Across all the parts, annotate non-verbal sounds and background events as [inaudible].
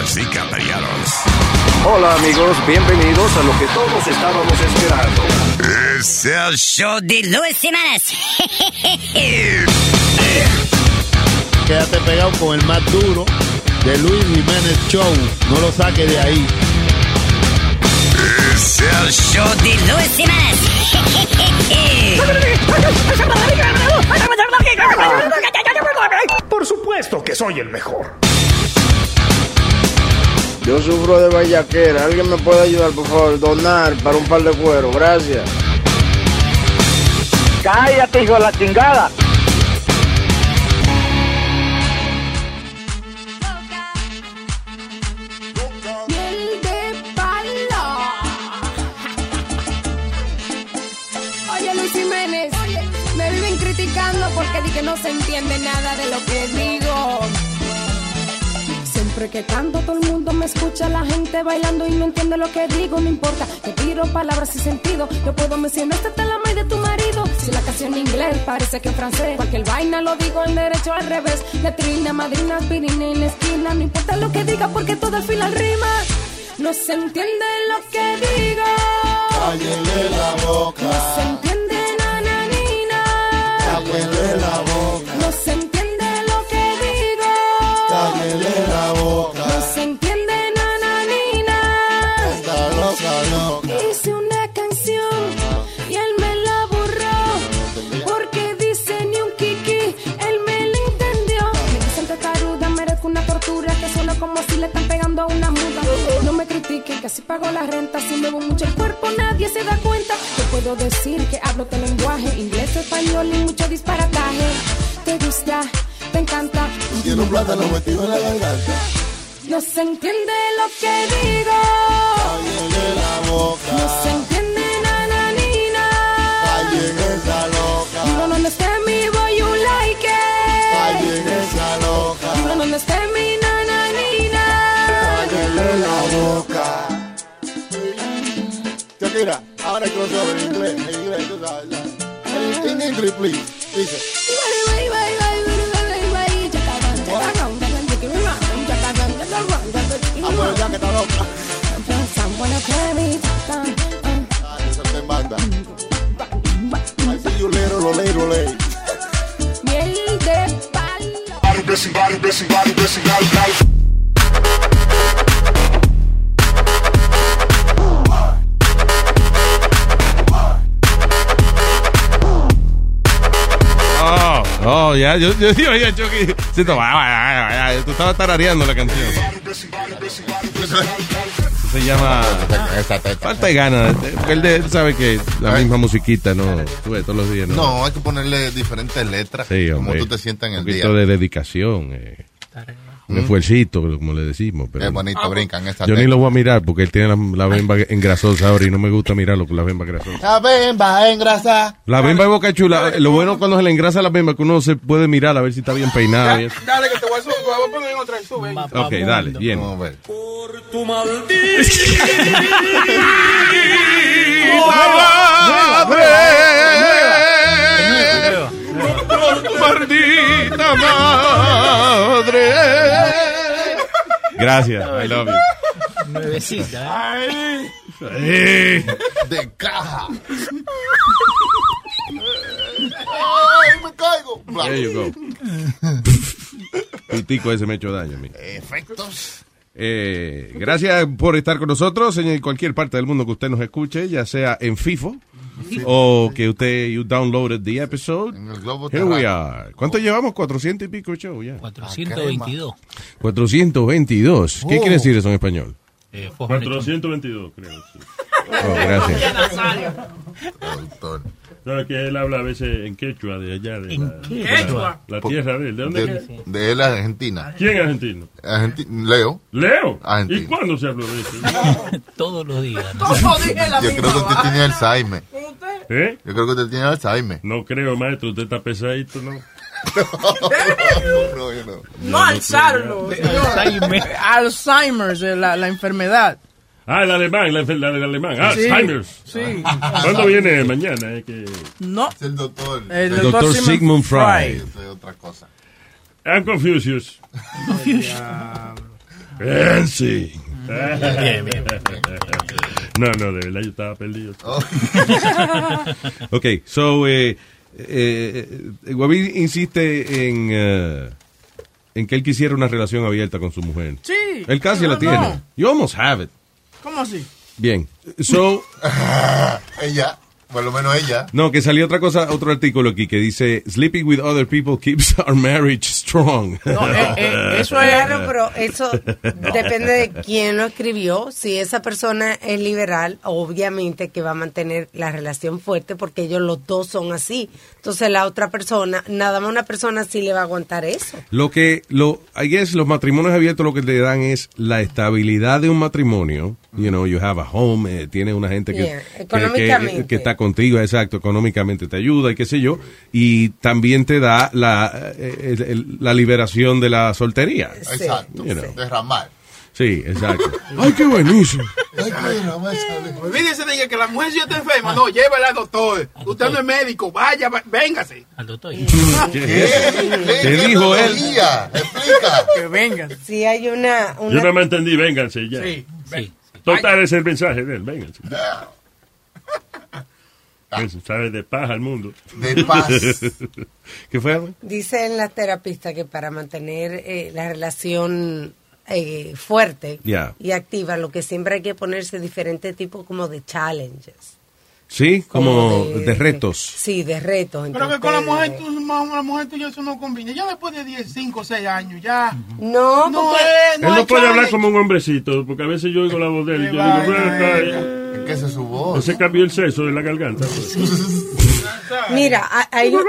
Música variados. Hola amigos, bienvenidos a lo que todos estábamos esperando. Es el show de Luis [laughs] Jiménez. Quédate pegado con el más duro de Luis Jiménez Show. No lo saques de ahí. Es el é show Show de Luis [laughs] Jiménez. Por supuesto que soy el mejor. Yo sufro de vallaquera. ¿Alguien me puede ayudar, por favor? Donar para un par de cuero. Gracias. Cállate, hijo de la chingada. Miel de palo. Oye, Luis Jiménez, me viven criticando porque di que no se entiende nada de lo que digo. Siempre que canto todo el mundo me escucha, la gente bailando y no entiende lo que digo, no importa, que tiro palabras sin sentido, yo puedo mencionar hasta la madre de tu marido, si la canción en inglés parece que en francés, cualquier vaina lo digo en derecho al revés, letrina, madrina, aspirina en la esquina, no importa lo que diga porque todo al final rima, no se entiende lo que digo, Cállele la no boca, se entiende nananina, cállele la boca, no se entiende lo que digo, cállele la no boca. se entiende nananina. Está loca, loca. Hice una canción y él me la borró. Porque dice ni un kiki, él me la entendió. Me dicen testaruda, merezco una tortura que suena como si le están pegando a una muda. No me critiquen que si pago la renta, si me muevo mucho el cuerpo, nadie se da cuenta. Te puedo decir que hablo tu lenguaje, inglés, español y mucho disparataje. Te gusta, te encanta. Tiene un plátano metido en la garganta. No se entiende lo que digo. Cállele la boca, No se entiende nananina. cállele esa loca, You don't understand me, but you like it. cállele esa loca, You don't understand me, na na nina. cállele la boca. Yo mira, ahora que lo sabe en inglés, en inglés, tú sabes, ¿sabes? In English, please. Dice, ah, bueno, ya que está loca. Ah, eso te manda. I see you later, lo late, lo late. Miel de palo. Oh, oh, ya, yo, yo, yo, yo, Chucky, siento, va, va, va, va, tú estabas tarareando la canción. Eso se llama Falta de ganas. Porque él, de- él sabe que la misma musiquita no sube todos los días. No, No, hay que ponerle diferentes letras. Sí, como hombre. tú te sientas en Un el día. poquito de dedicación. eh. Un esfuercito, como le decimos. Pero Qué bonito brincan estas yo ni letras. lo voy a mirar porque él tiene la, la bemba engrasosa ahora y no me gusta mirarlo con la bemba grasosa. La bemba engrasa. La bemba de boca chula, eh, lo bueno cuando se le engrasa la bemba es que uno se puede mirar a ver si está bien peinada. y eso. Dale, que te voy a, sub- voy a poner en otra. Sube. Ok, dale, bien. Vamos a ver. [laughs] Maldita madre. Gracias, I love you. Nuevecita. Eh, De caja. Ay, me caigo. There you go. [laughs] Pitico ese me ha hecho daño a mí. Efectos. Eh, gracias por estar con nosotros en cualquier parte del mundo que usted nos escuche, ya sea en FIFO o que usted you downloaded the episode. En el globo Here we terráqueo. are. ¿Cuánto llevamos? 400 y pico show ya. Ah, 422. 422. ¿Qué Oh. quiere decir eso en español? Eh, fojones. 422, creo. sí. Oh, gracias. Productor. Claro que él habla a veces en quechua de allá, de la, de quechua? la- la tierra de él. ¿De dónde es que- De, de él, Argentina. ¿Quién es argentino? Argenti- Leo. Leo. Argentino. ¿Y cuándo se habló de eso? [laughs] Todos los días. ¿no? [laughs] Yo creo que usted tiene Alzheimer. ¿Eh? Yo creo que usted tiene Alzheimer. No creo, maestro. Usted está pesadito, ¿no? No, yo no. No alzarlo. Alzheimer. Alzheimer es la, la enfermedad. Ah, el alemán, la, la- el alemán. Ah, Alzheimer's. Sí. ¿Cuándo viene mañana? Es que... No. Es el doctor. El Doctor Sigmund Freud. Ah, Eso es otra cosa. I'm Confucius. Nancy. Bien, bien, bien. No, no, de [laughs] verdad yo estaba perdido. ok, so, eh, eh, eh, Guavín insiste en, eh, en que él quisiera una relación abierta con su mujer. Sí. Él casi No, la tiene. no. You almost have it. ¿Cómo así? Bien. So, ella, por lo menos ella. no, que salió otra cosa, otro artículo aquí que dice, sleeping with other people keeps our marriage strong. eh, [laughs] Eso es raro, pero eso depende de quién lo escribió. Si esa persona es liberal, obviamente que va a mantener la relación fuerte porque ellos los dos son así. Entonces la otra persona, nada más una persona sí le va a aguantar eso. Lo que, lo, I guess, los matrimonios abiertos lo que te dan es la estabilidad de un matrimonio. You know, you have a home, eh, tiene una gente que, Yeah, que- que, económicamente. que está contigo, exacto, económicamente te ayuda y qué sé yo. Y también te da la, eh, el- el- la liberación de la soltería. Exacto. You know. Derramar. Sí, exacto. Ay, qué buenísimo. Olvídese de que la mujer si está enferma. No, llévala al doctor. Usted no es médico. Vaya, va- véngase. Al [laughs] doctor. ¿Qué es eso? ¿Qué dijo él? [laughs] que vengan. Sí hay una... una- Yo no me entendí, vénganse ya. Sí, Ah. sí. Total es el mensaje de él, vénganse. Eso, Sabe de paz al mundo. De [laughs] paz. ¿Qué fue? Alma? Dicen las terapistas que para mantener eh, la relación eh, fuerte Yeah. y activa, lo que siempre hay que ponerse diferentes tipos como de challenges. Sí, como Como de- de retos. Sí, de retos. Pero entre que con la ustedes. mujer, tú, ma- la mujer tuya eso no combina. Ya después de 10, 5, 6 años, ya. No, no porque- es. Pues Él No, no hay puede hablar challenge. como un hombrecito, porque a veces yo oigo la voz de él y yo digo, vaina, ¿qué es su voz? No se cambió el sexo de la garganta. pues. Mira, ha- hay un...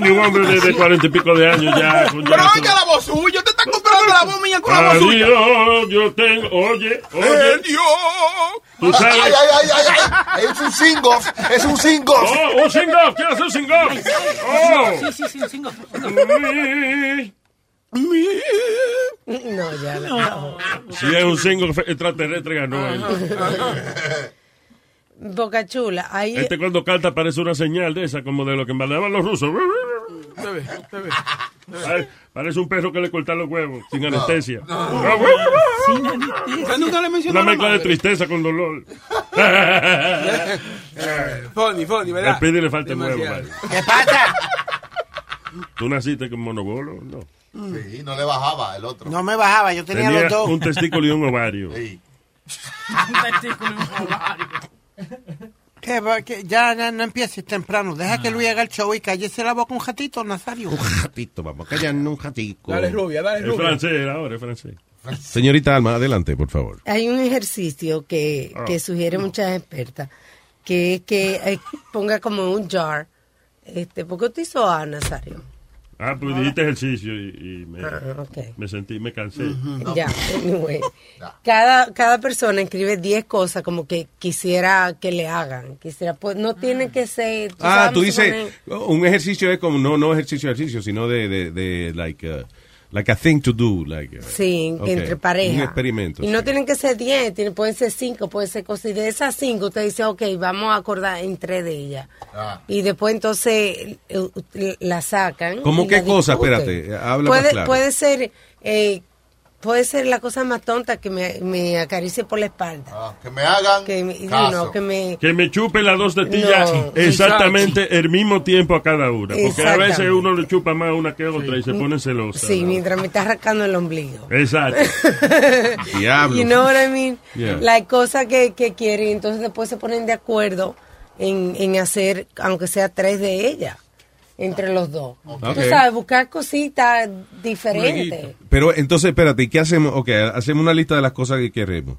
Ni un hombre de, de 40 y pico de años ya. con Pero ya oiga la voz suya. Usted está comprando la voz mía con la voz suya. Eh, Adiós, yo tengo. Oye, oye. Tú sabes. Ay, ay, ay, ay, ay. Es un single. Es un single. Oh, un single. ¿Quieres un single? Oh. Sí, sí, sí, un single. No, ya la- Ah, Si es un single fe- extraterrestre, ganó Ah, él. Boca Chula, hay... Este cuando canta parece una señal de esa, como de lo que embalaban los rusos. Ay, Parece un perro que le cortan los huevos, sin anestesia. Sin anestesia. Usted nunca le mencionó Ah, Una a la mezcla madre. de tristeza con dolor. [laughs] [laughs] Funny, funny, ¿verdad? Al Pidi le falta el huevo, Demasiado. vale. ¿Qué pasa? ¿Tú naciste con monobolo? No. Sí, no le bajaba el otro. Mm. No me bajaba, yo tenía, Tenía los dos. un testículo y un ovario. Que va- que ya, ya no empieces temprano. Deja Ah. que Luis haga el show y cállese la boca un ratito, Nazario. Ratito, vamos, callan un jatico. Es francés ahora, es francés. Señorita Alma, adelante, por favor. Hay un ejercicio que, Ah, que sugiere muchas expertas, que es que eh, ponga como un jar. Este, ¿Por qué usted hizo A, Nazario? Ah, pues dijiste ejercicio y, y me, Ah, ok. me sentí, me cansé. Ya, [laughs] anyway. Cada, cada persona escribe 10 cosas como que quisiera que le hagan. quisiera pues, No Mm. tiene que ser... Ah, sabes, tú dices, suponer- oh, un ejercicio es como, no, no ejercicio, ejercicio, sino de, de, de, like, uh, like a thing to do, like. uh, Sí, ok, entre pareja. Un experimento. Y no tienen que ser 10, tienen- pueden ser 5, pueden ser cosas. Y de esas 5 usted dice, ok, vamos a acordar entre de ellas. Y después entonces eh, eh, la sacan. ¿Cómo y qué la cosa? discuten. Espérate, eh, habla más puede, claro. Puede ser, eh, puede ser la cosa más tonta que me, me acaricie por la espalda. Ah, que me hagan que me, caso. no, que me... Que me chupe las dos tetillas No. exactamente el mismo tiempo a cada una. Porque a veces Exactamente. Mm. uno le chupa más a una que a otra y se pone celosa. Sí, mientras me está arrancando el [laughs] ombligo. Exacto. [laughs] Diablo. You know what I mean? Yeah. La cosa que, que quieren, entonces después se ponen de acuerdo en, en hacer, aunque sea tres de ellas, entre los dos. Tú Ok. sabes, buscar cositas diferentes. Pero entonces, espérate, ¿y qué hacemos? Ok, hacemos una lista de las cosas que queremos.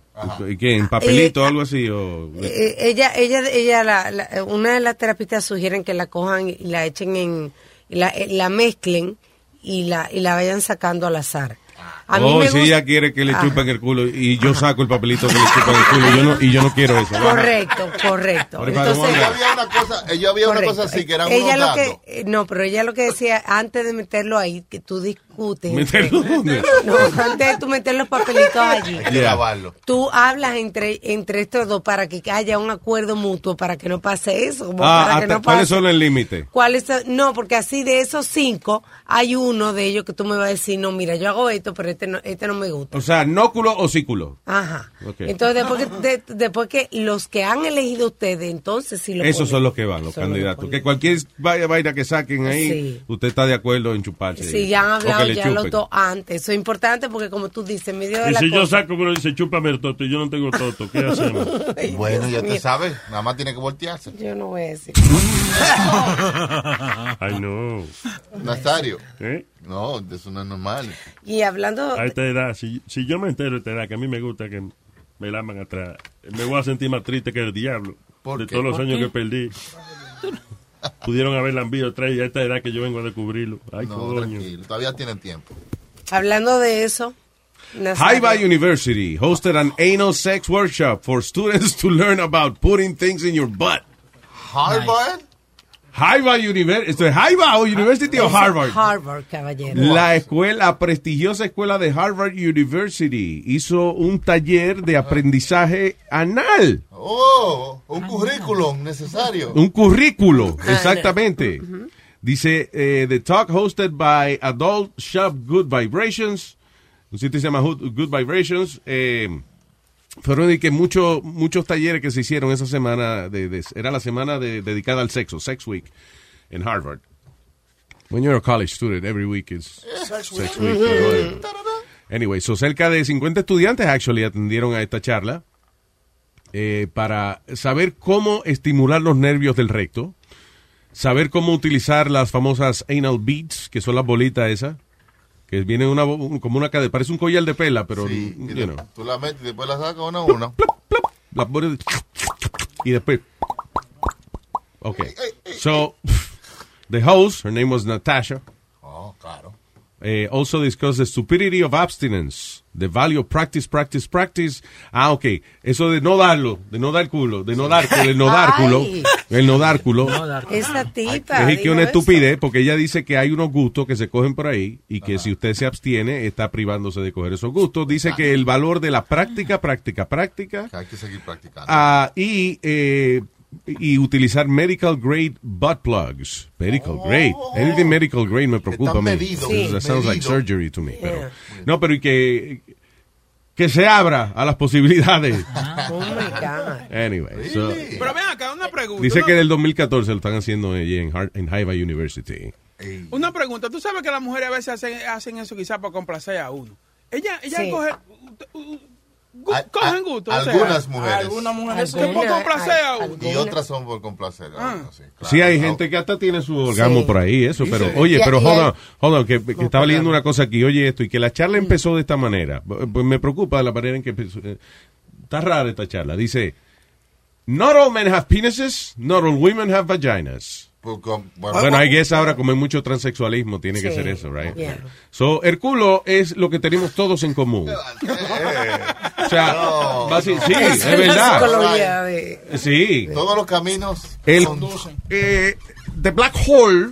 ¿Y qué? ¿En papelito o algo así? O... Eh, ella, ella, ella, la, la- una de las terapistas sugieren que la cojan y la echen en, y la, eh, la mezclen y la, y la vayan sacando al azar. A mí oh, me si gusta- ella quiere que le Ajá. chupen el culo y yo saco el papelito que le chupan el culo y yo no, y yo no quiero eso. Baja. Correcto, correcto. Ahora, para, Entonces, ¿cómo había una cosa, ella había una Correcto. cosa así que eran ella unos lo datos. que eh, No, pero ella lo que decía antes de meterlo ahí, que tú dis- discutes. ¿Meterlo dónde? No, antes de tú meter los papelitos allí. Hay que lavarlo. Tú hablas entre, entre estos dos para que haya un acuerdo mutuo, para que no pase eso. como Ah, para que hasta- no ¿Cuáles pase- son los límites? ¿Cuáles son? No, porque así de esos cinco, hay uno de ellos que tú me vas a decir, no, mira, yo hago esto, pero este no, este no me gusta. O sea, nóculo o cículo. Ajá. Ok. Entonces, después que, de- después que los que han elegido ustedes, entonces sí lo Esos ponen. son los que van, los Son los candidatos. Que cualquier vaya vaina que saquen ahí, Sí. usted está de acuerdo en chuparse. Sí, ya han O que hablado le ya los chupen. dos antes. Eso es importante porque, como tú dices, en medio de Y la si yo cosa- saco, pero dice, chúpame el toto, y yo no tengo toto, ¿qué [laughs] hacemos? Bueno, ya Dios mío. te sabes, nada más tiene que voltearse. Yo no voy a decir. Ay, no. Nazario. ¿Eh? No, eso no es normal. Y hablando... A esta edad, si, si yo me entero a esta edad que a mí me gusta que me laman atrás, me voy a sentir más triste que el diablo. de qué? todos los ¿Por años qué? que perdí. Pudieron haber lambido atrás y a esta edad que yo vengo a descubrirlo. Ay, No, coño. tranquilo, [laughs] todavía tienen tiempo. Hablando de eso... Nazario- Haiba University hosted an anal sex workshop for students to learn about putting things in your butt. Harvard. Haiba University, esto es Haiba o University Eso o es Harvard. Harvard, caballero. La escuela, la prestigiosa escuela de Harvard University hizo un taller de aprendizaje anal, Oh, un currículum necesario. un currículo, exactamente. Dice, eh, the talk hosted by Adult Shop Good Vibrations, un sitio que se llama Hood- Good Vibrations, eh, fueron de que muchos muchos talleres que se hicieron esa semana, de, de- era la semana de- dedicada al sexo, Sex Week, en Harvard. When you're a college student, every week is Sex Sex Week. Week. Mhm. pero, eh, Anyway, so cerca de 50 estudiantes actually atendieron a esta charla eh, para saber cómo estimular los nervios del recto, saber cómo utilizar las famosas anal beads, que son las bolitas esas, que vienen una, bo- un- como una cadena, parece un collar de pela, pero, you know, Tú la metes y después la sacas una a [laughs] una. las pones y después... Ok. So, the host, her name was Natasha, Oh, claro. eh, also discuss the stupidity of abstinence, the value of practice, practice, practice. Ah, ok. Eso de no darlo, de no dar culo, de no dar culo, el no dar culo, [laughs] Ay. el no dar culo. Esa tipa. Es que digo una eso. estupidez, porque ella dice que hay unos gustos que se cogen por ahí y que si usted se abstiene está privándose de coger esos gustos. Dice que el valor de la práctica, práctica, práctica Que hay que seguir practicando. ah, y, eh, y utilizar medical grade butt plugs. Medical grade. Anything medical grade me preocupa a mí. medido. Because That Sí. sounds like Medido. surgery to me. pero- Yeah. no, pero y que, que se abra a las posibilidades. Oh my God. Anyway, so- Pero ven acá, una pregunta. dice una, que en el 2014 lo están haciendo allí en, Har- en Haifa University. una pregunta. Tú sabes que las mujeres a veces hacen, hacen eso quizás para complacer a uno. Ella, ella Sí. coge. gu- cogen gusto. o sea, Algunas mujeres. Algunas mujeres que por complacer a Ah. uno. Y otras son por complacer a uno. sí. Sí, hay gente que hasta tiene su orgasmo por ahí, eso, pero oye, Y- pero y hold hay- Mm. on, hold on, que, que estaba leyendo una cosa aquí, oye esto, y que la charla empezó de esta manera. B- Pues me preocupa la manera en que empezó, eh, está rara esta charla. Dice, not all men have penises, not all women have vaginas. Por com- Bueno, I guess ahora como hay mucho transexualismo, tiene que Sí, ser eso, right? yeah. So, el culo es lo que tenemos todos en común. O sea, No. basi- sí, Esa es es la verdad. psicología Sí. Todos los caminos El- conducen. eh, the black hole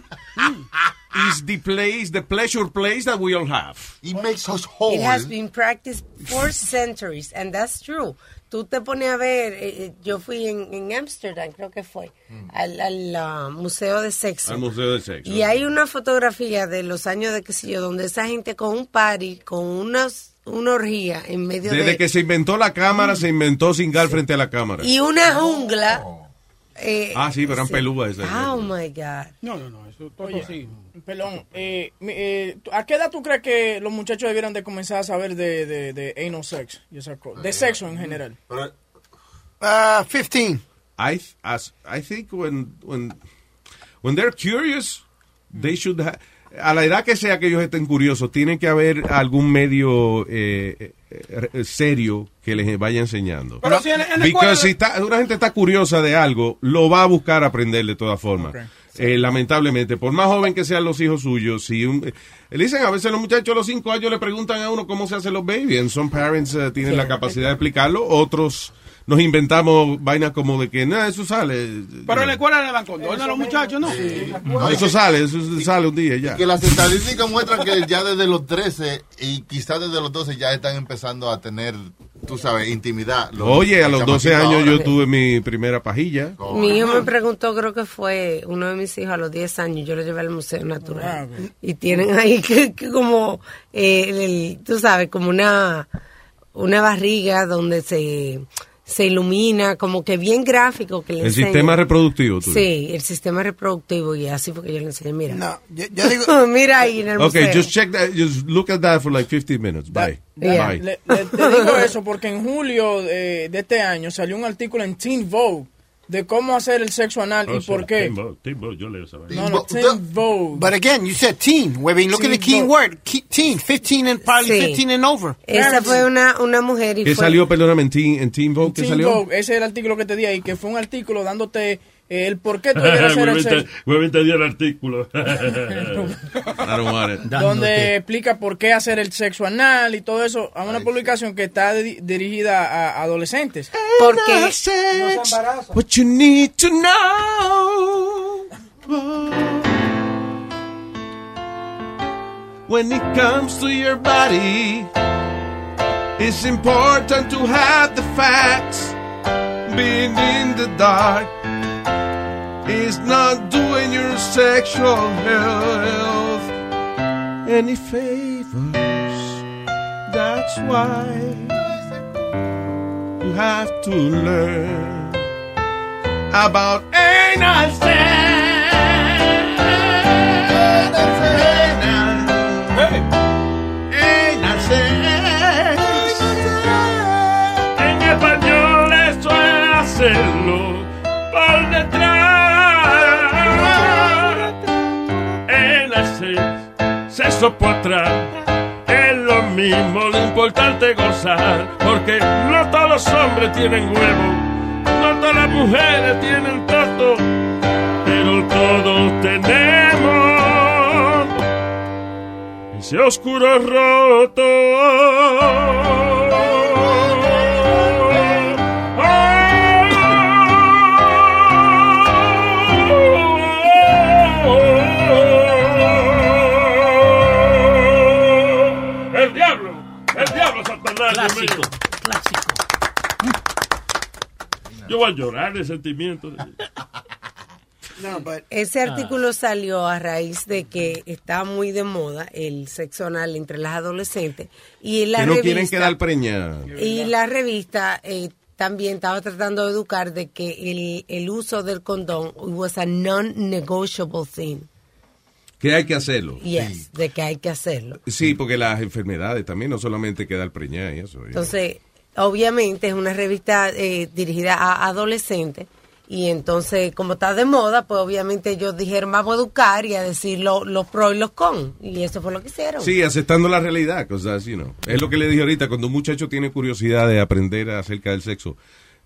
is the place, the pleasure place that we all have. It makes us It has been practiced for centuries, and that's true. Tú te pones a ver, eh, eh, yo fui en en Ámsterdam, creo que fue, Mm. al, al, ah, Museo de Sexo. Al museo de sexo. Y hay una fotografía de los años de qué sé yo, donde esa gente con un party, con unas, una orgía en medio Desde de... que se inventó la cámara, se inventó cingar frente a la cámara. Y una jungla... eh, Oh. Ah, sí, pero eran pelúas esas. Oh, my God. No, no, no, eso todo así. Ah. Pelón, eh, mi- eh, ¿tú- ¿a qué edad tú crees que los muchachos debieran de comenzar a saber de, de, de anal sex? y esas cosas? de sexo en general. Ah, 15. I th- as- I think when when when they're curious, they should ha- a la edad que sea que ellos estén curiosos, tiene que haber algún medio eh, eh, eh, serio que les vaya enseñando. Pero si en- en la escuela- Because si está- una gente está curiosa de algo, lo va a buscar aprender de todas formas. Eh, lamentablemente, por más joven que sean los hijos suyos, si un- eh, le dicen a veces los muchachos a los cinco años le preguntan a uno cómo se hacen los babies, and some parents eh, tienen la capacidad de explicarlo, otros nos inventamos vainas como de que, nada, eso sale. Pero en la escuela le dan condón a los muchachos, ¿no? No, eso sale, eso sale un día ya. Que las estadísticas muestran que ya desde los 13 y quizás desde los 12 ya están empezando a tener, tú sabes, intimidad. Los Oye, a los 12 chamaquitos años ahora. yo tuve mi primera pajilla. Mi hijo me preguntó, creo que fue uno de mis hijos a los 10 años, yo lo llevé al Museo Natural. Y tienen ahí que, que como, eh, el- el- tú sabes, como una, una barriga donde se, se ilumina, como que bien gráfico. Que le El enseñan. sistema reproductivo, tú Sí, el sistema reproductivo y así porque yo le enseñé, mira. No, yo, digo... [laughs] mira ahí en el Okay, museo. just check that, just look at that for like 50 minutes. Bye. Ya, Bye. le- le- te digo eso porque en julio eh, de este año salió un artículo en Teen Vogue de cómo hacer el sexo anal Oh, Oh, y por qué. Timbo, Timbo, yo leo esa vaina. No, no, Teen Vogue. But again, you said teen. I mean, look at the Teen key vote. word. Key, teen. 15 and probably Sí. 15 and over. Esa fue una, una mujer y ¿Qué fue... salió, perdóname, en Teen, en teen Vogue? ¿Qué Teen salió? Vogue, ese es el artículo que te di ahí, que fue un artículo dándote eh, el por qué [laughs] tú [laughs] debes hacer el sexo. Huevín te dio el artículo. I don't want it. donde explica por qué hacer el sexo anal y todo eso. A una publicación que está di- dirigida a adolescentes. Porque What you need to know. When it comes to your body, it's important to have the facts. Being in the dark is not doing your sexual health any favors. That's why you have to learn about anal En español eso es hacerlo por detrás. El hacer sexo por atrás es lo mismo, lo importante es gozar. Porque no todos los hombres tienen huevo, no todas las mujeres tienen toto, pero todos tenemos ese oscuro roto. El diablo, el diablo Satanás. Clásico, clásico. Yo voy a llorar de sentimiento. Ese Ah. artículo salió a raíz de que está muy de moda el sexo anal entre las adolescentes y la que no quieren revista quedar preñadas. y la revista eh, también estaba tratando de educar de que el, el uso del condón was a non-negotiable thing. Que hay que hacerlo. Yes, de que hay que hacerlo. Sí, porque las enfermedades también, no solamente quedar preñada y eso. Entonces, obviamente es una revista eh, dirigida a adolescentes y entonces, como está de moda, pues obviamente ellos dijeron, vamos a educar y a decir lo- los pros y los con. Y eso fue lo que hicieron. Sí, aceptando la realidad, cosas así, ¿no? Es lo que le dije ahorita, cuando un muchacho tiene curiosidad de aprender acerca del sexo,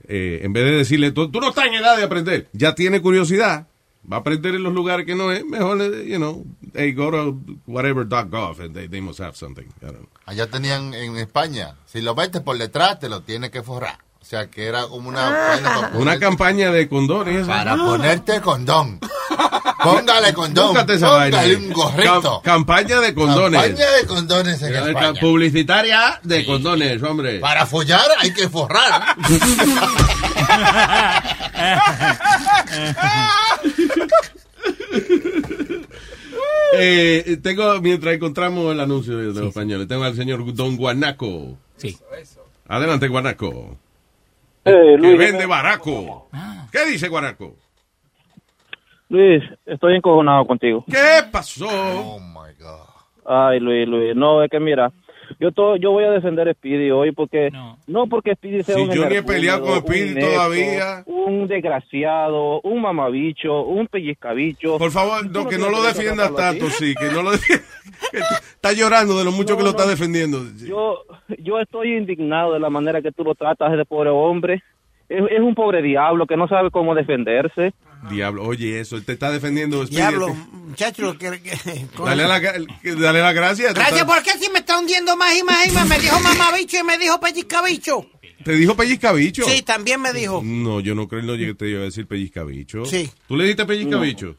eh, en vez de decirle, tú, tú no estás en edad de aprender, ya tiene curiosidad, va a aprender en los lugares que no es, mejor, eh, you know, hey, go to whatever.gov and they, they must have something. I don't know. Allá tenían en España, si lo metes por detrás te lo tienes que forrar. O sea, que era como una... Ah. vaina para poner- Una campaña de condones. Para ponerte condón. Póngale condón. Búscate esa Póngale vaina. un gorrito. Cam- campaña de condones. Campaña de condones en Ca- España. Publicitaria de condones, hombre. Para follar hay que forrar. Eh, tengo, mientras encontramos el anuncio de los españoles, tengo al señor Don Guanaco. Sí. Adelante, Guanaco. Eh, que vende baraco. ¿Qué dice Guanaco? Luis, estoy encojonado contigo. ¿Qué pasó? Oh Ay, Luis, Luis, no, es que mira, yo todo, yo voy a defender a Speedy hoy porque no, porque Speedy sea Si un yo ni he energúmeno, peleado con un Speedy necio, todavía. un desgraciado, un mamabicho, un pellizcabicho. Por favor, no, que no lo defienda defiendas tanto, sí, que no lo defiendas. [laughs] Está llorando de lo mucho que lo está defendiendo. Yo, [laughs] yo estoy indignado de la manera que tú lo tratas de pobre hombre. Es, es un pobre diablo que no sabe cómo defenderse. Diablo, oye, eso, él te está defendiendo. Speedy. Diablo, muchacho. que- que- Dale la, que- dale la gracia. Gracias porque si me está hundiendo más y más y más. Me dijo mamabicho y me dijo pellizcabicho. ¿Te dijo pellizcabicho? Sí, también me dijo. No, yo no creo que no llegue- te iba a decir pellizcabicho. Sí. ¿Tú le dijiste pellizcabicho?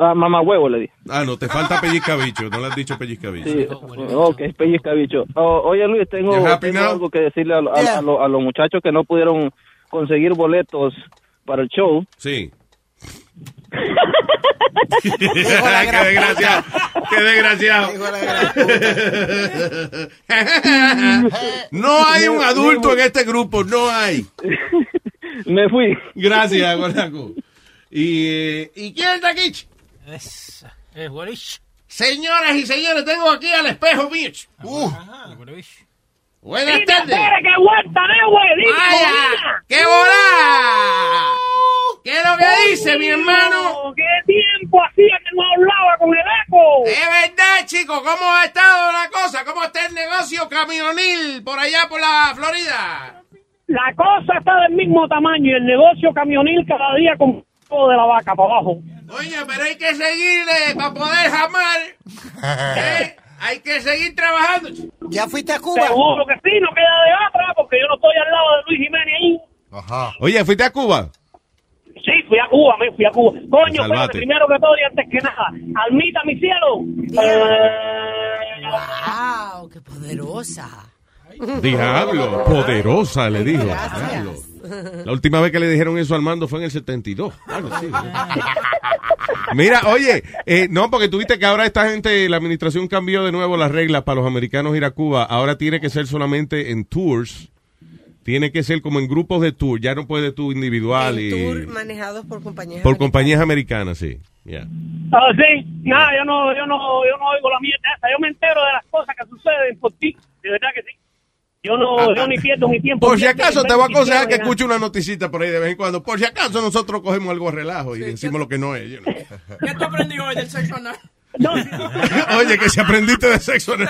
Ah, mamá huevo le dije. Ah, no, te falta pellizcabicho. No le has dicho pellizcabicho. Sí, [laughs] ok, pellizcabicho. Oh, oye Luis, tengo, You happy tengo now? algo que decirle a, lo- a- a lo- a los muchachos que no pudieron conseguir boletos para el show. Sí. qué desgraciado. Qué desgraciado. [laughs] no hay un adulto en este grupo. No hay. [laughs] Me fui. Gracias, Guanaco. Y, eh, y- quién está aquí? Señoras y señores, tengo aquí al espejo mío. Uh. Buenas Mira, tardes. espera, que aguanta, de abuelito. Vaya, ¡Qué volá! ¿Qué es lo que dice, mi hermano? ¡Qué tiempo hacía que no hablaba con el eco! Es verdad, chicos. ¿Cómo ha estado la cosa? ¿Cómo está el negocio camionil por allá por la Florida? La cosa está del mismo tamaño y el negocio camionil cada día con todo de la vaca para abajo. Oye, pero hay que seguirle para poder jamar. ¿eh? Hay que seguir trabajando. ¿Ya fuiste a Cuba? Seguro que sí, no queda de otra porque yo no estoy al lado de Luis Jiménez ahí. Oye, ¿fuiste a Cuba? Sí, fui a Cuba, me fui a Cuba. Coño, Salvate. pero primero que todo y antes que nada, almita mi cielo. Eh, Uh. ¡Wow! ¡Qué poderosa! Diablo, [laughs] poderosa, le dijo. Diablo. La última vez que le dijeron eso a Armando fue en el 72. Claro, sí. Mira, oye, eh, no, porque tuviste que ahora esta gente, la administración cambió de nuevo las reglas para los americanos ir a Cuba. Ahora tiene que ser solamente en tours. Tiene que ser como en grupos de tour. Ya no puede tú individual y Tour manejados por compañías. por compañías americanas, sí. Ya. Ah, sí, nada, yo no, yo, no, yo no oigo la mierda esa. Yo me entero de las cosas que suceden por ti. De verdad que sí. Yo no, yo ni pierdo mi tiempo. Ah, Por si acaso te voy a aconsejar que escuches escuche una noticita por ahí de vez en cuando. Por si acaso nosotros cogemos algo de relajo y decimos lo que no es. [laughs] you know. ¿Qué tú aprendí hoy del sexo [laughs] anal? Oye, que si aprendiste de sexo en el-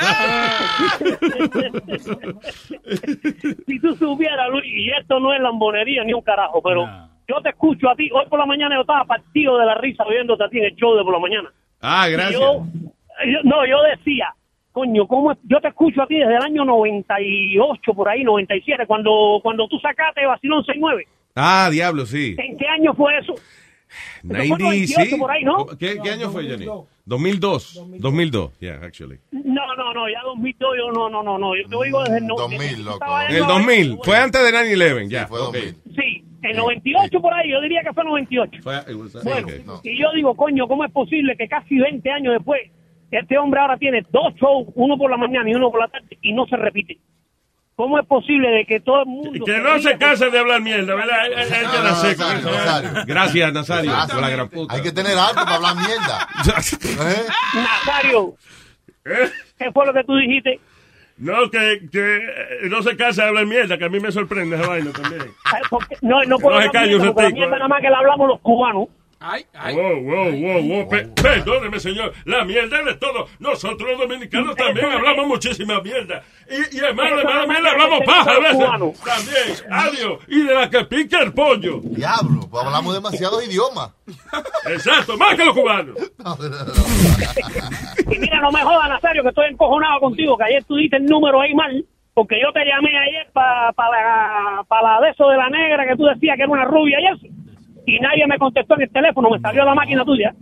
[laughs] si tú supieras, Luis, y esto no es lambonería ni un carajo, pero yo te escucho a ti. Hoy por la mañana yo estaba partido de la risa viéndote a ti en el show de por la mañana. Ah, Y gracias. yo- yo- no, yo decía, coño, ¿cómo es? yo te escucho a ti desde el año 98, por ahí, 97, cuando, cuando tú sacaste Vacilón 69. Ah, diablo, sí. ¿En qué año fue eso? fue 90, 98 sí. por ahí, ¿no? ¿Qué, qué año fue, Johnny? 2002. 2002, yeah, actually. No, no, no, ya 2002, yo no, no, no, no, yo te oigo desde el 2000, loco. En el 2000. Fue antes de 9-11, ya. ok. Sí, en 98 por ahí, yo diría que fue 98. Fue- it was- Bueno, ok. y yo digo, coño, ¿cómo es posible que casi 20 años después este hombre ahora tiene dos shows, uno por la mañana y uno por la tarde, y no se repite? ¿Cómo es posible de que todo el mundo... Que no se ría? canse de hablar mierda, ¿verdad? Él- él- él que la seca. Gracias, Nazario. Exactamente. Por la gran puta. Hay que tener algo para [laughs] hablar mierda. Nazario, ¿Eh? ¿qué fue lo que tú dijiste? ¿Eh? No, que, que eh, no se canse de hablar mierda, que a mí me sorprende esa vaina también. Ay, porque- No, no Que puedo no se hablar calle mierda, un porque la ratico, mierda eh. nada más que la hablamos los cubanos. Wow, wow, wow, wow. Pe- perdóneme, señor. La mierda de todo. Nosotros los dominicanos también hablamos muchísima mierda. Y, y hermano, hermano, Eso nada más también que hablamos se paja a hizo veces. cubano. También, adiós. Y de la que pica el pollo. Diablo, pues hablamos demasiados idiomas. Exacto, más que los cubanos. Y mira, no me jodas, Nazario, que estoy encojonado contigo, que ayer tú diste el número ahí mal, porque yo te llamé ayer para la, pa la de eso de la negra que tú decías que era una rubia y eso. Y nadie me contestó en el teléfono, me salió la máquina tuya.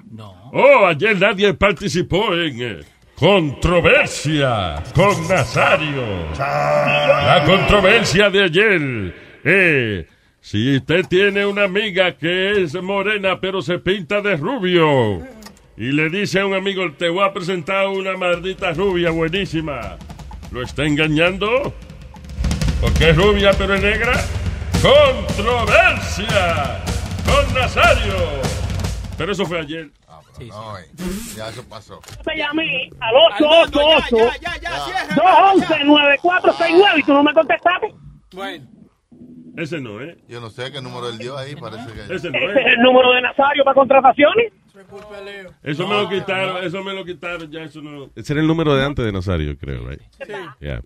Oh, ayer nadie participó en eh, Controversia con Nazario. La controversia de ayer. Eh, si usted tiene una amiga que es morena pero se pinta de rubio y le dice a un amigo, te voy a presentar una maldita rubia buenísima, ¿lo está engañando? Porque es rubia pero es negra. Controversia con Nazario. Pero eso fue ayer. No, eh, ya eso pasó. Yo te llamé al 888-211-9469 y tú no me contestaste. Bueno. Ese no, ¿eh? Yo no sé qué número él dio ahí, parece que... Ese no Ese es [laughs] el número de Nazario para contrataciones. Eso me lo quitaron, eso me lo quitaron, ya eso no. Ese era el número de antes de Nazario, creo, right? Yeah.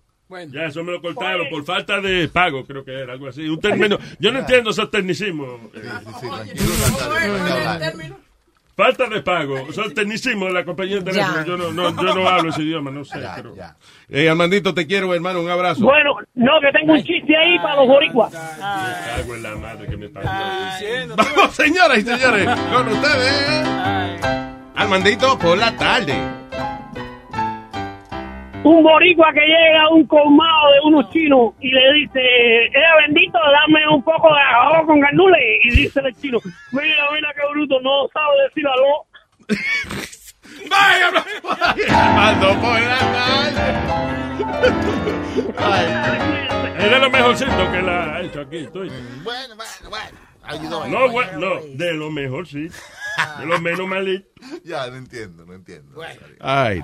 Ya eso me lo cortaron por falta de pago, creo que era algo así. Un término, yo no entiendo esos tecnicismos. Falta de pago. Soy tecnicismo de la compañía de teléfono. Ya. Yo no, no, yo no hablo ese idioma, no sé. pero- Eh, Armandito, te quiero, hermano. Un abrazo. Bueno, no, que tengo un chiste ahí para los boricuas. Cago en la madre que me parió. [laughs] Vamos, señoras y señores, con ustedes. Armandito, por la tarde. Un boricua que llega a un colmado de unos chinos y le dice, eh, bendito, dame un poco de arroz con gandules. Y dice el chino, mira, mira qué bruto, no sabe decir aló. [laughs] ¡Vaya, Armando, por la tarde. Es de lo mejorcito que la ha hecho aquí. Estoy. Mm, Bueno, bueno, bueno. Ayudó ahí. No, bueno, no, de lo [laughs] mejorcito. De lo menos malito. Ya, no entiendo, no entiendo. Ay.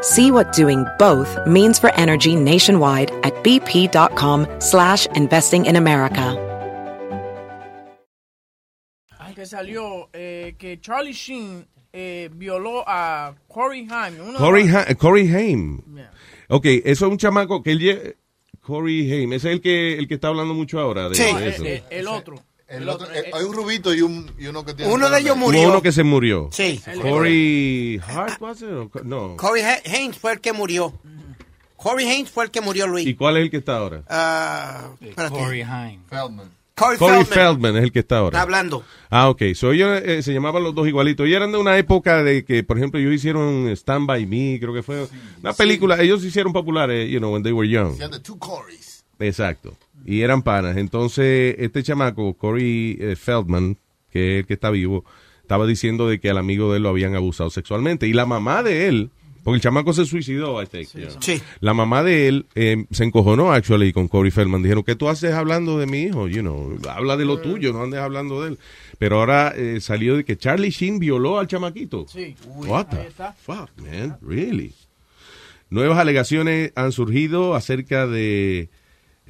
See what doing both means for energy nationwide at bp.com slash investing in America. que salió eh, que Charlie Sheen eh, violó a Corey Haim. uno de Corey, los- Ha- eh, Corey Haim. Yeah. Ok, eso es un chamaco que él lle- Corey Haim, ese es el que, el que está hablando mucho ahora de, Sí. de eso. Eh, el otro. El otro, eh, hay un rubito y, un, y uno que tiene. Uno de ellos Hubo uno que se murió. Sí. Corey Hart, was it? O co- No. Corey Ha- Haynes fue el que murió. Corey Haynes fue el que murió, Luis. ¿Y cuál es el que está ahora? Ah, espérate. Corey Haynes. Feldman. Corey, Corey Feldman. Feldman es el que está ahora. Está hablando. Ah, ok. So ellos eh, se llamaban los dos igualitos. Y eran de una época de que, por ejemplo, ellos hicieron Stand By Me, creo que fue una película. Ellos se hicieron populares, you know, when they were young. Decían de two Corys. Exacto. Y eran panas. Entonces, este chamaco, Corey eh, Feldman, que es el que está vivo, estaba diciendo de que al amigo de él lo habían abusado sexualmente. Y la mamá de él, porque el chamaco se suicidó, I think, you know. La mamá de él eh, se encojonó, actually, con Corey Feldman. Dijeron, ¿qué tú haces hablando de mi hijo? You know, habla de lo tuyo, no andes hablando de él. Pero ahora eh, salió de que Charlie Sheen violó al chamaquito. Sí. What the fuck, man? Really? Nuevas alegaciones han surgido acerca de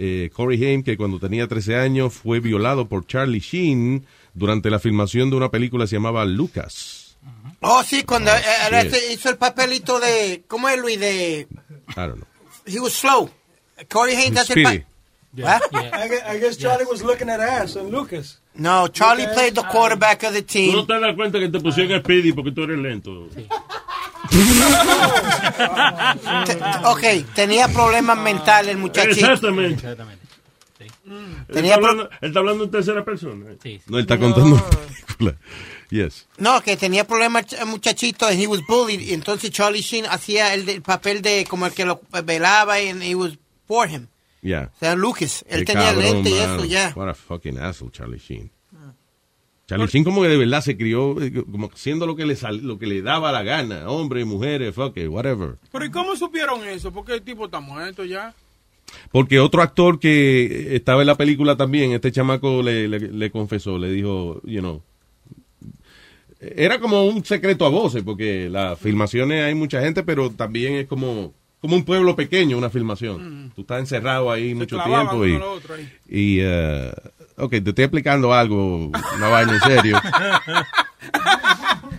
eh, Corey Haim, que cuando tenía 13 años fue violado por Charlie Sheen durante la filmación de una película que se llamaba Lucas. Oh, sí, cuando eh, él shit. este- hizo el papelito de. ¿Cómo es, Luis? De. I don't know. He was slow. Corey Haynes hace el Speedy. papel. ah, I guess, I guess Charlie was looking at ass and Lucas. No, Charlie played the quarterback of the Tú no team. te das cuenta que te pusieron Speedy porque tú eres lento. ¿Ah? [laughs] Te- ok, tenía problemas mentales el muchachito. Exactamente. [laughs] ¿Está Tenía hablando, está hablando en tercera persona. eh. No, él está contando una película. Yes. No, que tenía problemas ch- el muchachito and he was bullied. Y entonces Charlie Sheen hacía el, de- el papel de como el que lo eh, velaba and he was for him. Yeah. O sea, Lucas, él Qué tenía cabrón, lente y mano. eso, ya. Ah. What a fucking asshole, Charlie Sheen. Charlie Sheen como que de verdad se crió eh, como siendo lo que le sal- lo que le daba la gana, hombres, mujeres, fuck it, whatever. Pero ¿y cómo supieron eso? Porque el tipo está muerto ya. Porque otro actor que estaba en la película también, este chamaco le, le, le confesó, le dijo, you know. Era como un secreto a voces, porque las filmaciones hay mucha gente, pero también es como, como un pueblo pequeño una filmación. Tú estás encerrado ahí mucho Mm. clavaban tiempo uno y. al otro ahí. y eh, ok, te estoy explicando algo, una vaina [laughs] en [laughs] serio.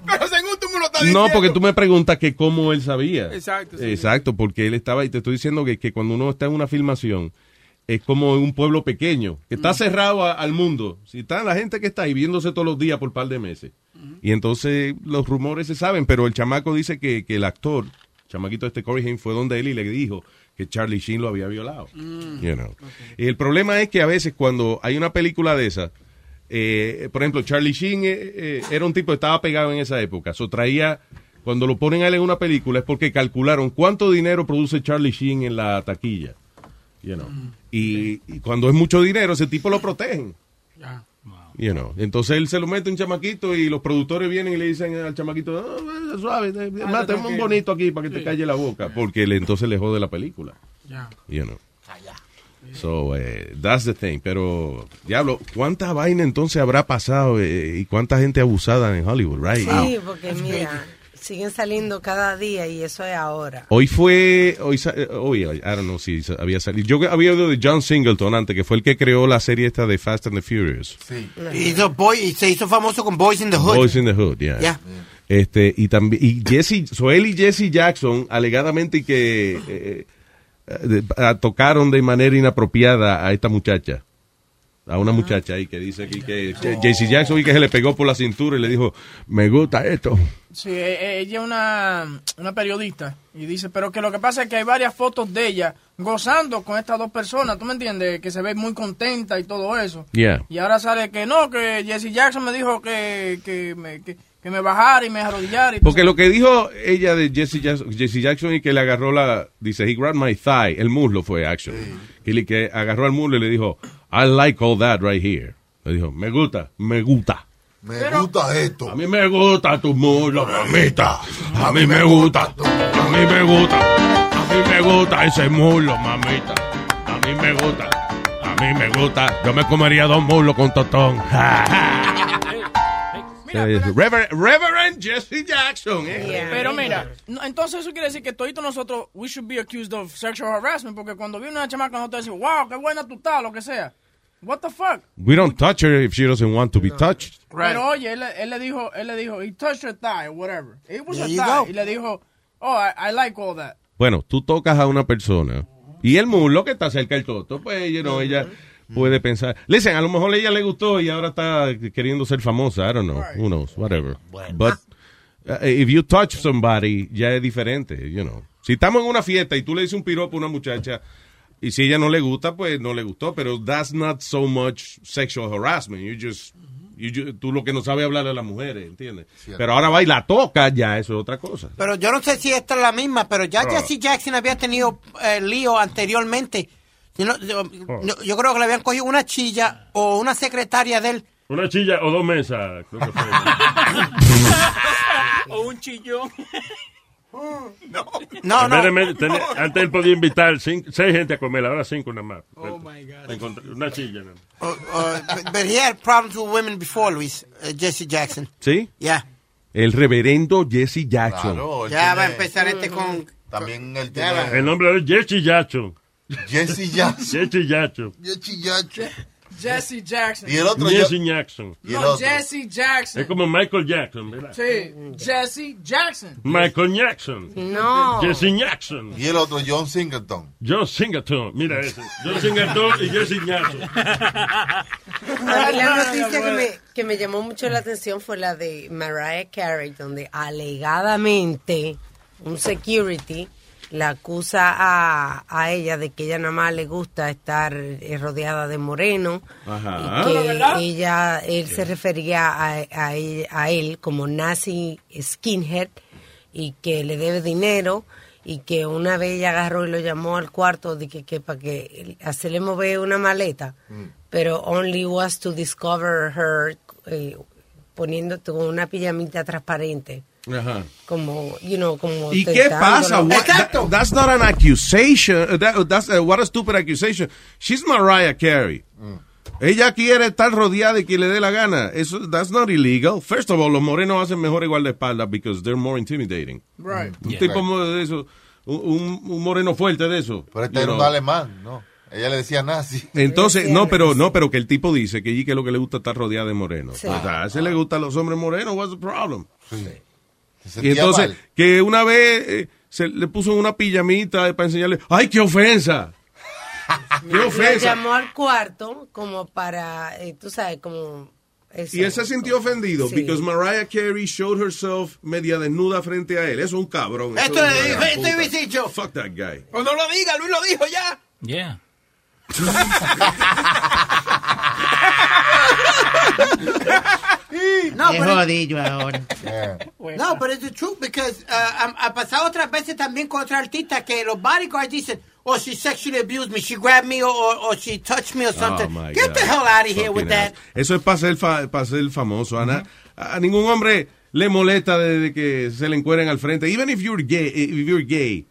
Pero según tú me lo estás diciendo. No, porque tú me preguntas que cómo él sabía. Exacto, sí. Exacto, porque él estaba, y te estoy diciendo que, que cuando uno está en una filmación, es como en un pueblo pequeño, que está cerrado a- al mundo. Si está la gente que está ahí viéndose todos los días por un par de meses. Y entonces los rumores se saben, pero el chamaco dice que, que el actor, chamaquito este Corey Haim, fue donde él y le dijo que Charlie Sheen lo había violado. Mm. You know. El problema es que a veces cuando hay una película de esa, eh, por ejemplo, Charlie Sheen eh, eh, era un tipo que estaba pegado en esa época. So, traía, cuando lo ponen a él en una película es porque calcularon cuánto dinero produce Charlie Sheen en la taquilla. You know. y, y cuando es mucho dinero, ese tipo lo protegen. You know. Entonces él se lo mete a un chamaquito y los productores vienen y le dicen al chamaquito, "Oh, eh, suave, eh, mátame un tranquilo. bonito aquí para que te Sí. calle la boca, porque le, entonces le jode la película. Ya. You know. So, eh, that's the thing. Pero, diablo, ¿cuánta vaina entonces habrá pasado eh, y cuánta gente abusada en Hollywood, right? Sí, porque mira, siguen saliendo cada día y eso es [laughs] ahora. Hoy fue, hoy, sa- eh, hoy, I don't know si sa- había salido. Yo había oído de John Singleton antes, que fue el que creó la serie esta de Fast and the Furious. Hizo boy, y se hizo famoso con Boys in the Hood. Boys in the Hood, yeah. Yeah. Este, y también, y Jesse, so él y Jesse Jackson alegadamente que eh, eh, de- ah, tocaron de manera inapropiada a esta muchacha. A Ah. una muchacha ahí que dice aquí que que Jesse Jackson y que se le pegó por la cintura y le dijo, me gusta esto. Sí, e- e- ella es una, una periodista y dice, pero que lo que pasa es que hay varias fotos de ella gozando con estas dos personas, ¿tú me entiendes? Que se ve muy contenta y todo eso. Yeah. Y ahora sale que no, que Jesse Jackson me dijo que, que, me, que, que me bajara y me arrodillara. Y [laughs] Porque lo que dijo ella de Jesse Jackson, Jesse Jackson y que le agarró la, dice, he grabbed my thigh, el muslo fue action. Y le que agarró al muslo y le dijo, I like all that right here. Le dijo, me gusta, me gusta. Me gusta esto. A mí me gusta tu muslo, mamita. A mí me gusta. A mí me gusta. A mí me gusta ese muslo, mamita. A mí me gusta. A mí me gusta. Yo me comería dos muslos con totón. [laughs] Ja, ja. Rever- Reverend Jesse Jackson. eh. Pero mira, no, entonces eso quiere decir que todos nosotros, we should be accused of sexual harassment, porque cuando viene una chamaca nosotros decimos, wow, qué buena tú estás, lo que sea. What the fuck? We don't touch her if she doesn't want to be touched. Pero oye, él, él le dijo, él le dijo, he touched her thigh, or whatever. It was There her you thigh. go. Y le dijo, oh, I, I like all that. Bueno, tú tocas a una persona y el muslo que está cerca del toto, pues you know, ella puede pensar. Listen, a lo mejor a ella le gustó y ahora está queriendo ser famosa. I don't know. Who knows? Whatever. But uh, if you touch somebody, ya es diferente, you know. Si estamos en una fiesta y tú le dices un piropo a una muchacha y si ella no le gusta, pues no le gustó. Pero that's not so much sexual harassment. You just, you ju- tú lo que no sabes hablar a las mujeres, ¿entiendes? Pero ahora va y la toca, ya eso es otra cosa. Pero yo no sé si esta es la misma, pero ya Ah. Jesse Jackson había tenido eh, lío anteriormente. Yo, no- yo- Oh. yo- yo creo que le habían cogido una chilla o una secretaria de él. Una chilla o dos mesas. creo que fue. o un chillón. [laughs] no. No, En vez de me- tener- antes él podía invitar cinco- seis gente a comer, ahora cinco nada más. Encontré- Una chilla. nada más. Uh, uh, but, but he had problems with women before, Luis, uh, Jesse Jackson. ¿Sí? Ya. El reverendo Jesse Jackson. Ya va a empezar este con... También él Ya va. El nombre de él es Jesse Yacho. Jesse Jackson. Jesse Yacho. Jesse Jackson. Jesse Jackson. No, Jesse Jackson. Es como Michael Jackson, ¿verdad? Sí, Jesse Jackson. Michael Jackson. No. Jesse Jackson. Y el otro, John Singleton. John Singleton. Mira ese. John Singleton y Jesse Jackson. A mí la noticia que me, que me llamó mucho la atención fue la de Mariah Carey, donde alegadamente un security la acusa a, a ella de que ella nada más le gusta estar eh, rodeada de moreno Ajá. que Ah, ¿verdad? ella él se refería a, a él, a él como nazi skinhead y que le debe dinero y que una vez ella agarró y lo llamó al cuarto de que, que para que hacerle mover una maleta pero only was to discover her eh, poniendo tu- una pijamita transparente Ajá. como you know como ¿Y qué tentándolo. pasa? What- that- that's not an accusation. Uh, that- that's, uh, what a stupid accusation. She's Mariah Carey. Mm. Ella quiere estar rodeada y que le dé la gana. Eso, that's not illegal. First of all, los morenos hacen mejor igual de espalda because they're more intimidating. Right. Un Yeah. tipo mo- de eso, un, un moreno fuerte de eso. Pero este you era un know. alemán, ¿no? Ella le decía nazi. Entonces, no, pero no, pero que el tipo dice que allí que lo que le gusta es estar rodeada de morenos. Sí. Pues, a ese le gustan los hombres morenos. What's the problem? Y sentía entonces, mal. que una vez eh, se le puso una pijamita eh, para enseñarle, ¡ay, qué ofensa! ¡Qué la ofensa! llamó al cuarto como para eh, tú sabes como eso. Y él se sintió ofendido Sí. because Mariah Carey showed herself media desnuda frente a él. Eso es un cabrón. eso Esto es le una dijo, gran esto puta. hubiese dicho. Fuck that guy. Pues no lo diga, Luis lo dijo ya. Yeah. No, No, Es pero- jodillo ahora. No, pero es the truth because uh, ha, ha pasado otras veces también con otros artistas que los bodyguards dicen, oh, she sexually abused me, she grabbed me, or, or, or she touched me or something. Oh, my Get God. the hell out of here with Fucking that. ass. Eso es para ser, fa- pa' ser famoso, Ana. A ningún hombre le molesta de, de que se le encueren al frente. Even if you're gay, eh, if you're gay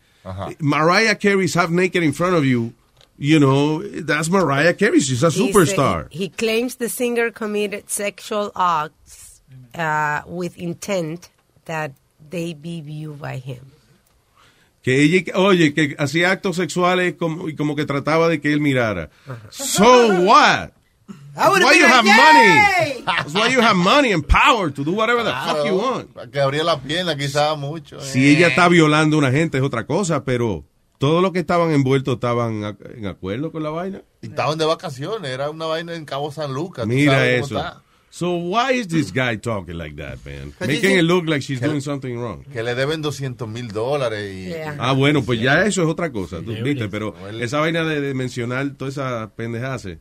Mariah Carey's half naked in front of you, you know, that's Mariah Carey. She's a superstar. He, he claims the singer committed sexual acts uh, with intent that they be viewed by him. Que ella, oye, que hacía actos sexuales como, y como que trataba de que él mirara. So what? I That's would've why been you like, have "Yay!" money. [laughs] That's why you have money and power to do whatever the fuck you want. Que abría las piernas quizás mucho. eh. Si ella está violando a una gente es otra cosa, pero todos los que estaban envueltos estaban a- en acuerdo con la vaina. Y estaban de vacaciones, era una vaina en Cabo San Lucas. tú Mira sabes cómo eso. está. So why is this guy talking like that, man? But Making you- it look like she's Que- doing something wrong. Que le deben 200 mil dólares. Y, Yeah. Ah, bueno, pues ya eso es otra cosa, tú viste, pero esa vaina de, de mencionar toda esa pendejada, eh,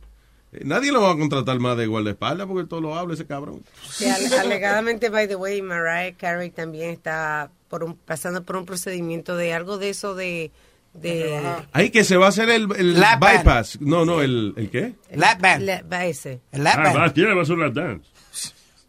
nadie lo va a contratar más de guardaespaldas porque todo lo habla ese cabrón. Que ale- alegadamente, by the way, Mariah Carey también está por un- pasando por un procedimiento de algo de eso de... de Ahí que se va a hacer el, el Lap band. bypass. No, no, el, ¿el qué? lap band. ese. El lap Ah, band. va, tiene más una dance.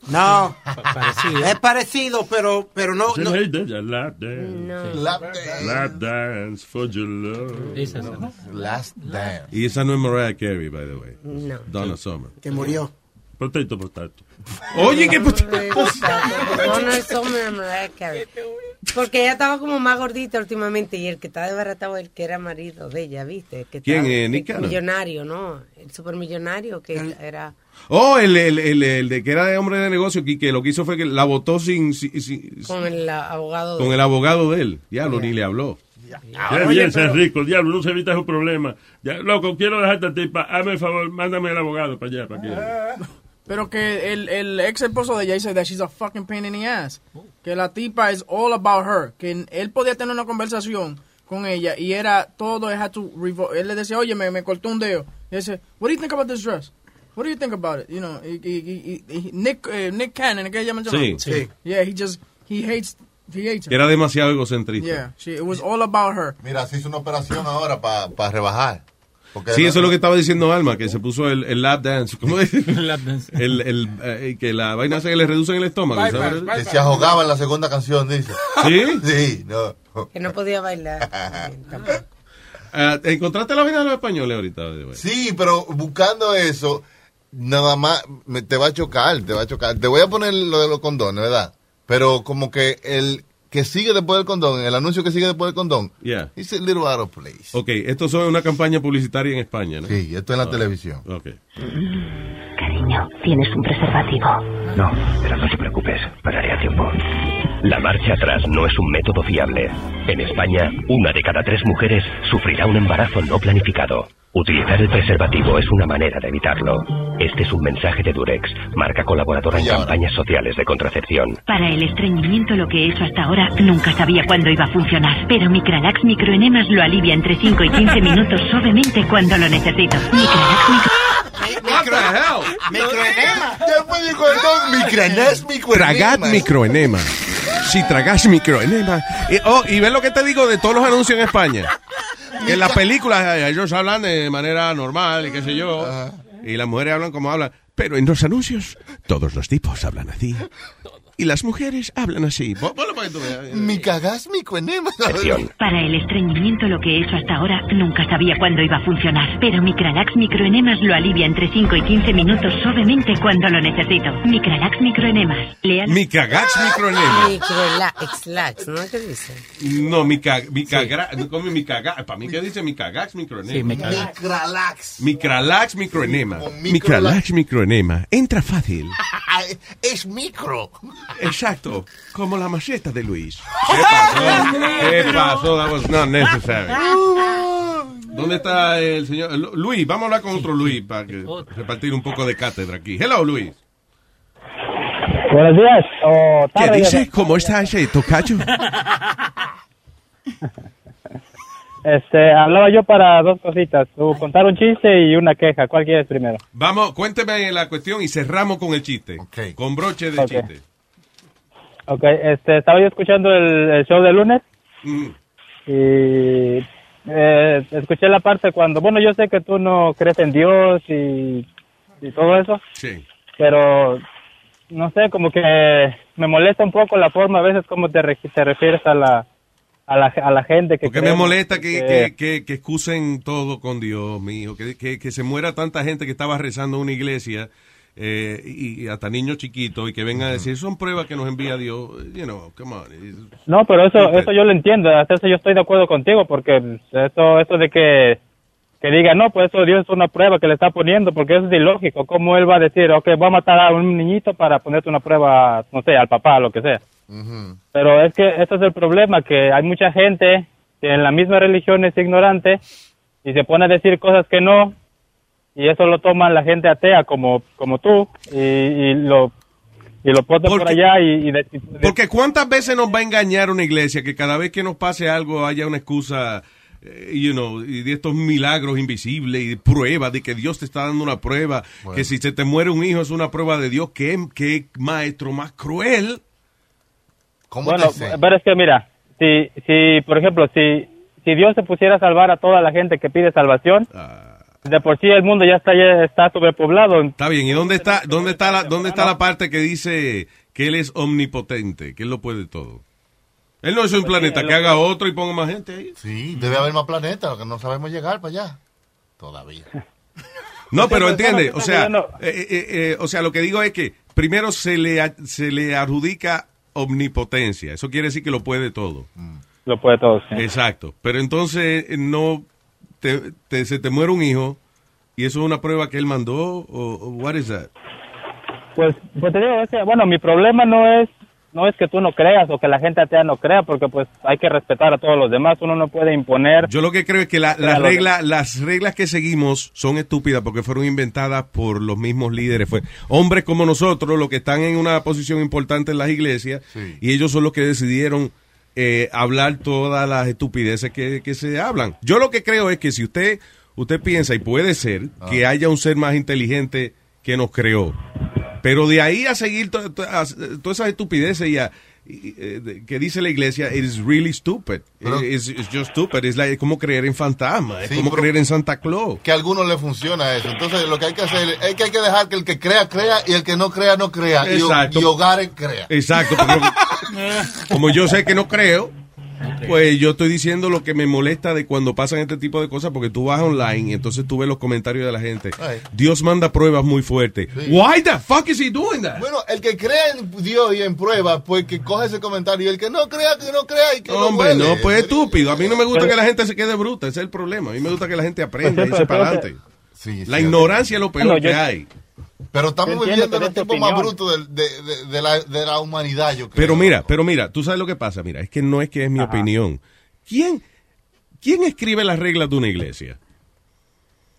No. [laughs] Parecido. Es parecido, pero, pero no. Sí, no. hey, there's a lap dance. No. Lap dance. Lap dance for your love. No. Last Damn. Y esa no es Mariah Carey, by the way. No. Donna Summer. Que murió. Potato, [laughs] potato. Oye, qué Pues, [laughs] Donald Summer and Mariah Carey. Porque ella estaba como más gordita últimamente y el que estaba desbaratado el que era marido de ella, ¿viste? El que ¿Quién Eh, estaba- es? el Nick Cannon? Millonario, ¿no? El supermillonario que era... Oh, el, el, el, el de que era de hombre de negocio, que, que lo que hizo fue que la votó sin, sin- sin- Con el ah, abogado. de- con el abogado de él. Diablo, ni le habló. Ya bien, ser rico, diablo, no se evita un problema. Ya, loco, quiero dejar esta tipa. Hazme el favor, mándame el abogado para allá. Para que... Pero que el, el ex esposo de ella dice that she's a fucking pain in the ass. Que la tipa is all about her. Que él podía tener una conversación con ella y era todo, it had to revo- él le decía, oye, me, me cortó un dedo. Y él dice, what do you think about this dress? What do you think about it? You know, y- y- y- y- Nick, eh, Nick Cannon, que ella mencionó. Sí. Sí. Yeah, he just, he hates, he hates her. Era demasiado egocentrista. Yeah, she, it was all about her. Mira, se hizo una operación ahora para rebajar. Porque Sí, era- eso es lo que estaba diciendo Alma, que se puso el, el lap dance. ¿Cómo es? [laughs] El lap dance. El, eh, que la vaina hace que le reducen el estómago. Que ¿sabes? se- que se ahogaba en la segunda canción, dice. ¿Sí? Sí, no. Que no podía [laughs] bailar. Ah, ¿Encontraste la vaina de los españoles ahorita? by the way? Sí, pero buscando eso, nada más me- te va a chocar, te va a chocar. Te voy a poner lo de los condones, ¿verdad? Pero como que el que sigue después del condón, el anuncio que sigue después del condón, Yeah. it's a little out of place. Ok, esto es una campaña publicitaria en España, ¿no? Ah. Sí, esto es la televisión. Ok. Cariño, ¿tienes un preservativo? No, pero no te preocupes, pararé a tiempo. La marcha atrás no es un método fiable. En España, una de cada tres mujeres sufrirá un embarazo no planificado. Utilizar el preservativo es una manera de evitarlo. Este es un mensaje de Durex, marca colaboradora en campañas sociales de contracepción. Para el estreñimiento, lo que he hecho hasta ahora, nunca sabía cuándo iba a funcionar. Pero Micralax Microenemas lo alivia entre 5 y [laughs] 15 minutos suavemente cuando lo necesito. Micralax Micro... What the hell? Microenema. Después del condón, microenés, microenema. Tragad microenema. Si tragás microenema. Y, oh, y ves lo que te digo de todos los anuncios en España. Que en las películas eh, ellos hablan de manera normal y qué sé yo. Y las mujeres hablan como hablan. Pero en los anuncios, todos los tipos hablan así. Y las mujeres hablan así. Pon- ponlo para que tú veas. Mi cagás, microenema. Para el estreñimiento, lo que he hecho hasta ahora, nunca sabía cuándo iba a funcionar. Pero Micralax Microenemas lo alivia entre 5 y 15 minutos suavemente cuando lo necesito. Micralax Microenemas. Leal. Mi cagás microenema. Microlax, ¿no? ¿Qué dice? No, mi, ca, mi cagra- come mi cagá- Para mí, ¿qué dice mi cagás microenema? Sí, mi cagás. Micralax. Micralax microenema. microlax. Micralax microenema. Entra fácil. Ah, es micro. Exacto, como la macheta de Luis. ¿Qué pasó? ¿Qué pasó? That was not necessary. ¿Dónde está el señor? Lu- Luis, vamos a hablar con otro Luis para que- repartir un poco de cátedra aquí. Hello, Luis. Buenos días. O ¿Qué tarde, dices? ¿Cómo está ese tocayo? Este, hablaba yo para dos cositas, o contar un chiste y una queja. ¿Cuál quieres primero? Vamos, cuénteme la cuestión y cerramos con el chiste. Con broche de Ok. chiste. Ok, este, estaba yo escuchando el, el show de lunes Mm, y eh, escuché la parte cuando, bueno, yo sé que tú no crees en Dios y, y todo eso, Sí. pero no sé, como que me molesta un poco la forma a veces como te, re- te refieres a la, a la, a la gente que... Porque me cree, molesta que, porque- que, que- que excusen todo con Dios, mijo. Que, que, que se muera tanta gente que estaba rezando en una iglesia eh, y, y hasta niños chiquitos y que vengan a decir, son pruebas que nos envía Dios. You know, come on. It's- No, pero eso, eso yo lo entiendo, hasta eso yo estoy de acuerdo contigo, porque eso, eso de que, que diga, no, pues eso Dios es una prueba que le está poniendo, porque eso es ilógico, ¿cómo él va a decir, ok, voy a matar a un niñito para ponerte una prueba, no sé, al papá, lo que sea? Pero es que ese es el problema, que hay mucha gente que en la misma religión es ignorante y se pone a decir cosas que no, y eso lo toma la gente atea como, como tú, y, y lo... Y lo pone por allá y, y de- Porque ¿cuántas veces nos va a engañar una iglesia que cada vez que nos pase algo haya una excusa, eh, you know, y de estos milagros invisibles y de pruebas, de que Dios te está dando una prueba, Bueno. que si se te muere un hijo es una prueba de Dios, qué, qué maestro más cruel. bueno, pero es que mira, si, si por ejemplo, si, si Dios se pusiera a salvar a toda la gente que pide salvación, de por sí el mundo ya está, ya está sobrepoblado. Está bien, ¿y dónde está, dónde está la, dónde está la parte que dice que él es omnipotente, que él lo puede todo? Él no es Pues un planeta, que haga otro y ponga más gente ahí. Sí, debe haber más planetas, que no sabemos llegar para allá. Todavía. No, pero Sí, pues, entiende, bueno, o sea, no. eh, eh, eh, o sea, lo que digo es que primero se le a- se le adjudica omnipotencia, eso quiere decir que lo puede todo. Lo puede todo. Exacto, pero entonces eh, no te, te- se te muere un hijo y eso es una prueba que él mandó o o what is that? Pues, pues te digo, es que, bueno, mi problema no es no es que tú no creas o que la gente atea no crea, porque pues hay que respetar a todos los demás, uno no puede imponer. Yo lo que creo es que la- las reglas las reglas que seguimos son estúpidas porque fueron inventadas por los mismos líderes fue hombres como nosotros los que están en una posición importante en las iglesias y ellos son los que decidieron eh, hablar todas las estupideces que, que se hablan yo lo que creo es que si usted usted piensa y puede ser Ah. que haya un ser más inteligente que nos creó pero de ahí a seguir to- to- a- todas esas estupideces y a- y, eh, de- que dice la iglesia, it is really stupid. it's, it's just stupid. It's like- es como creer en fantasmas, es Sí, como pero- creer en Santa Claus. Que a algunos le funciona eso. Entonces, lo que hay que hacer es que hay que dejar que el que crea, crea y el que no crea, no crea. Y, Exacto. y hogares crea. Exacto. [laughs] porque- como yo sé que no creo, pues yo estoy diciendo lo que me molesta de cuando pasan este tipo de cosas, porque tú vas online y entonces tú ves los comentarios de la gente. Ay. Dios manda pruebas muy fuertes. Why the fuck is he doing that? Bueno, el que crea en Dios y en pruebas, pues que coge ese comentario. Y el que no crea, que no crea y que no Hombre, huele. no, pues estúpido. A mí no me gusta Pero- que la gente se quede bruta, ese es el problema. A mí me gusta que la gente aprenda Pues y sí, se pero para entonces- adelante. La ignorancia es lo peor Bueno, que yo- hay. Pero estamos Yo entiendo, viviendo en pero el es tu tiempo más opinión. bruto del- de, de- de la, de la humanidad, yo creo. Pero mira, pero mira, tú sabes lo que pasa, mira, es que no es que es mi opinión. ¿Quién, ¿Quién escribe las reglas de una iglesia?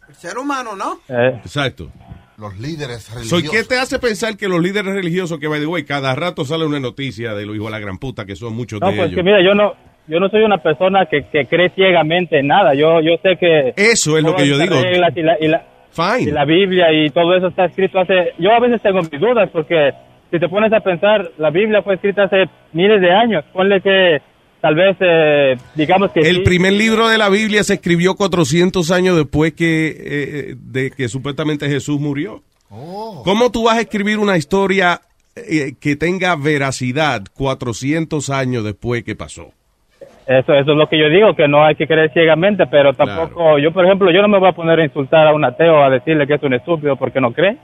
El ser humano, ¿no? Eh. Exacto. Los líderes Soy, religiosos. ¿Qué te hace pensar que los líderes religiosos que, by the way, cada rato sale una noticia de los hijos de la gran puta, que son muchos No, de pues ellos? que mira, yo no yo no soy una persona que, que cree ciegamente en nada, yo yo sé que... Eso es lo que yo digo. reglas y la, y la- y la Biblia y todo eso está escrito hace... Yo a veces tengo mis dudas porque si te pones a pensar, la Biblia fue escrita hace miles de años. Ponle que tal vez, eh, digamos que... El sí. primer libro de la Biblia se escribió 400 años después que, eh, eh, de que supuestamente Jesús murió. ¿Cómo tú vas a escribir una historia eh, que tenga veracidad 400 años después que pasó? Eso, eso es lo que yo digo, que no hay que creer ciegamente, pero tampoco... Yo, por ejemplo, yo no me voy a poner a insultar a un ateo, a decirle que es un estúpido porque no cree.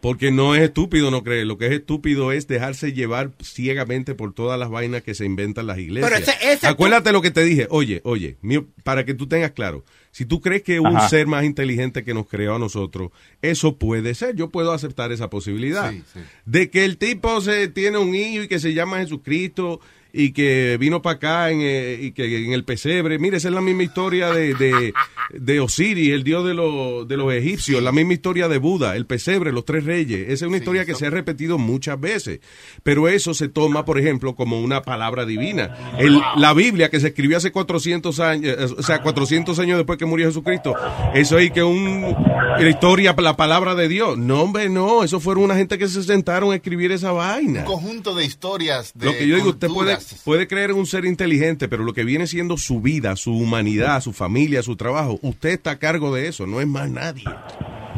Porque no es estúpido no creer. Lo que es estúpido es dejarse llevar ciegamente por todas las vainas que se inventan las iglesias. Pero ese- ese- Acuérdate lo que te dije. Oye, oye, mi- para que tú tengas claro. Si tú crees que un Ajá. ser más inteligente que nos creó a nosotros, eso puede ser. Yo puedo aceptar esa posibilidad. Sí, sí. De que el tipo se tiene un hijo y que se llama Jesucristo y, y que vino para acá en, eh, y que en el pesebre. Mire, esa es la misma historia de, de, de Osiris, el dios de, los- de los egipcios, la misma historia de Buda, el pesebre, los tres reyes. Esa es una historia que se ha repetido muchas veces. Pero eso se toma, por ejemplo, como una palabra divina. El- la Biblia que se escribió hace 400 años, eh, o sea, 400 años después que murió Jesucristo, eso ahí que un, la historia, la palabra de Dios. No, hombre, no, eso fueron una gente que se sentaron a escribir esa vaina. Un conjunto de historias. De Lo que yo digo, usted puede, culturas. puede creer en un ser inteligente, pero lo que viene siendo su vida, su humanidad, su familia, su trabajo, usted está a cargo de eso, no es más nadie.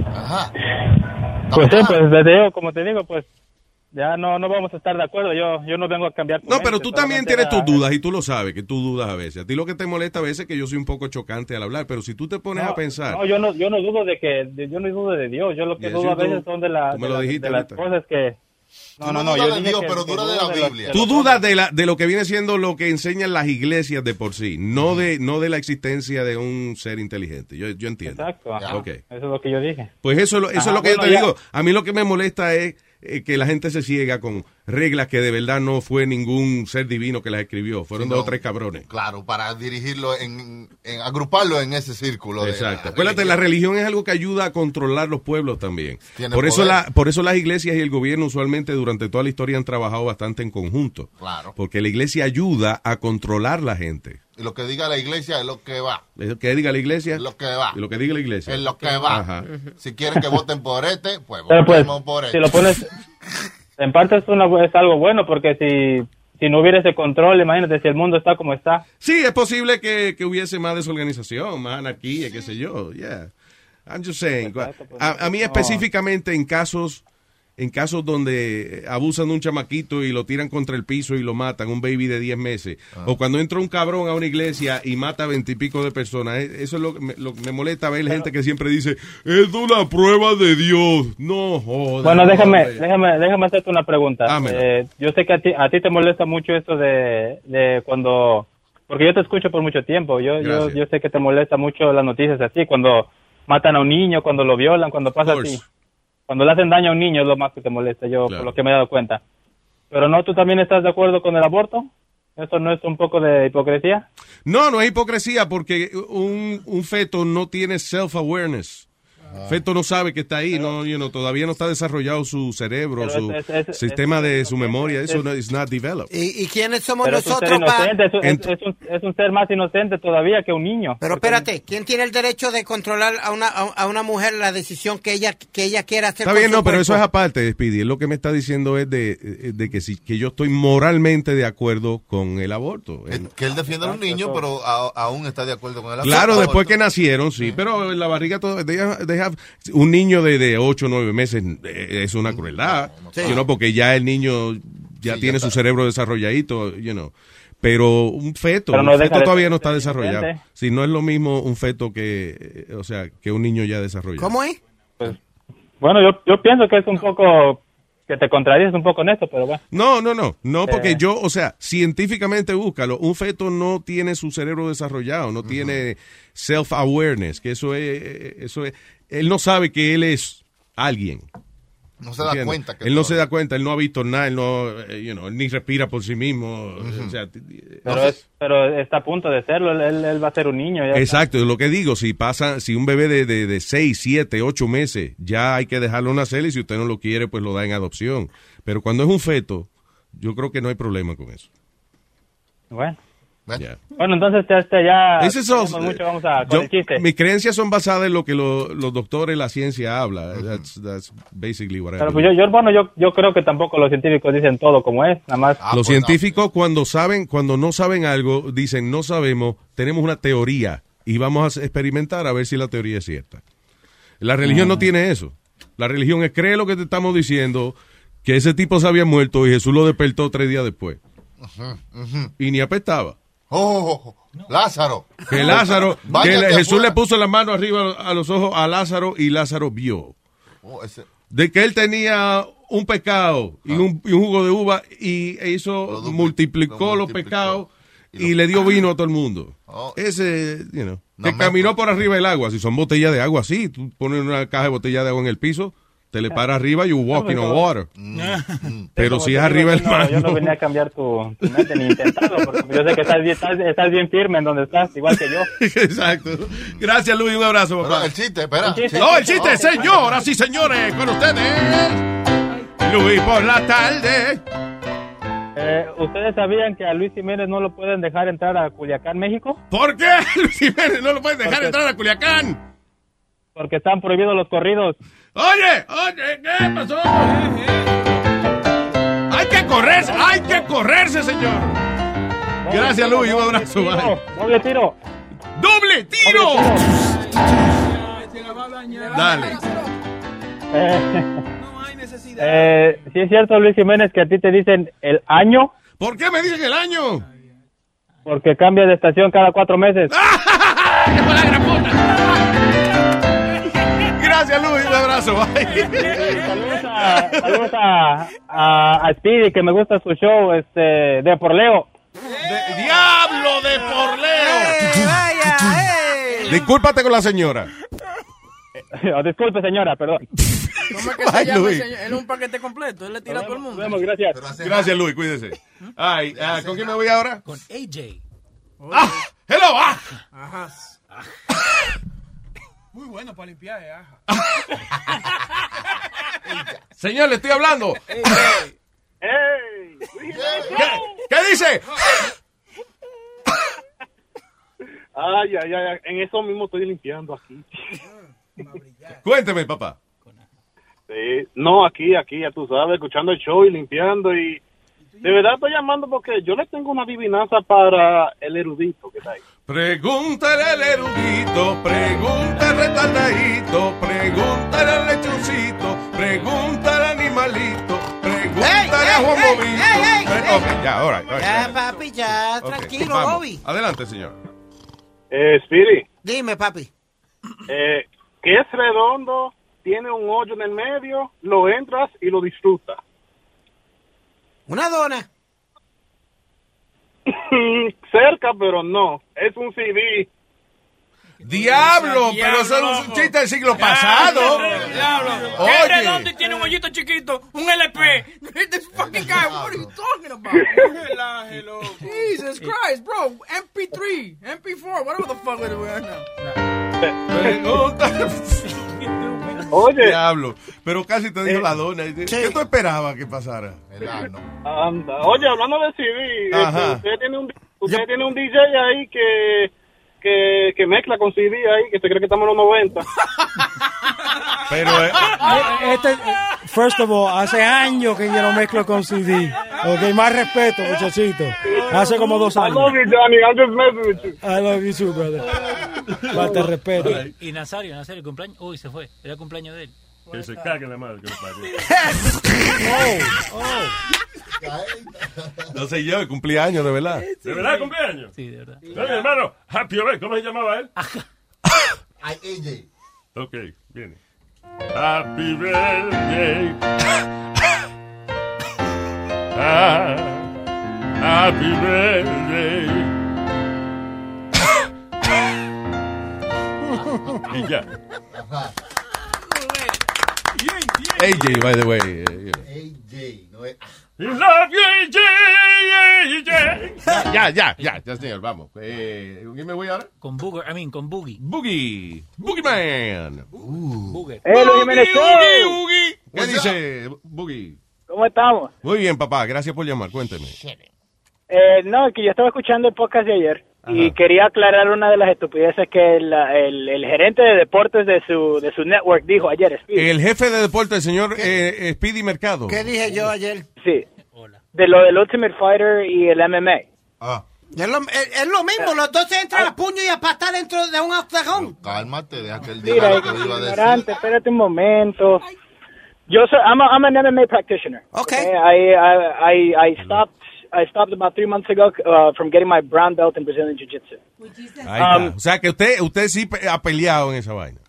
Ajá. Pues sí, pues te digo, como te digo, pues ya no, no vamos a estar de acuerdo. Yo, yo no vengo a cambiar. tu No, pero mente, tú también solamente tienes tus era- dudas y tú lo sabes, que tú dudas a veces. A ti lo que te molesta a veces es que yo soy un poco chocante al hablar, pero si tú te pones a pensar, No, yo no, yo no dudo de que, de- yo no dudo de Dios. Yo lo que Yes, dudo you a veces do. son de, la, Tú me de lo las- dijiste de las ahorita. cosas que. No, no, no, yo dije que- que dudo de las- de tú las- dudas de, la, de lo que viene siendo lo que enseñan las iglesias de por sí, no de, no de la existencia de un ser inteligente. Yo, yo entiendo. Exacto. ajá. Ok. Eso es lo que yo dije. Pues eso, es lo- eso Ajá, es lo que bueno, yo te ya. digo. A mí lo que me molesta es eh, que la gente se ciega con reglas que de verdad no fue ningún ser divino que las escribió. Fueron Sí, dos no. o tres cabrones. Claro, para dirigirlo, en, en- agruparlo en ese círculo. de- Exacto. eh, Acuérdate, la religión es algo que ayuda a controlar los pueblos también. Tiene Por eso, poder. la, por eso las iglesias y el gobierno usualmente durante toda la historia han trabajado bastante en conjunto. Claro. Porque la iglesia ayuda a controlar la gente. Y lo que diga la iglesia es lo que va. Lo que diga la iglesia. Lo que va. Lo que diga la iglesia. Es lo que va. Ajá. Si quieren que voten por este, pues Pero pues, votemos por este. si lo pones, en parte es, una, es algo bueno porque si, si no hubiera ese control, imagínate si el mundo está como está. Sí, es posible que, que hubiese más desorganización, más anarquía, qué sé yo. Yeah. I'm just saying. pues, A, a mí específicamente en casos en casos donde abusan de un chamaquito y lo tiran contra el piso y lo matan, un baby de 10 meses. O cuando entra un cabrón a una iglesia y mata a 20 y pico de personas. Eh, Eso es lo que me, lo que me molesta ver gente que siempre dice, es una prueba de Dios. No jodas. Bueno, déjame, hombre. déjame, déjame hacerte una pregunta. Eh, yo sé que a ti, a ti te molesta mucho esto de, de cuando, porque yo te escucho por mucho tiempo. Yo, yo, Gracias. yo sé que te molesta mucho las noticias así, cuando matan a un niño, cuando lo violan, cuando pasa course. así. Cuando le hacen daño a un niño es lo más que te molesta, yo por lo que me he dado cuenta. Pero no, tú también estás de acuerdo con el aborto. ¿Eso no es un poco de hipocresía? No, no es hipocresía porque un, un feto no tiene self-awareness. Ah. Feto no sabe que está ahí, no, you know, todavía no está desarrollado su cerebro, Pero su es- es- es- sistema de su memoria, eso no is not developed. Eh, ¿Y, y quiénes somos Pero es un ser nosotros para...? inocente, es un- es- es un- es un ser más inocente todavía que un niño. Pero espérate, ¿quién tiene el derecho de controlar a una, a, a una mujer la decisión que ella, que ella quiera hacer? Está con bien, su no, pero eso es cuerpo? aparte, Speedy. Él Lo que me está diciendo es de, eh, de que, si, que yo estoy moralmente de acuerdo con el aborto. Que él defiende a los niños, pero a- aún está de acuerdo con él. Claro, después que nacieron, sí, pero en la barriga todo, they have- they have- un niño de, de 8 o 9 meses eh, es una crueldad, Sí. you know, porque ya el niño ya tiene su cerebro desarrolladito, you know. Pero un feto, Pero no un deja feto de todavía no ser está desarrollado. inocente. Si no es lo mismo un feto que, eh, o sea, que un niño ya desarrollado. ¿Cómo es? Pues, Bueno, yo, yo pienso que es un poco, que te contradices un poco en esto, pero bueno. No, no, no, no, porque Eh. yo, o sea, científicamente búscalo, un feto no tiene su cerebro desarrollado, no tiene self-awareness, que eso es, eso es, él no sabe que él es alguien. No se da ¿Entiendes? cuenta que él no se da cuenta, él no ha visto nada, él no, eh, you know, él ni respira por sí mismo. o sea, t- Pero, es- pero está a punto de serlo, él- él, él va a ser un niño. ya está. Exacto, es lo que digo, si pasa, si un bebé de, de, de 6, 7, 8 meses, ya hay que dejarlo nacer y si usted no lo quiere, pues lo da en adopción. Pero cuando es un feto, yo creo que no hay problema con eso. Bueno. Ya. Bueno, entonces ya, este, ya Ese es tenemos os- mucho, vamos a, con Yo- el chiste. mis creencias son basadas en lo que lo- los doctores, la ciencia habla. That's, that's basically what I Pero believe. pues yo, yo, bueno, yo, yo creo que tampoco los científicos dicen todo como es, nada más. los científicos cuando saben, cuando no saben algo, dicen no sabemos, tenemos una teoría y vamos a experimentar a ver si la teoría es cierta. La religión no tiene eso. La religión es cree lo que te estamos diciendo, que ese tipo se había muerto y Jesús lo despertó tres días después. Ujú, ujú. Y ni apestaba. Oh, Lázaro. [laughs] Que Lázaro, que Váyate le- Jesús afuera. le puso la mano arriba a los ojos a Lázaro y Lázaro vio. Oh, ese- de que él tenía un pecado y un, y un jugo de uva y hizo multiplicó los pecados y Oh. le [clears throat] dio vino a todo el mundo. Ese, you know, que caminó por arriba del agua. Si son botellas de agua, sí. Tú pones una caja de botella de agua en el piso, Te le para arriba, you walking on water. Pero Ah. [laughs] Como si te es digo, arriba el yo no- Yo no mango. venía a cambiar tu tu mente ni intentarlo, porque yo sé que estás, bien- estás, estás bien firme en donde estás, igual que yo. [laughs] Exacto. Gracias, Luis. Un abrazo, papá. el chiste, espera. No, el chiste, señoras y señores, con ustedes. Luis por la tarde. [laughs] Eh, ¿Ustedes sabían que a Luis Jiménez no lo pueden dejar entrar a Culiacán, México? ¿Por qué? Luis Jiménez no lo pueden dejar entrar a Culiacán. Porque están prohibidos los corridos. Oye, oye, ¿qué pasó? Hay que correrse, hay que correrse, señor. Gracias, Luis. Un abrazo. bye. Doble tiro. ¡Doble tiro! Dale. [laughs] Eh, sí es cierto, Luis Jiménez, que a ti te dicen el año, ¿Por qué me dicen el año? porque cambia de estación cada cuatro meses. Gracias, Luis. Un abrazo. Saludos a, a, a Speedy, que me gusta su show, este, de por Leo. ¡Diablo de porleo! Discúlpate con la señora. Eh, [laughs] oh, Disculpe, señora, perdón. ¿Cómo es [laughs] que Bye, se llama? Luis. ese- Él es un paquete completo, él le tira a todo el mundo. gracias. Gracias, Luis. Cuídese. ¿Mm? Ay, ah, ¿Con quién me voy ahora? Con AJ. ¡Ah! ¡Hello! ¡Ah! Ajá. Muy bueno para limpiar, eh, ajá. Señor, le estoy hablando. ¿Qué, qué dice? Ay, ay, ay, en eso mismo estoy limpiando aquí. Cuénteme, papá. Sí, no, aquí, aquí, ya tú sabes, escuchando el show y limpiando y... De verdad estoy llamando porque yo le tengo una adivinanza para el erudito que está ahí. Pregúntale al erudito, pregúntale al retardadito, pregúntale al lechoncito, pregúntale al animalito, pregúntale a Juan ey, ey, Bobito. ey, Pre- ey. Ok, ya, ahora. Ya, papi, ya, tranquilo, Bobby. Adelante, señor. Eh, Spiri, Dime, papi. eh, que es redondo, tiene un hoyo en el medio, lo entras y lo disfrutas. Una dona. [laughs] Cerca, pero no. Es un CD. Diablo, pero eso era un chiste del siglo pasado. Diablo. Oye. Ah. Qué redondo y tiene un hoyito chiquito, un LP. [laughs] This fucking guy, what are you talking about? Jesus Christ, bro. MP3, MP4, whatever the fuck we're doing now. [laughs] Oye. Eh, Diablo, pero casi te dijo la dona. ¿Qué tú esperabas que pasara? [laughs] Anda. Oye, hablando de CD, este, Ajá. usted, tiene un, usted tiene un DJ ahí que, que, que mezcla con CD ahí, que se cree que estamos en los [laughs] 90. Pero Eh, Este, eh, first of all, hace años que yo no mezclo con CD. Ok, más respeto, muchachito. Hace como dos años. I love you, Johnny. I'm just messing with you. I love you too, brother. Falta de respeto. Y Nazario, Nazario, el cumpleaños. Uy, se fue. Era el cumpleaños de él. Que se cague la madre que lo parió. No sé yo, cumplí años, de verdad. ¿De verdad cumpleaños? [laughs] Sí, de verdad. mi hermano, Happy Obey, ¿cómo se llamaba él? AJ. Ok, viene. Happy birthday. Ah, happy birthday. Y ya. AJ, by the way. eh, you know. Love you, AJ, AJ. Ya, ya, ya, ya, señor, vamos. Eh, ¿Con quién me voy ahora? Con Booger, I mean, con Boogie. Boogie. Boogie Man. Booger. ¡Eh, Luis Jiménez Show! Boogie! ¿Qué dice Boogie? ¿Cómo estamos? Muy bien, papá, gracias por llamar, cuénteme. Eh, no, que yo estaba escuchando el podcast de ayer y quería aclarar una de las estupideces que el, el- el gerente de deportes de su, de su network dijo ayer. Speedy. El jefe de deporte, el señor eh, eh, Speedy Mercado. dije yo ayer? Sí. De lo del Ultimate Fighter y el MMA. Ah. Es lo, es, es lo mismo, los dos se entran a puño y a patar dentro de un octagón. Cálmate, deja que él diga Mira, lo este que iba a decir. ignorante, espérate un momento. Yo soy, I'm, a, I'm an MMA practitioner. Okay. I, I, I, I stopped, I stopped about three months ago uh, from getting my brown belt in Brazilian Jiu-Jitsu. Ahí Um, está. O sea que usted, usted sí pe- ha peleado en esa vaina.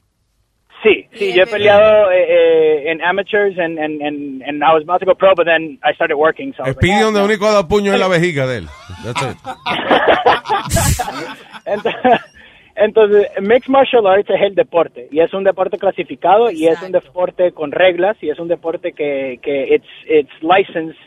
Sí, sí, yo he peleado eh, eh, en amateurs and, and, and, and I was about to go pro, but then I started working. So I was like, "Ah, Speedy donde único [laughs] ha dado puño en la vejiga de él. That's it. Ent- Entonces, [laughs] Entonces, mixed martial arts es el deporte y es un deporte clasificado y es un deporte con reglas y es un deporte que, que it's, it's licensed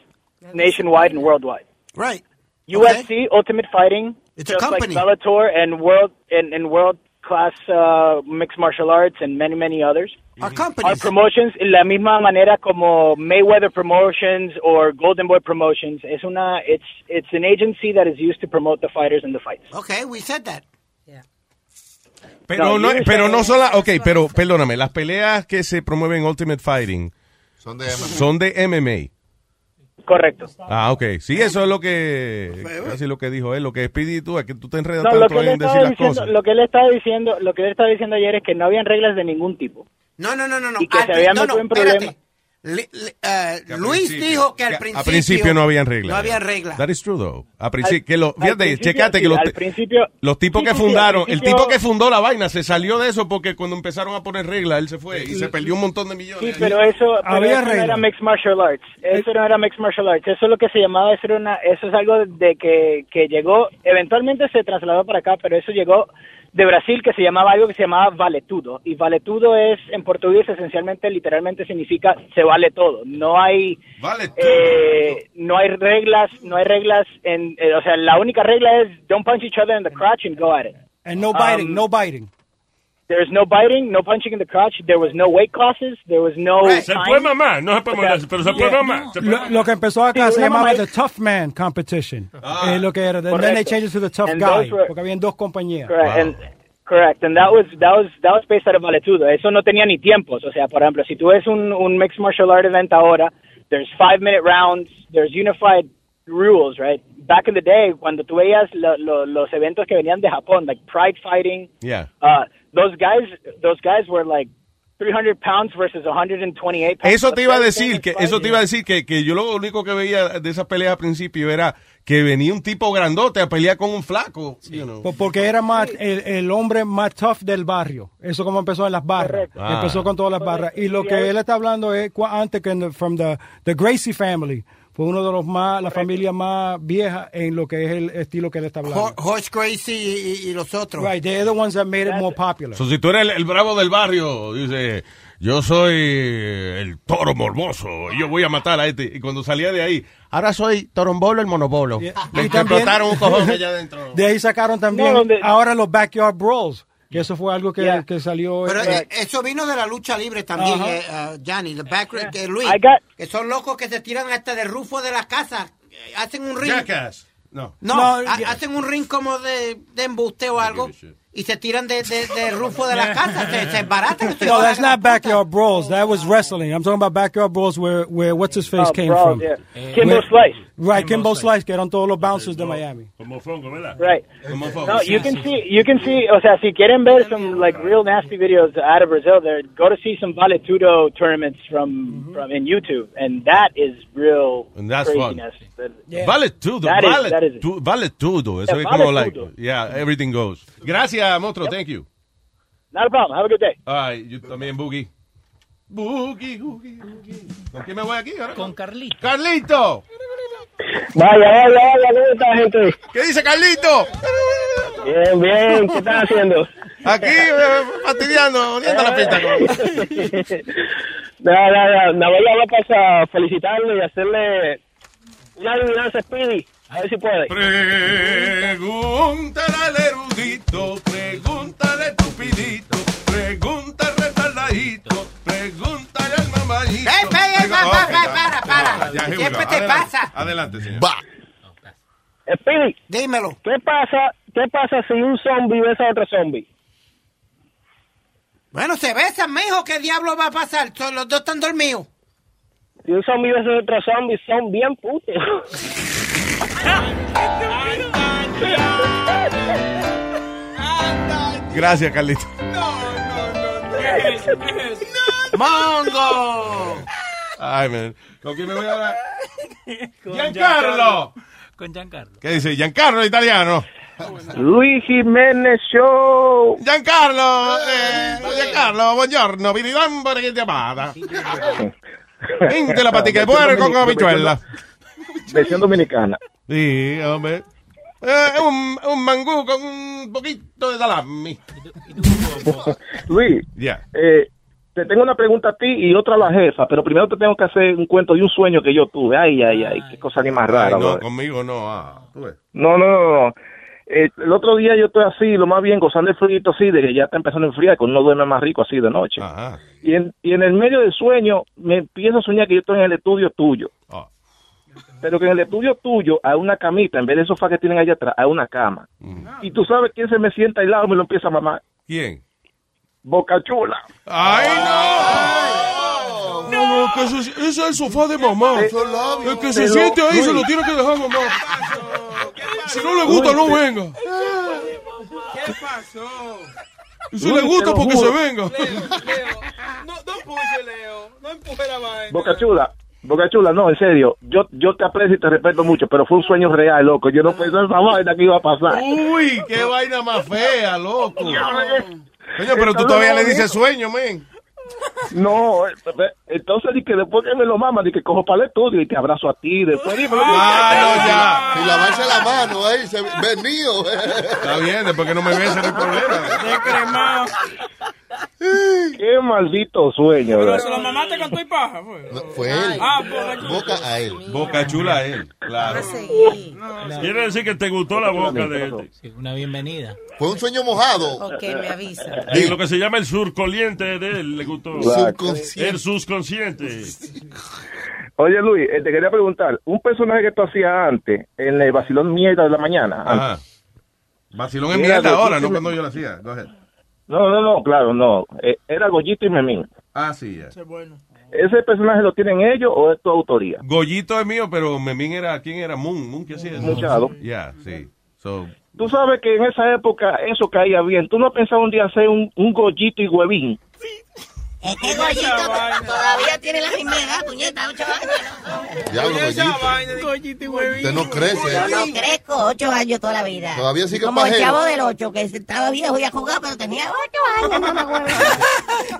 nationwide and worldwide. Right. UFC Ultimate Fighting, It's a just company. like Bellator and world and, and world class uh, mixed martial arts and many many others. Mm-hmm. Our Our promotions, en la misma manera como Mayweather Promotions or Golden Boy Promotions, es una, it's, it's an agency that is used to promote the fighters and the fights. Okay, we said that. Pero No, no, yo- pero no son las, ok, pero perdóname, las peleas que se promueven en Ultimate Fighting Son de MMA. son de MMA. Correcto. Ah, ok. Sí, eso es lo que, casi lo que dijo él, lo que es tú, es que tú te enredas No, lo que, tanto él en decir estaba las diciendo, cosas. lo que él estaba diciendo, lo que él estaba diciendo ayer es que no habían reglas de ningún tipo. No, no, no, no, no. Y que Al se habían pri- no, metido no, en espérate. problemas. Le- le- eh, Luis dijo que al principio. A principio no habían reglas. No había reglas. That is true, though. A Al- principio, que lo, al fíjate, principio checate que sí, los, al te- principio- los tipos Sí, que sí, sí, al fundaron, el principio- tipo que fundó la vaina se salió de eso porque cuando empezaron a poner reglas, él se fue y se perdió un montón de millones. Sí, pero eso, pero Había eso no era reglas. Eh, mixed martial arts. Eso no era mixed martial arts. Eso es lo que se llamaba, eso, era una, eso es algo de que, que llegó, eventualmente se trasladó para acá, pero eso llegó de Brasil que se llamaba algo que se llamaba valetudo. Y valetudo es, en portugués, esencialmente, literalmente significa se vale todo. No hay, eh, no hay reglas, no hay reglas, en, eh, o sea, la única regla es don't punch each other in the crotch and go at it. And no biting, Um, no biting. There's no biting, no punching in the crotch. There was no weight classes. There was no. Se time. puede mamar, no se puede mamar, pero se puede mamar. se puede Lo, lo que empezó acá Sí, se una llamaba The mamá- Tough Man Competition. es lo que era. Then Correcto. they changed it to The Tough And Guy. those were- porque habían dos compañías. Correct. And, correct. And that was that was that was based out of Valetudo. Eso no tenía ni tiempos. O sea, por ejemplo, si tú ves un, un mixed martial art event ahora, there's five minute rounds, there's unified rules, right? Back in the day, cuando tú veías lo- lo- los eventos que venían de Japón, like Pride Fighting, Yeah. uh, those guys those guys were like 300 pounds versus 128 pounds. Eso te iba a decir, que eso te iba a decir que, que yo lo único que veía de esas peleas al principio era que venía un tipo grandote a pelear con un flaco. you know. Por- Porque era más el, el hombre más tough del barrio. Eso como empezó en las barras. Correcto. Ah. Empezó con todas las barras. Y lo que él está hablando es cua- antes que en the- from the, the Gracie family. Fue uno de los más, la familia más vieja en lo que es el estilo que él está hablando. Ho- Hodge Gracie y, y- y los otros. Right, they're the ones that made it more popular. So, si tú eres el, el bravo del barrio, dice, yo soy eh, el toro morboso, y yo voy a matar a este. Y cuando salía de ahí, ahora soy torombolo el monobolo. Le Y también- explotaron un cojón [laughs] allá adentro. De ahí sacaron también No, donde- ahora los backyard brawls, que eso fue algo que, que salió. Pero eh, eh, eso vino de la lucha libre también, Ajá. eh, eh, Gianni, the back, eh, Luis. I got- que son locos que se tiran hasta de rufo de las casas. eh, Hacen un ring. Jackass. No. No, No, ha- yeah. hacen un ring como de, de embuste o algo y se tiran de, de, de rufo [laughs] de las casas. Se, se embaratan. se No, that's jodan. not backyard brawls. That was wrestling. I'm talking about backyard brawls where where what's his face Oh, came brawls, from. yeah. Where- Eh. Kimbo Slice. Right, Kimbo Slice, que eran todos los bouncers de Miami. Como fongo, ¿verdad? Right. Como fongo. No, you can see, you can see, o sea, si quieren ver some like real nasty videos out of Brazil, there go to see some Valetudo tournaments from from in YouTube, and that is real Mm-hmm. And that's fun. craziness. Vale todo, That is- vale, that is it. tu- vale todo. Eso Yeah, es vale como, like, todo. yeah, everything goes. Gracias, Motro, thank you. Not a problem. Have a good day. Ay, yo también, Boogie. Boogie, boogie, boogie. ¿Con quién me voy aquí ahora? Con Carlito. ¡Carlito! Vaya, vaya, vaya, ¿cómo está, gente? ¿Qué dice Carlito? Bien, bien, ¿qué estás haciendo? Aquí, fastidiando, oliendo la pinta. Eh, No, no, no, me voy a hablar para felicitarlo y hacerle una adivinanza a Speedy, a ver si puede. Pregúntale al erudito, pregúntale estupidito, pregúntale al retardadito, pregúntale al mamadito. Ey, ey, ey, pa- pa- pa- para, para. Ya, here we Siempre go. te Adelante, pasa. Adelante, señor. Speedy. Dímelo. ¿Qué pasa, qué pasa si un zombie besa a otro [laughs] zombie? Bueno, se besan, mijo. ¿Qué diablo va a pasar? Son- Los dos están dormidos. Si un zombie besa a otro zombie, son bien putos. Gracias, Carlito. ¡Mongo! Ay, man. ¿Con quién me [laughs] voy ahora? Con Giancarlo. Con Giancarlo. ¿Qué dice? Giancarlo, italiano. Luis Jiménez Show. Giancarlo, eh, Giancarlo, buongiorno, vi rilambo che ti amata. Vente Ah, [laughs] la patica de puerco con habichuela. Versión dominicana. Sí, hombre. eh, un, un mangú con un poquito de salami. Luis, eh, te tengo una pregunta a ti y otra a la jefa, pero primero te tengo que hacer un cuento de un sueño que yo tuve. Ay, ay, ay, qué cosa ni más rara. Ay, no, brother. conmigo no. Ah, tú ves. No, no, no, no. Eh, el otro día yo estoy así, lo más bien gozando el frío así, de que ya está empezando a enfriar, que uno duerme más rico así de noche. Y, en, y en el medio del sueño me empiezo a soñar que yo estoy en el estudio tuyo. Ah. Pero que en el estudio tuyo hay una camita, en vez de sofá que tienen allá atrás, hay una cama. Mm. Y tú sabes quién se me sienta al lado y me lo empieza a mamar. ¿Quién? Boca Chula. ¡Ay, no! No, que se- ese es el sofá de mamá. El que se Pero, siente ahí se Luis. lo tiene que dejar a mamá. Si no le gusta, no Luis, te- venga. ¿Qué pasó? Y Si le gusta, porque se venga. No, no puse, Leo. No empuje la vaina. Boca Chula. Boca Chula, no, en serio, yo, yo te aprecio y te respeto mucho, pero fue un sueño real, loco. Yo no pensé en esa vaina que iba a pasar. Uy, qué vaina más fea, loco. Coño, pero tú Está todavía le loco. dices sueño, men. No, eh, eh, entonces di que después que me lo mama, di que cojo para el estudio y te abrazo a ti, después dímelo. Ah, no, ya. Y lavarse la mano, ahí, se, [laughs] venido. Está bien, después que no me ves, no hay problema. Qué maldito sueño, bro. Pero se lo mamaste con tu y paja, fue. Fue él. Ah, Boca Chula. Boca a él. Boca chula a él, claro. Quiere decir que te gustó la boca de él. Una bienvenida. Fue un sueño mojado. Ok, me avisa. Y lo que se llama el surcoliente de él, le gustó. Subconsciente. El subconsciente. Oye, Luis, eh, te quería preguntar, un personaje que tú hacías antes, en el vacilón mierda de la mañana. antes. Vacilón en Mira, mierda lo- ahora, no cuando yo la hacía. Go ahead. No, no, no, claro, no. Eh, era Goyito y Memín. Ah, sí, ya. ¿Ese personaje lo tienen ellos o es tu autoría? Goyito es mío, pero Memín era, ¿quién era? Moon, Moon, ¿qué hacía? Muchado. Ya, sí. So, Tú sabes que en esa época eso caía bien. ¿Tú no has pensado un día hacer un, un gollito y huevín? Este gollito to- todavía tiene la misma edad, puñeta, ocho años. Diablo, Oye, esa Goyito. Usted no crece. Yo no crezco ocho años toda la vida. Todavía sigue Como el pajero. chavo del ocho, que estaba viejo y a jugar, pero tenía ocho años, mamá huevo.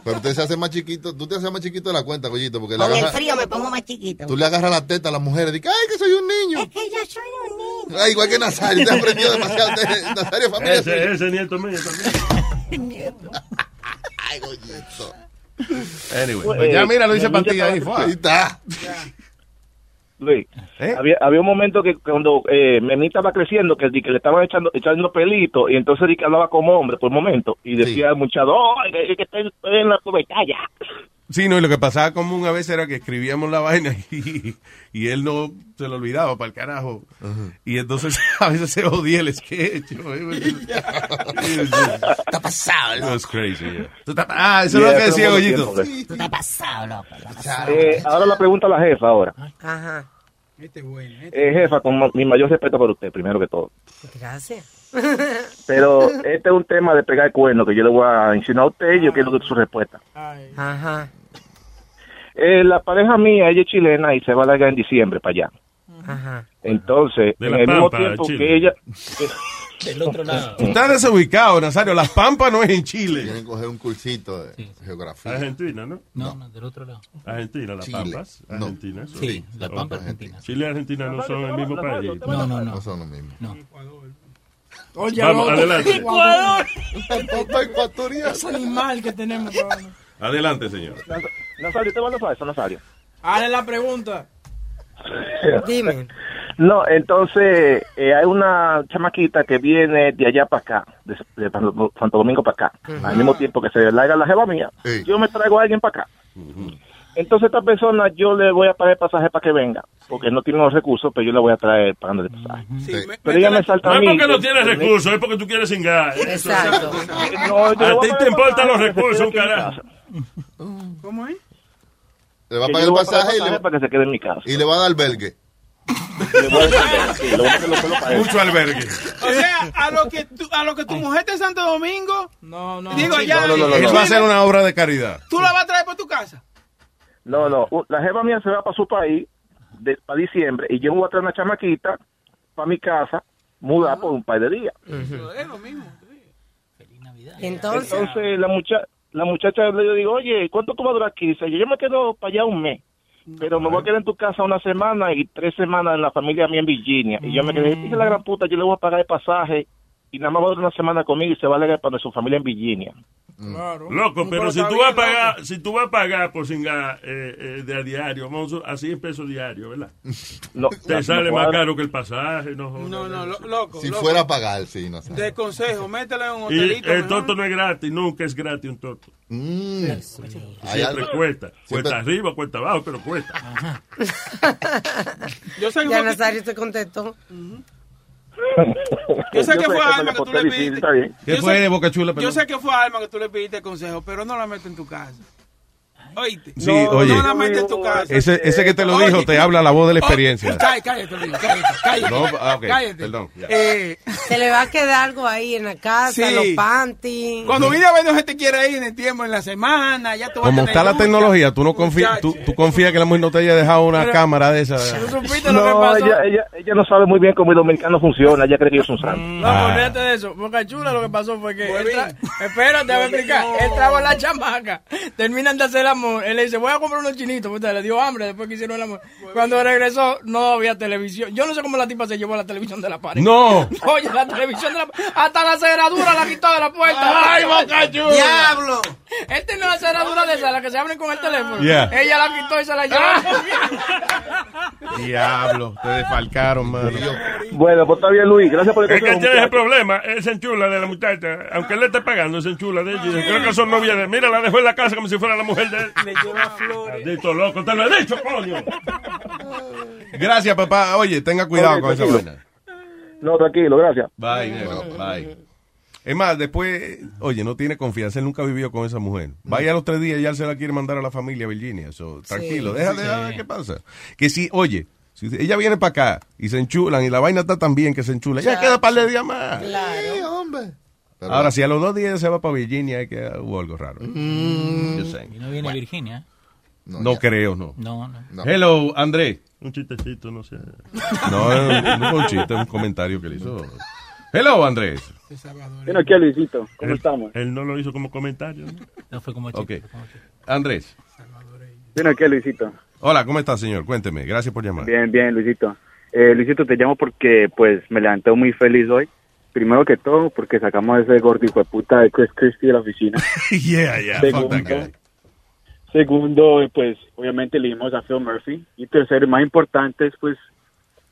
Pero usted se hace más chiquito, tú te haces más chiquito de la cuenta, Goyito, porque le Con el agarra- frío me pongo más chiquito. tú le agarras la teta a las mujeres y dices, ay, que soy un niño. Es que yo soy un niño. Ay, igual que Nazario, te ha aprendido demasiado. [laughs] Te- Nazario, familia. Ese, ese nieto mío [laughs] anyway. Pues ya mira, eh, lo dice pantilla ahí. fue. Luis, ¿Eh? había, había un momento que cuando eh, Memín estaba creciendo, que, di que le estaban echando, echando pelitos, y entonces di que hablaba como hombre por un momento, y decía al muchacho, oh, es que- es que estoy estoy en la cubetalla. Sí, no, y lo que pasaba común a veces era que escribíamos la [laughs] vaina y, y él no se lo olvidaba para el carajo. Y entonces [laughs] a veces se odia el sketch. [laughs] Está pasado, loco. That's crazy, yeah. Tú estás- Ah, eso es lo que decía Goyito. Tú estás pasado, loco. estás Ah, pasado. Eh, ahora la pregunta a la jefa ahora. Ajá. Eh, jefa, con ma- mi mayor respeto para usted, primero que todo. Gracias. [laughs] Pero este es un tema de pegar el cuerno que yo le voy a insinuar a usted y yo quiero su respuesta. Ajá. Eh, la pareja mía, ella es chilena y se va a largar en diciembre para allá. Ajá. Entonces, De en La el mismo Pampa, tiempo Chile. que ella... Del otro lado. Tú estás desubicado, Nazario. Las Pampas no es en Chile. Tienen que coger un cursito de geografía. Argentina, ¿no? No, no, del otro lado. Argentina, las Chile. Pampas. No. Argentina. eso. Sí, las Pampas argentinas. Chile y Argentina no son el mismo país. No, no, no. son lo mismo. Oye, Vamos, loco, adelante. Ecuador. ecuatoriana. Ese animal que tenemos, [laughs] cabrón. Adelante, señor. Nazario, ¿te van a eso, Nazario? Hazle la pregunta. [laughs] Dime. [laughs] No, entonces eh, hay una chamaquita que viene de allá para acá, de, de Pan- Santo Domingo para acá, al mismo tiempo que se larga la jeva mía. Yo me traigo a alguien para acá. Entonces esta persona yo le voy a pagar el pasaje para que venga, porque no tiene los recursos, pero yo le voy a traer pagando el pasaje. pero ella me salta No a es mí. porque no que- tienes que- recursos, es porque tú quieres cingar. Exacto. No, yo le a voy ti pagar te el importan pasaje, los que se quede recursos, un aquí en mi carajo. casa. ¿Cómo es? Le va a Que yo pagar el voy a pagar el pasaje y pasaje le, para que se quede en mi casa. y le va a dar albergue. Le voy a dar- sí, le voy a hacer lo que lo pague. Mucho albergue. O sea, a lo que tu, a lo que tu mujer de Santo Domingo. No, no. Digo, Sí, ya. No, no, no, eh, Él va a hacer una obra de caridad. Tú la vas a traer por tu casa. No, no, u- la jeva mía se va para su país de, para diciembre y yo voy a traer una chamaquita para mi casa, mudar por un par de días. Es lo mismo. Entonces, Entonces la mucha la muchacha le digo, oye, ¿cuánto tú vas a durar aquí? Dice, yo me quedo para allá un mes. Pero me voy a quedar en tu casa una semana y tres semanas en la familia mía en Virginia. Y yo me quedé, dice la gran puta, yo le voy a pagar el pasaje y nada más va a durar una semana conmigo y se va a alegar para su familia en Virginia. Loco, No, pero pero si está tú vas a bien, pagar, si tú vas a pagar por singa eh, eh, de a diario, vamos a 100 pesos diario, ¿verdad? No, Te no, sale no, más no. caro que el pasaje, no jodas. No, no, lo- loco. Si loco. fuera a pagar, sí, no sé. De consejo, mételo en un Y hotelito. el mejor. toto no es gratis, nunca es gratis un toto. Mm. Hay Siempre algo- cuesta. Cuesta siempre- arriba, cuesta abajo, pero cuesta. Yo sé que [laughs] ya fue- Nazario te contestó. Yo sé que fue que a la Alma que tú porté le difícil, pediste. está bien. ¿Qué Yo fue, sé- Boca Chula, Yo perdón? sé que fue a Alma que tú le pediste consejo, pero no la metes en tu casa. Oíste. Sí, no, oye. No la metes en tu casa. Oh, Ese, ese que te lo dijo te habla la voz de la experiencia. Cállate, cállate, Luis, cállate. cállate. No, ah, ok, Cállate. perdón. ya. Eh, Se le va a quedar algo ahí en la casa, Sí. los panties. cuando vine a ver, no se te quiere ir en el tiempo, en la semana, ya tú vas a Como tener está la lucha. tecnología, tú no confías, tú, tú confías que la mujer no te haya dejado una Pero- cámara de esa. Tú supiste lo que No, pasó. Ah, ella, ella, ella no sabe muy bien cómo el dominicano funciona, ella cree que yo soy un Mm. santo. No, Ah. Ah. olvídate de eso. Boca Chula lo que pasó fue que. él tra- Espérate, voy a explicar. Él trajo a la chamaca. Terminan de hacer el amor. Él le dice, voy a comprar unos chinitos. puta, le dio hambre después que hicieron el amor. Cuando regresó, no había televisión. Yo no sé cómo la tipa se llevó a la televisión de la pared. [laughs] No. Oye, la televisión de la pared. Hasta la cerradura la quitó de la puerta. ¡Ay, Boca Chula! ¡Diablo! Él tenía una cerradura de esas, la que se abren con el teléfono. Yeah. Ella la quitó y se [laughs] la llevó. Diablo, te desfalcaron, mano. Bueno, pues está bien, Luis. Gracias por el Es que él consejo. tiene ese muchacho. problema, él se enchula de la muchacha, aunque él le esté pagando, se enchula de ella. y dice, Creo que son novias de él. Mira, la dejó en la casa como si fuera la mujer de él. Le lleva flores. Maldito loco, te lo he dicho, coño. Gracias, papá. Oye, tenga cuidado Ok, con esa tranquilo. vaina. No, tranquilo, gracias. Bye, negro, bye. Es más, después, oye, no tiene confianza, él nunca vivió con esa mujer. Vaya a los tres días y ya él se la quiere mandar a la familia Virginia. So, tranquilo, déjale sí. a ver qué pasa. Que si, oye, si ella viene para acá y se enchulan y la vaina está tan bien que se enchula, ya queda para el día más. Sí, hombre. Pero- Ahora, si a los dos días se va para Virginia, es que hubo algo raro. Mm. Just saying. Y no viene Virginia. No, creo, no. No, no. Hello, André. Un chistecito, no sé. No, no fue un chiste, es un comentario que [laughs] le hizo. Hello, Andrés. Bueno, aquí a Luisito, ¿cómo Él- estamos? Él no lo hizo como comentario. No, fue como Ok. Andrés. Bueno, aquí a Luisito. Hola, ¿cómo está, señor? Cuénteme. Gracias por llamar. Bien, bien, Luisito. Eh, Luisito, te llamo porque pues me levanté muy feliz hoy. Primero que todo, porque sacamos a ese gordo hijo de puta de Chris Christie de la oficina. [laughs] yeah, yeah, fuck that guy. Segundo, eh, pues obviamente elegimos a Phil Murphy. Y tercero, y más importante, es pues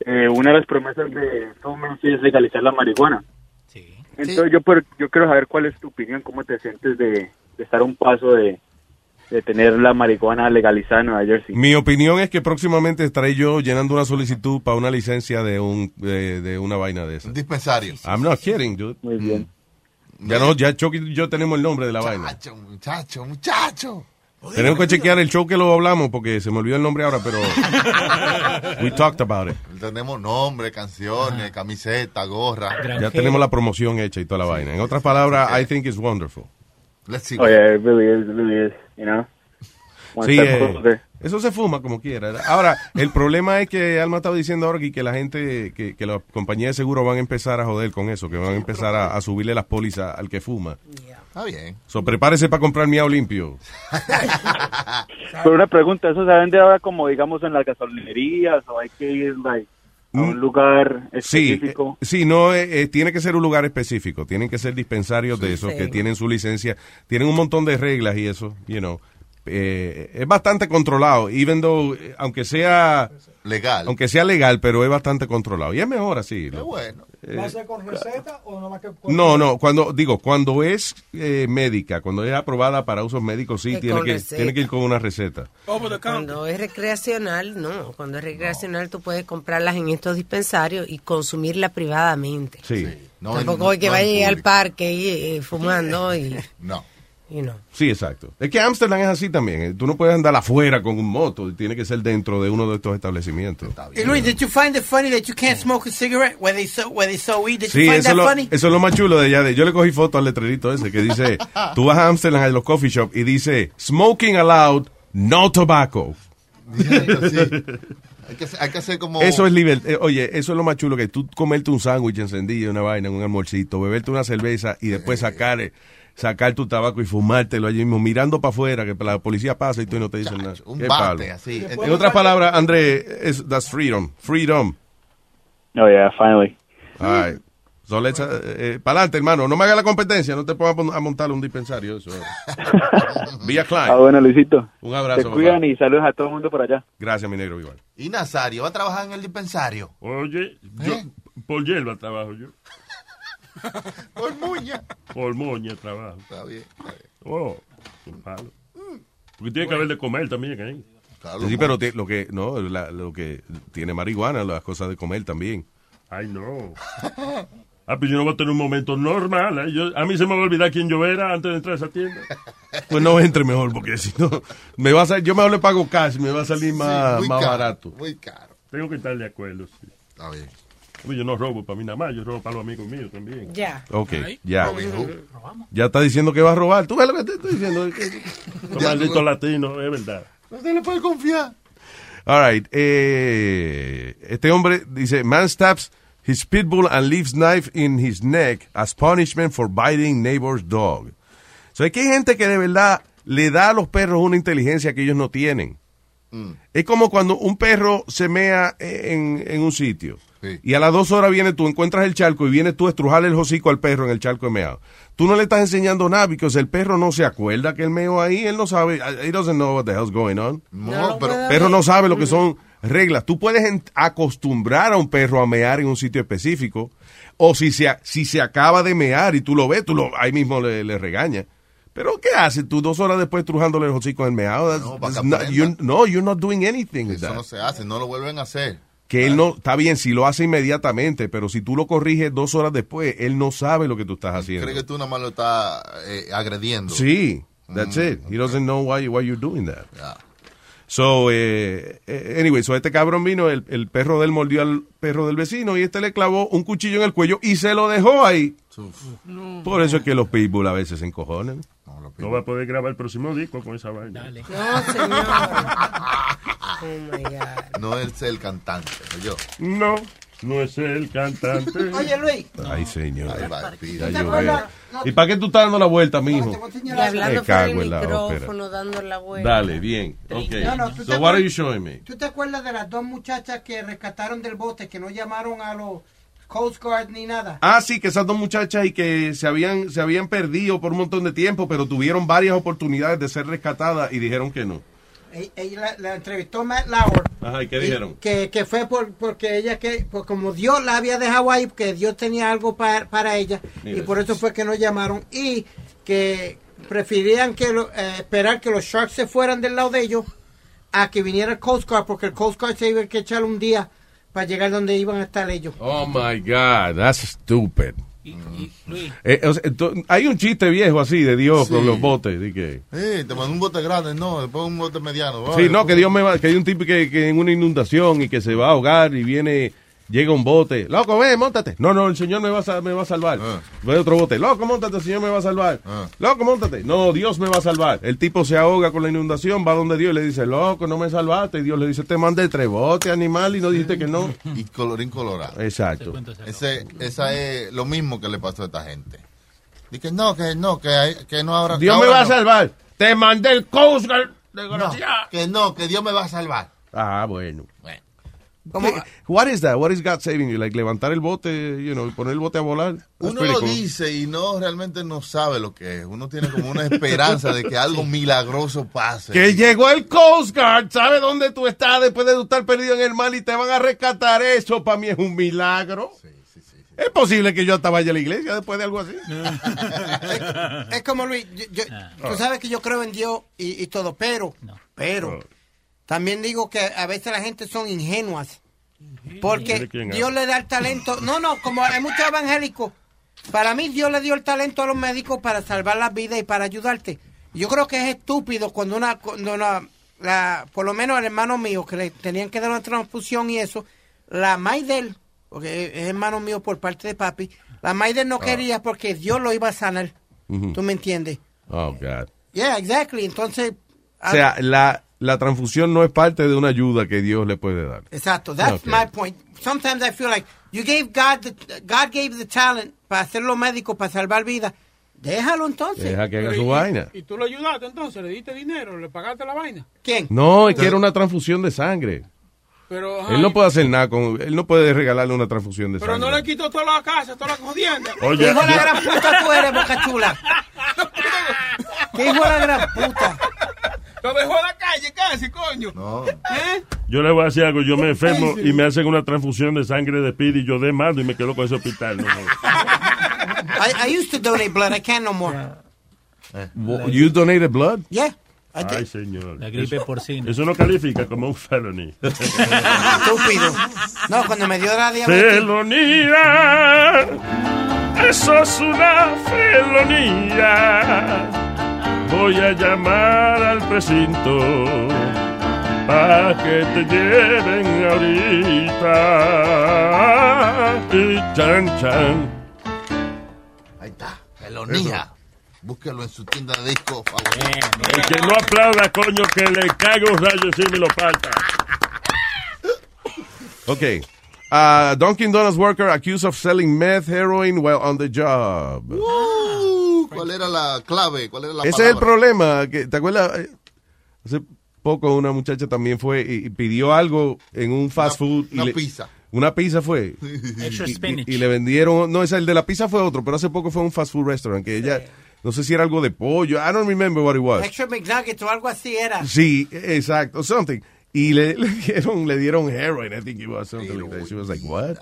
eh, una de las promesas de Phil Murphy es legalizar la marihuana. Entonces yo, por- yo quiero saber cuál es tu opinión, cómo te sientes de, de estar a un paso de, de tener la marihuana legalizada en Nueva Jersey. Mi opinión es que próximamente estaré yo llenando una solicitud para una licencia de un de, de una vaina de esa. Un dispensario. I'm not kidding, dude. Mm. Muy bien. Ya no, ya Chucky y yo tenemos el nombre de la vaina. Muchacho, muchacho, muchacho. Tenemos que chequear el show que lo hablamos porque se me olvidó el nombre ahora, pero we talked about it. Tenemos nombre, canciones, camiseta, gorra. Ya tenemos la promoción hecha y toda la vaina. En otras palabras, I think it's wonderful. Let's see. Oh yeah, it really is, it really is, you know. One Sí, step eh, closer. eso se fuma como quiera. Ahora, el problema es que Alma estaba diciendo ahora aquí que la gente, que, que las compañías de seguro van a empezar a joder con eso, que van a empezar a, a subirle las pólizas al que fuma. Está bien. So, prepárese para comprar [laughs] miau limpio. Pero una pregunta, ¿eso se vende ahora como digamos en las gasolinerías o hay que ir like, a Mm. un lugar Sí, específico? eh, sí, no, eh, eh, tiene que ser un lugar específico, tienen que ser dispensarios de esos sí. que tienen su licencia, tienen un montón de reglas y eso, you know. Eh, es bastante controlado, even though, eh, aunque sea legal, aunque sea legal, pero es bastante controlado y es mejor así. ¿no? Eh, ¿Va a ser con receta o no va a que con No, no, cuando digo, cuando es eh, médica, cuando es aprobada para usos médicos, sí, Que tiene con que, receta. tiene que ir con una receta. Cuando es recreacional, no. Cuando es recreacional, tú puedes comprarlas en estos dispensarios y consumirlas privadamente. Sí. No, Tampoco hay que no en vaya al público. parque y, eh, fumando y, No. y no. Sí, exacto. Es que Amsterdam es así también. eh, Tú no puedes andar afuera con un moto, tiene que ser dentro de uno de estos establecimientos. [gasps] Hey, Luis, did you find it funny that you can't smoke a cigarette where they sell, where they sell weed? Did Sí, you find eso that es, lo, funny? eso es lo más chulo de allá. De, yo le cogí foto al letrerito ese que dice, tú vas a Amsterdam a los coffee shop y dice, smoking allowed, no tobacco. Hay que, hay que hacer como. Eso es libertad. Oye, eso es lo más chulo que tú comerte un sándwich encendido, una vaina, un almorcito, beberte una cerveza y después sacar eh, sacar tu tabaco y fumártelo allí mismo, mirando para afuera, que la policía pasa y tú no te dicen nada. un Qué bate, palo. así. En otras palabras, André, es, that's freedom. Freedom. Oh, yeah, finally. All right. So let's, uh, eh, pa'lante, hermano. No me haga la competencia. No te pongas a pon- a montar un dispensario. Eso. [laughs] Vía Klein. Ah, bueno, Luisito. Un abrazo, Se cuidan papá. y saludos a todo el mundo por allá. Gracias, mi negro. Igual. Y Nazario va a trabajar en el dispensario. Oye, yo ¿Eh? por hierba trabajo yo. [laughs] Por muña. Por moña trabajo. Está bien. Oh, qué malo. Porque tiene que haber de comer también ¿eh? ahí. Sí, pero te- lo que no, la- lo que tiene marihuana, las cosas de comer también. Ay, no. Ah, pero yo no voy a tener un momento normal. ¿eh? Yo- a mí se me va a olvidar quién yo era antes de entrar a esa tienda. Pues no entre mejor, porque si no, me va a sal- yo mejor le pago cash, me va a salir más, muy Ah, más caro. barato. Muy caro. Tengo que estar de acuerdo, sí. Está bien. Yo no robo para mí nada más, yo robo para los amigos míos también. Ya. Ok, ya. Ya está diciendo que va a robar. Tú ves lo que te [laughs] estoy diciendo. Los malditos latinos, es verdad. No se le puede confiar. All right. eh, este hombre dice, man stabs his pitbull and leaves knife in his neck as punishment for biting neighbor's dog. So, es que hay gente que de verdad le da a los perros una inteligencia que ellos no tienen. Mm. Es como cuando un perro se mea en, en un sitio. Sí. Y a las dos horas viene tú, encuentras el charco y vienes tú a estrujarle el hocico al perro en el charco de meado. Tú no le estás enseñando nada, porque el perro no se acuerda que el meo ahí, él no sabe, he doesn't know what the hell's going on. No, lo pero- puede perro ver. no sabe lo que son reglas. Tú puedes en- acostumbrar a un perro a mear en un sitio específico, o si se, a- si se acaba de mear y tú lo ves, tú lo, ahí mismo le, le regañas. Pero ¿qué haces tú dos horas después estrujándole el hocico en el meado? That's- No, para that's que not- aprenda. you're- no, you're not doing anything. with Eso that. no se hace, no lo vuelven a hacer. Que él no, está bien, si lo hace inmediatamente, pero si tú lo corriges dos horas después, él no sabe lo que tú estás haciendo. Cree que tú nada más lo estás eh, agrediendo. Mm, Sí, that's it. He doesn't know why, why you're doing that. So, eh, eh, anyway, so este cabrón vino, el, el perro del mordió al perro del vecino y este le clavó un cuchillo en el cuello y se lo dejó ahí. Por eso es que los pitbull a veces se encojonan. No va a poder grabar el próximo disco con esa vaina. Dale. Oh, No es el cantante, soy yo. No, no es el cantante. Oye, Luis. Ay, señor. Ahí va, Ya ¿Te yo acuerdas? veo. ¿Y para qué tú estás dando la vuelta, mijo? Y hablando Me fuera cago del en la micrófono, ópera. dando la vuelta. Dale, bien. Ok. No, no, tú te So, what are you acuerdas- showing me? ¿Tú te acuerdas de las dos muchachas que rescataron del bote, que no llamaron a los Coast Guard ni nada? Ah, sí, que esas dos muchachas y que se habían, se habían perdido por un montón de tiempo, pero tuvieron varias oportunidades de ser rescatadas y dijeron que no. E- Ella la, la entrevistó Matt Lauer, Ajá, ¿y qué dijeron? que, que fue por, porque ella, que pues como Dios la había dejado ahí, que Dios tenía algo para, para ella, Mira. y por eso fue que no llamaron, y que preferían que lo- eh, esperar que los Sharks se fueran del lado de ellos a que viniera el Coast Guard, porque el Coast Guard se iba a que echar un día para llegar donde iban a estar ellos. Oh my God, that's stupid. Luis. Eh, o sea, to- hay un chiste viejo así de Dios Sí. con los botes. de que- Eh, te mandó un bote grande, no, después un bote mediano. sí, Ay, no, que Dios me va, que hay un tipo que, que en una inundación y que se va a ahogar y viene, llega un bote. Loco, ven, montate. No, no, el Señor me va a, sa- me va a salvar. Ah. Ve otro bote. Loco, montate, el Señor me va a salvar. Loco, montate. No, Dios me va a salvar. El tipo se ahoga con la inundación, va donde Dios y le dice, loco, no me salvaste. Y Dios le dice, te mandé tres botes, animal, y no dijiste que no. Y colorín colorado. Exacto. Ese, esa es lo mismo que le pasó a esta gente. Dice, no, que no, que, hay- que no habrá. Dios me ahora va a no. salvar. Te mandé el Coast Guard. No, que no, que Dios me va a salvar. Ah, bueno. ¿Qué- What is that? What is God saving you? Like levantar el bote, you know, y poner el bote a volar. That's Uno pretty lo cool. dice y no realmente no sabe lo que es. Uno tiene como una esperanza de que [laughs] algo milagroso pase. Que llegó el Coast Guard, sabe dónde tú estás después de tú estar perdido en el mar y te van a rescatar. Eso para mí es un milagro. Es posible que yo hasta vaya a la iglesia después de algo así. es como Luis, yo- yo- Ah. Ah. tú sabes que yo creo en Dios y, y todo, pero, pero, también digo que a veces la gente son ingenuas. Porque ¿De quién Dios le da el talento. No, no, como hay muchos evangélicos. Para mí Dios le dio el talento a los médicos para salvar las vidas y para ayudarte. Yo creo que es estúpido cuando una, cuando una- la, por lo menos el hermano mío, que le tenían que dar una transfusión y eso, la maíz de él, porque es hermano mío por parte de papi, la maíz de él no Ah. quería porque Dios lo iba a sanar. Ujú. ¿Tú me entiendes? Oh, God. Yeah, exactly. Entonces, Ah. O sea, la, la transfusión no es parte de una ayuda que Dios le puede dar. Exacto. That's Okay. my point. Sometimes I feel like you gave God the, God gave the talent para hacer lo médico, para salvar vidas. Déjalo entonces. Deja que haga Pero su y- vaina. ¿Y tú lo ayudaste entonces? ¿Le diste dinero? ¿Le pagaste la vaina? ¿Quién? No, es que era una transfusión de sangre. Pero, ajá, Él no puede hacer nada con. Él no puede regalarle una transfusión de pero sangre. no le quitó toda la casa, toda la jodienda. Oye, Hijo de la yo- gran puta tú eres, boca [laughs] chula. ¿Qué hijo de la gran puta? Lo dejó en la calle casi, coño. No. ¿Eh? Yo le voy a decir algo, yo me enfermo y me hacen una transfusión de sangre de Speedy y yo de malo y me quedo con ese hospital. no, no. I, I used to donate blood. I can't no more. Eh. Wo- You donated blood? Yeah. Ay, señor. La gripe Eso- porcina. Eso no califica como un [laughs] felony. [laughs] Estúpido. No, cuando me dio la diabetes. Felonía. Ah, Eso es una felonía. Voy a llamar al precinto para que te lleven ahorita. Y chan, chan. Ahí está. Felonía. Búscalo en su tienda de disco favorita. El que no aplauda, coño, que le caiga un rayo encima y lo parta. Ok. Uh, Dunkin' Donuts worker accused of selling meth heroin while on the job. Uh, ¿Cuál era la clave? ¿Cuál era la Ese es el problema. Que, ¿Te acuerdas? Eh, Hace poco una muchacha también fue y, y pidió algo en un fast food. y una le- pizza. Una pizza [laughs] fue. Extra Y- y- spinach. Y, le vendieron. No, ese, el de la pizza fue otro, pero hace poco fue un fast food restaurant que ella. No sé si era algo de pollo. I don't remember what it was. Extra McNuggets o algo así era. Sí, exacto, something. Y le, [laughs] le dieron, le dieron heroin, I think it was something like that. She was like, what?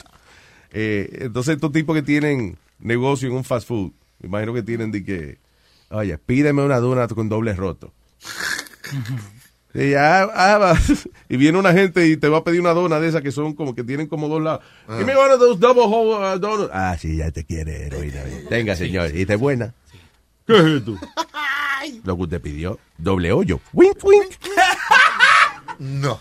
Eh, entonces estos tipos que tienen negocio en un fast food, me imagino que tienen de que, oye, pídeme una donut con doble roto. Y, ya, ah, va. [laughs] y viene una gente y te va a pedir una dona de esas que son como que tienen como dos lados. Y Ah. me van a dos double hole uh, donuts. Ah, sí, ya te quiere heroína. Tenga, señor. Y te buena. ¿Qué es esto? Lo que usted pidió. Doble hoyo. Wink, [laughs] wink. No.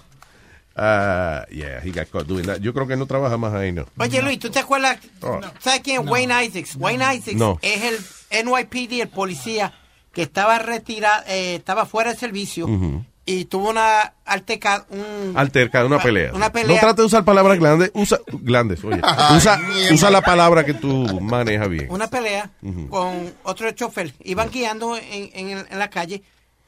Ah, yeah, he got caught doing that. Yo creo que no trabaja más ahí, ¿no? Oye, Luis, ¿tú te acuerdas? Oh. ¿Sabes quién es Wayne Isaacs? Wayne Isaacs No. es el NYPD, el policía que estaba retirado, eh, estaba fuera de servicio Ujú. y tuvo una alterca, un, Alterca, una pelea. Una pelea. No trate de usar palabras grandes. Usa, grandes, [laughs] oye. Usa, Mierda. usa la palabra que tú manejas bien. una pelea Ujú. con otro chofer. Iban guiando en, en- en la calle,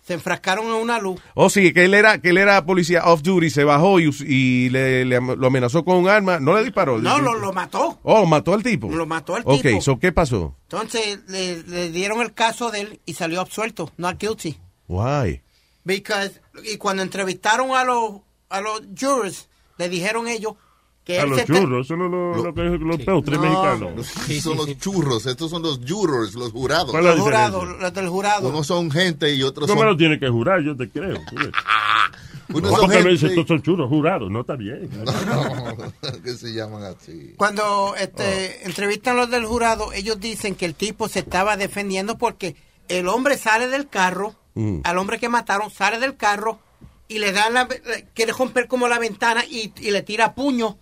se enfrascaron en una luz. Oh, sí, que él era, que él era policía off duty, se bajó y, us- y le, le am- lo amenazó con un arma. No le disparó. No, Le- lo, lo mató. Oh, mató al tipo. Lo mató al Ok, tipo. so, ¿qué pasó? Entonces le, le dieron el caso de él y salió absuelto, not guilty. Why? Because, y cuando entrevistaron a los a los jurors, le dijeron ellos que A él los se tra- churros, eso no es lo, lo que es los postres No. mexicanos. son los churros, estos son los jurors, los jurados. ¿Cuál es la Los jurados, diferencia? los del jurado. Unos son gente y otros No me son. lo tiene que jurar, yo te creo. [laughs] no, Uno son porque me gente dice, y- estos son churos jurados, no está bien. que se llaman así. Cuando este, Ah. entrevistan los del jurado, ellos dicen que el tipo se estaba defendiendo porque el hombre sale del carro, Mm. al hombre que mataron sale del carro y le da la, le- quiere romper como la ventana y, y le tira puño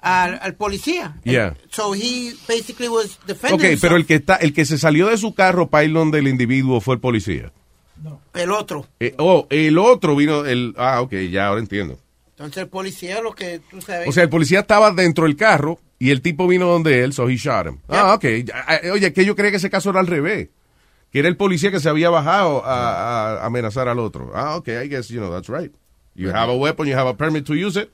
al, al policía. Yeah. So he basically was defending Ok, pero el que, está, el que se salió de su carro para ir donde el individuo fue el policía. himself. el otro. Eh, oh, el otro vino, el, ah, ok, ya ahora entiendo. Entonces el policía lo que tú sabes. O sea, el policía estaba dentro del carro y el tipo vino donde él, so he shot him. Ah, ok. Ah, eh, Oye, que yo creía que ese caso era al revés. Que era el policía que se había bajado a, a amenazar al otro. Ah, ok, I guess, you know, that's right. You have a weapon, you have a permit to use it.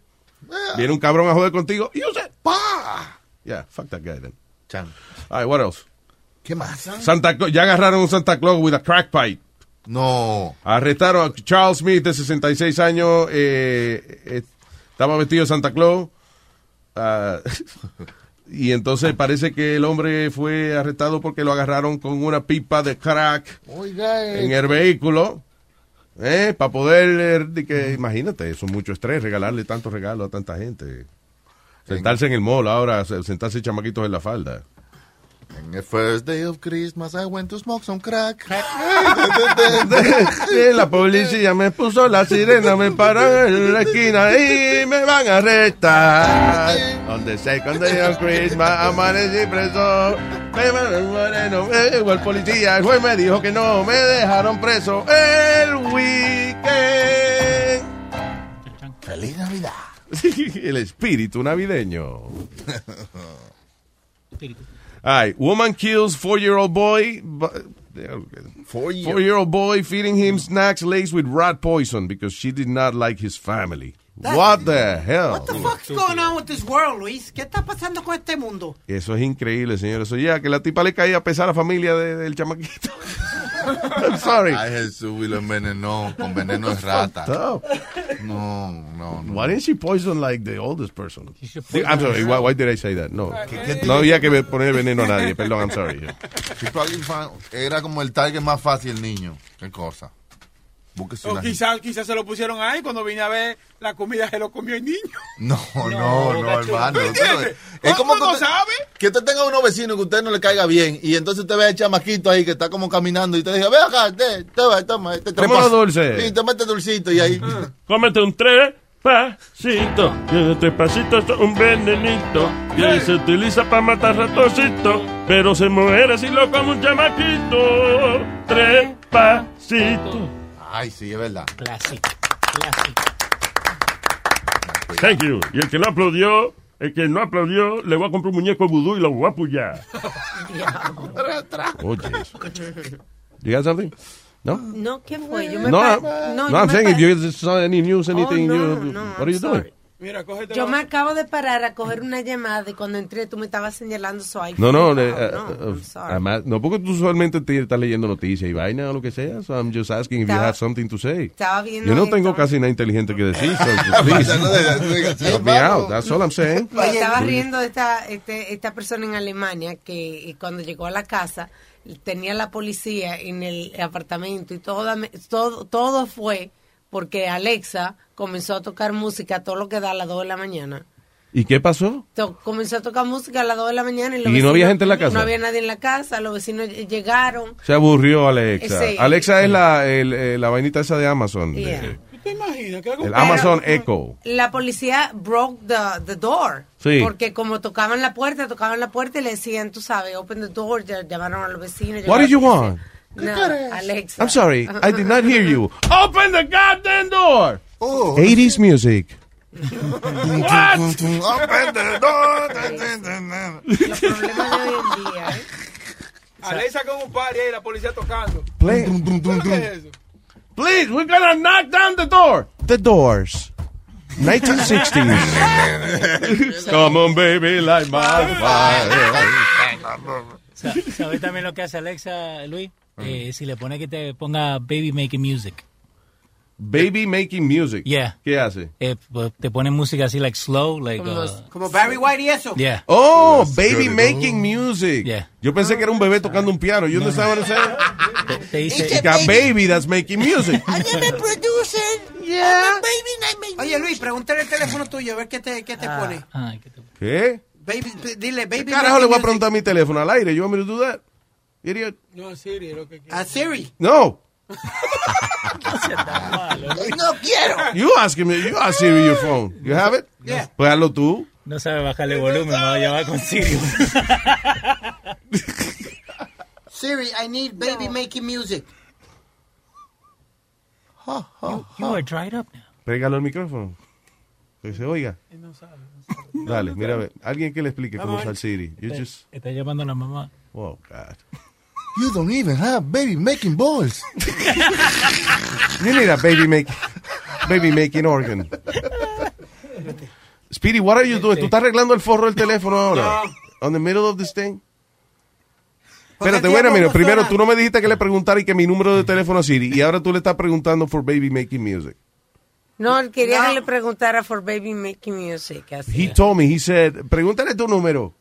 Viene un cabrón a joder contigo. Use it. Pa. Yeah, fuck that guy then. All right, what else? ¿Qué más? Santa Claus, ya agarraron un Santa Claus with a crack pipe. No. Arrestaron a Charles Smith, de 66 años. eh, eh, estaba vestido de Santa Claus. Ah, [laughs] y entonces parece que el hombre fue arrestado porque lo agarraron con una pipa de crack Oiga, eh, en el vehículo. Eh, para poder, eh, de que, imagínate, eso es mucho estrés, regalarle tantos regalos a tanta gente. Sentarse en el mall ahora, se- sentarse chamaquitos en la falda. En el first day of Christmas, I went to smoke some crack. [laughs] [laughs] Sí, la policía me puso la sirena, me pararon en la esquina y me van a arrestar. On the second day of Christmas, amanecí preso. Me mandaron moreno, me llegó el policía, el juez me dijo que no, me dejaron preso el weekend. Feliz [laughs] Navidad. el espíritu navideño. All right, woman kills four-year-old boy. bu- Four-year-old boy feeding him snacks laced with rat poison because she did not like his family. what the hell? What's going on with this world, Luis? ¿Qué está pasando con este mundo? Eso es increíble, señor. Eso ya, que la tipa le caía a pesar a la familia de- del chamaquito. Oh I'm sorry. Ay, Jesús, y lo envenenó con veneno de rata. No, no, no. [laughs] Why didn't she poison like the oldest person? poison I'm sorry, why, herself. why did I say that? No. ¿Qué- qué- No había que poner veneno a nadie, perdón, I'm [laughs] sorry. She probably found- Era como el target más fácil, niño. Qué cosa. Búsquese O una... quizás quizás se lo pusieron ahí cuando vine a ver la comida se lo comió el niño. No, no, no, ¿Me hermano. Eso no entiendes? es- es como que ¿Cómo no usted, sabe? que usted tenga unos vecinos que usted no le caiga bien y entonces usted ve al chamaquito ahí que está como caminando y usted dice, ve acá, te, toma, toma, este Toma trompazo". dulce. Sí, toma este dulcito y ahí... Ah. Cómete un trepacito. Y el trepacito es un venenito. Que se utiliza para matar ratoncito. Pero se muere si lo come un chamaquito. Trepacito. Ay, sí, es verdad. Clásico, clásico. Thank you. Y el que lo aplaudió, el que no aplaudió, le voy a comprar un muñeco vudú y lo voy a apoyar. Oye, eso. You got something? No? [laughs] No, ¿qué fue? Yo me No, pa- I'm, no, yo I'm me saying if pa- Oh, you saw any news, anything, no, you, no, what are you I'm sorry. doing? Mira, cógete Yo me acabo de parar a coger una llamada y cuando entré tú me estabas señalando su iPhone. [laughs] No, no, eh, Wow, eh, Oh, no, I'm eh, sorry. además, no porque tú usualmente te estás leyendo noticias y vaina o lo que sea, so I'm just asking if you Estaba- have something to say. Estaba viendo Yo no esto. tengo casi nada inteligente que [laughs] decir, so please, No digas- no digas- help me out, that's all I'm saying. Me estaba riendo de esta, este- esta persona en Alemania que eh, cuando llegó a la casa tenía la policía en el apartamento y todo, dame- todo, todo fue porque Alexa comenzó a tocar música a todo lo que da a las 2 de la mañana. ¿Y qué pasó? To- comenzó a tocar música a las 2 de la mañana. ¿Y, los ¿Y no había vecinos- gente en la casa? No había nadie en la casa, los vecinos ll- llegaron. Se aburrió Alexa. Sí. Alexa es la, el- eh, la vainita esa de Amazon. de- Yeah. ¿Te imaginas? que El Amazon Echo. La policía broke the, the door. Sí. Porque como tocaban la puerta, tocaban la puerta y le decían, tú sabes, open the door, ya- llamaron a los vecinos. What llegaron- did you want? No, Alexa. [laughs] I'm sorry, I did not hear [laughs] you. Open the goddamn door! [laughs] Oh. 80s music. What? Open the door. Problema de hoy en día, ¿eh? Alexa con un party ahí, la policía tocando. Play. ¿Qué es eso? Please, we're gonna knock down the door. The Doors. 1960s. Come on, baby, light my fire. Sa- ¿Sabes también lo que hace Alexa, Luis? Eh, si le pone que te ponga Baby Making Music. Baby making music. Yeah. ¿Qué hace? Eh, pues, te pone música así, like slow, like. Como, uh, los- como Barry White y eso. yeah. Oh, baby good. making music. Yo pensé que era un bebé tocando un piano. You understand what I'm saying? Te dice- Like a baby that's making [laughs] music. Oye, Luis, pregúntale el teléfono tuyo a ver qué te, qué te pone. ¿Qué? Baby, p- dile, baby. Carajo, le voy a Making preguntar a mi teléfono al aire. You want me to do that? Idiot. No, Siri, lo que A Siri. No. [laughs] No quiero. You asking me. You ask Siri your phone. You have it? Yeah. Pues hazlo tú. No sabe bajarle volumen, me va a llevar con Siri. Siri, I need baby making music. You are dried up. Oh, Pégalo el micrófono. Que se oiga. Dale, mira, a ver. alguien que le explique cómo usar Siri. You Está, just, está llamando a la mamá. oh, God. You don't even have baby making balls. [laughs] You need a baby make, baby making organ. Speedy, what are you doing? ¿Tú estás arreglando el forro del teléfono ahora? On the middle of this thing? Espérate, bueno, mira, primero tú no me dijiste que le preguntara y que mi número de teléfono a Siri y ahora tú le estás preguntando for baby making music. No, él quería que le preguntara for Baby Making Music. Así. He told me, he said, pregúntale tu número.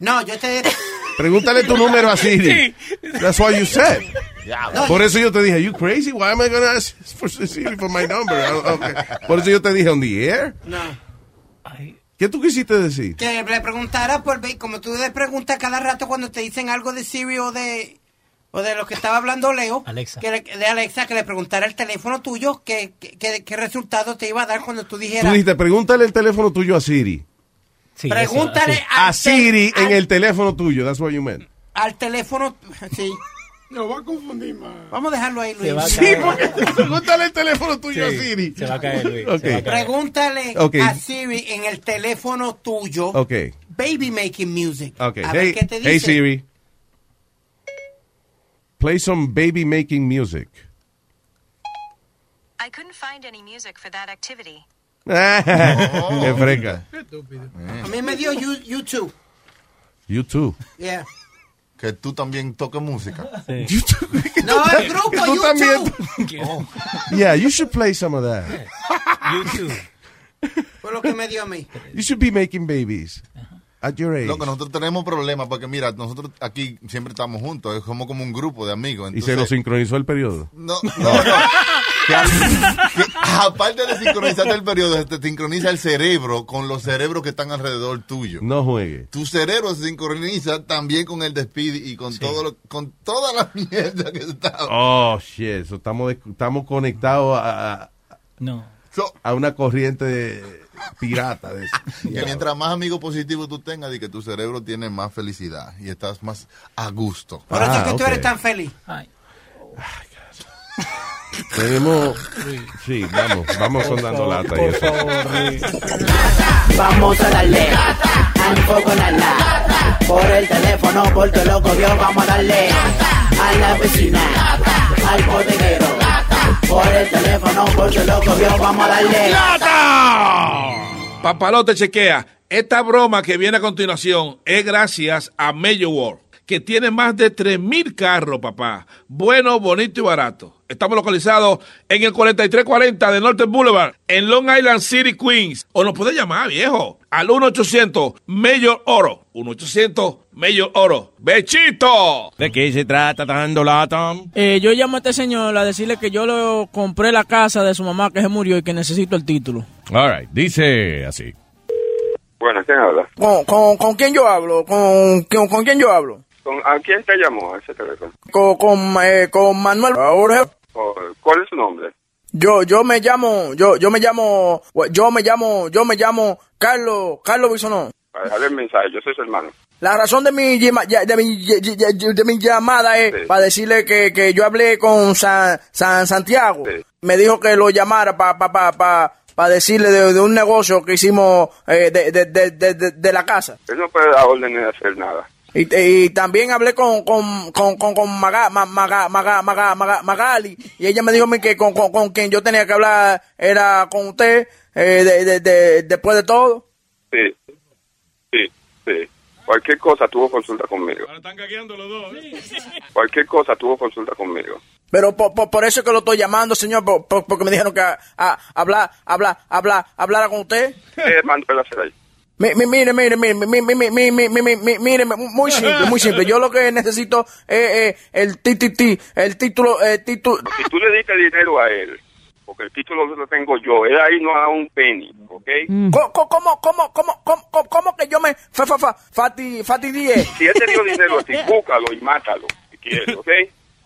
No, yo te. [laughs] Pregúntale tu número a Siri. That's what you said. No, Por eso yo te dije, you crazy? Why am I going to ask for Siri for my number? Okay. Por eso yo te dije, on the air. No. ¿Qué tú quisiste decir? Que le preguntara por baby. Como tú le preguntas cada rato cuando te dicen algo de Siri o de. O de lo que estaba hablando Leo. Alexa. Que le- de Alexa, que le preguntara el teléfono tuyo. ¿Qué que, que- qué resultado te iba a dar cuando tú Tú dijeras. dijiste, pregúntale el teléfono tuyo a Siri. Pregúntale eso, así. a Siri en el teléfono tuyo. That's what you meant. Al teléfono. [laughs] Sí. No va a confundir más. Vamos a dejarlo ahí, Luis. Se va a Sí, caer. porque pregúntale el teléfono tuyo Sí, a Siri. se va a caer, Luis, Ok. Pregúntale Ok. a Siri en el teléfono tuyo. Ok. baby making music. Ok, A hey, ver qué te dice. hey Siri. Play some baby making music. I couldn't find any music for that activity. [laughs] Oh. Qué freca. Eh. A mí me dio you- YouTube. You too. Yeah. Que tú también toques música. [laughs] No, el grupo Tú YouTube. Yeah, you should play some of that. YouTube. [laughs] Fue lo que me dio a mí. You should be making babies. At your age. Loco, nosotros tenemos problemas porque mira, nosotros aquí siempre estamos juntos, es como como un grupo de amigos. y se lo entonces- sincronizó el periodo. No, no, no. Que al- que aparte de sincronizarte el periodo, se te sincroniza el cerebro con los cerebros que están alrededor tuyo. No juegue. Tu cerebro se sincroniza también con el despido y con todo lo- con toda la [laughs] mierda que está. Oh, shit. So, estamos, estamos conectados a, a- No. a una corriente de- pirata de eso. [laughs] Que mientras más amigos positivos tú tengas, y que tu cerebro tiene más felicidad y estás más a gusto. Por eso es que tú Ah, ok. eres tan feliz. Tenemos. Sí, vamos, vamos sondando lata y eso. Vamos a darle al foco la lata. Por el teléfono, porque loco vio, vamos a darle a la vecina, al bodeguero. Por el teléfono, porque loco vio, vamos a darle ¡Lata! Papalote chequea. Esta broma que viene a continuación es gracias a Major World, que tiene más de 3.000 carros, papá. Bueno, bonito y barato. Estamos localizados en el 4340 de Northern Boulevard, en Long Island City, Queens. O nos puede llamar, viejo, al 1-800 Major Oro. 1-800 Major Oro. ¡Bechito! ¿De qué se trata dando lata? Eh, yo llamo a este señor a decirle que yo le compré la casa de su mamá que se murió y que necesito el título. All right, dice así. Bueno, ¿quién habla? ¿Con, con, con quién yo hablo? ¿Con, con, con quién yo hablo? ¿Con, ¿A quién te llamó a ese teléfono? Con, con, eh, con Manuel Jorge. O, ¿Cuál es su nombre? Yo, yo me llamo, yo, yo me llamo, yo me llamo, yo me llamo Carlos, Carlos Bisonó. Para dejarle el mensaje, yo soy su hermano. La razón de mi, llama- ya- de mi, ye- ye- ye- de mi llamada es Sí. para decirle que, que yo hablé con San, San Santiago. Me dijo que lo llamara para pa, pa, pa, pa decirle de, de un negocio que hicimos eh, de, de, de, de- de- de la casa. Él no puede dar órdenes de hacer nada. Y, y también hablé con, con, con, con, con Maga- Ma- Maga- Maga- Maga- Maga- Magali y ella me dijo a mí que con, con, con quien yo tenía que hablar era con usted eh, de- de- de- después de todo. Sí, sí, sí. Cualquier cosa tuvo consulta conmigo. Cualquier cosa tuvo consulta conmigo. Pero por, por, por eso es que lo estoy llamando, señor, por- por- porque me dijeron que a, a- hablar, hablar, hablar, hablara con usted. ¿Qué mandó él Eh, a hacer ahí? Mi- mi- Mire, mire, mire, mi- mi- mi- mi- mi- mi- mi- mi- mire, muy simple, muy simple. Yo lo que necesito es eh, el TTT, el título, el título. Si tú le diste dinero a él, porque el título lo tengo yo, él ahí no da un penny, ¿ok? ¿Cómo, cómo, cómo, cómo, cómo, cómo, cómo que yo me fa, fa, fa, fati, fatigué? Si él te dio [laughs] dinero a ti, búscalo y mátalo, si quieres, ¿ok?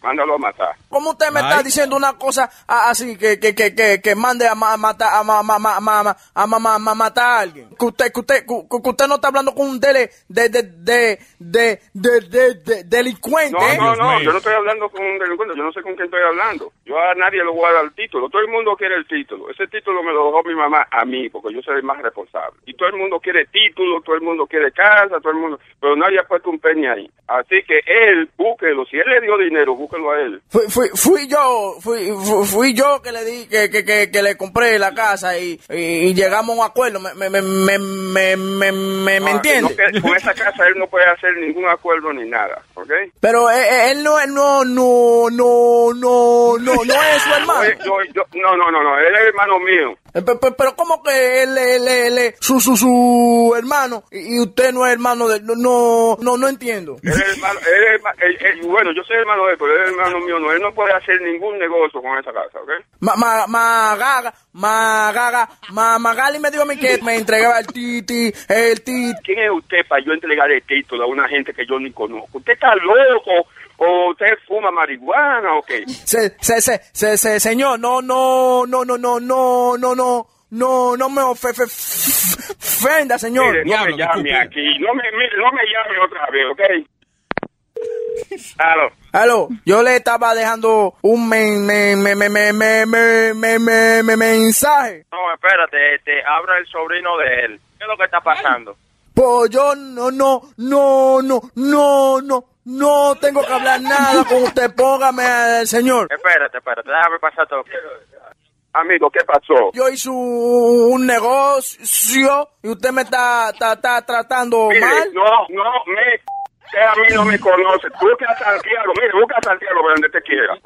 Mándalo a matar. ¿Cómo usted me está diciendo una cosa a- así que, que, que, que, que mande a ma- matar a, ma- ma- ma- ma- ma- a ma- ma- ma- matar a alguien? Que usted, que usted, que, que usted no está hablando con un dele, de, de, de, de, de, de- de- delincuente. No, ¿eh? no, no, yo no estoy hablando con un delincuente, yo no sé con quién estoy hablando. Yo a nadie le voy a dar el título, todo el mundo quiere el título. Ese título me lo dejó mi mamá a mí, porque yo soy el más responsable. Y todo el mundo quiere título, todo el mundo quiere casa, todo el mundo, pero nadie ha puesto un penny ahí. Así que él, búsquelo, si él le dio dinero, búsquelo a él. Fui, fui, fui yo, fui, fu- fui yo que le di, que, que, que, que le compré la casa y, y, y llegamos a un acuerdo. ¿Me, me, me, me, me, me, me- me Ah, entiende? no, que con esa casa él no puede hacer ningún acuerdo ni nada, ¿ok? Pero eh, eh, él, no, él no, no, no, no, no, no es su hermano. Yo- yo- yo- no, no, no, no, él es hermano mío. Eh, pe- pe- Pero, ¿cómo que él, él- él- él- su, su, su hermano y y usted no es hermano de... No, no, no, no entiendo. Él es hermano, él es herma- él- él- bueno, yo soy hermano de él, pero él es hermano mío, no, él no puede hacer ningún negocio con esa casa, ¿ok? Ma- ma- Magaga, Magaga, ma- Magali me dijo a mí que me entregaba el titi, el titi. ¿Quién es usted para yo entregar el título a una gente que yo ni conozco? ¿Usted está loco? ¿O usted fuma marihuana o qué? Se, se, se, se, se- señor, no, no, no, no, no, no, no, no, no, no me ofe- fe- fe- ofenda, señor. Mire, no me llame aquí. No me, mire, no me llame otra vez, ¿ok? Claro. Aló, yo le estaba dejando un men- men- men- men- men- men- men- men- men- men- mensaje. No, espérate, este, habla el sobrino de él. ¿Qué es lo que está pasando? Pollo, no, no, no, no, no, no. No tengo que hablar nada con usted, póngame al señor. Espérate, espérate, déjame pasar todo. Amigo, ¿qué pasó? Yo hice un un negocio y usted me está, está, está tratando Mire, mal. no, no, me... que a mí no me conoce. Busca a Santiago, mire, busca a Santiago por donde te quiera.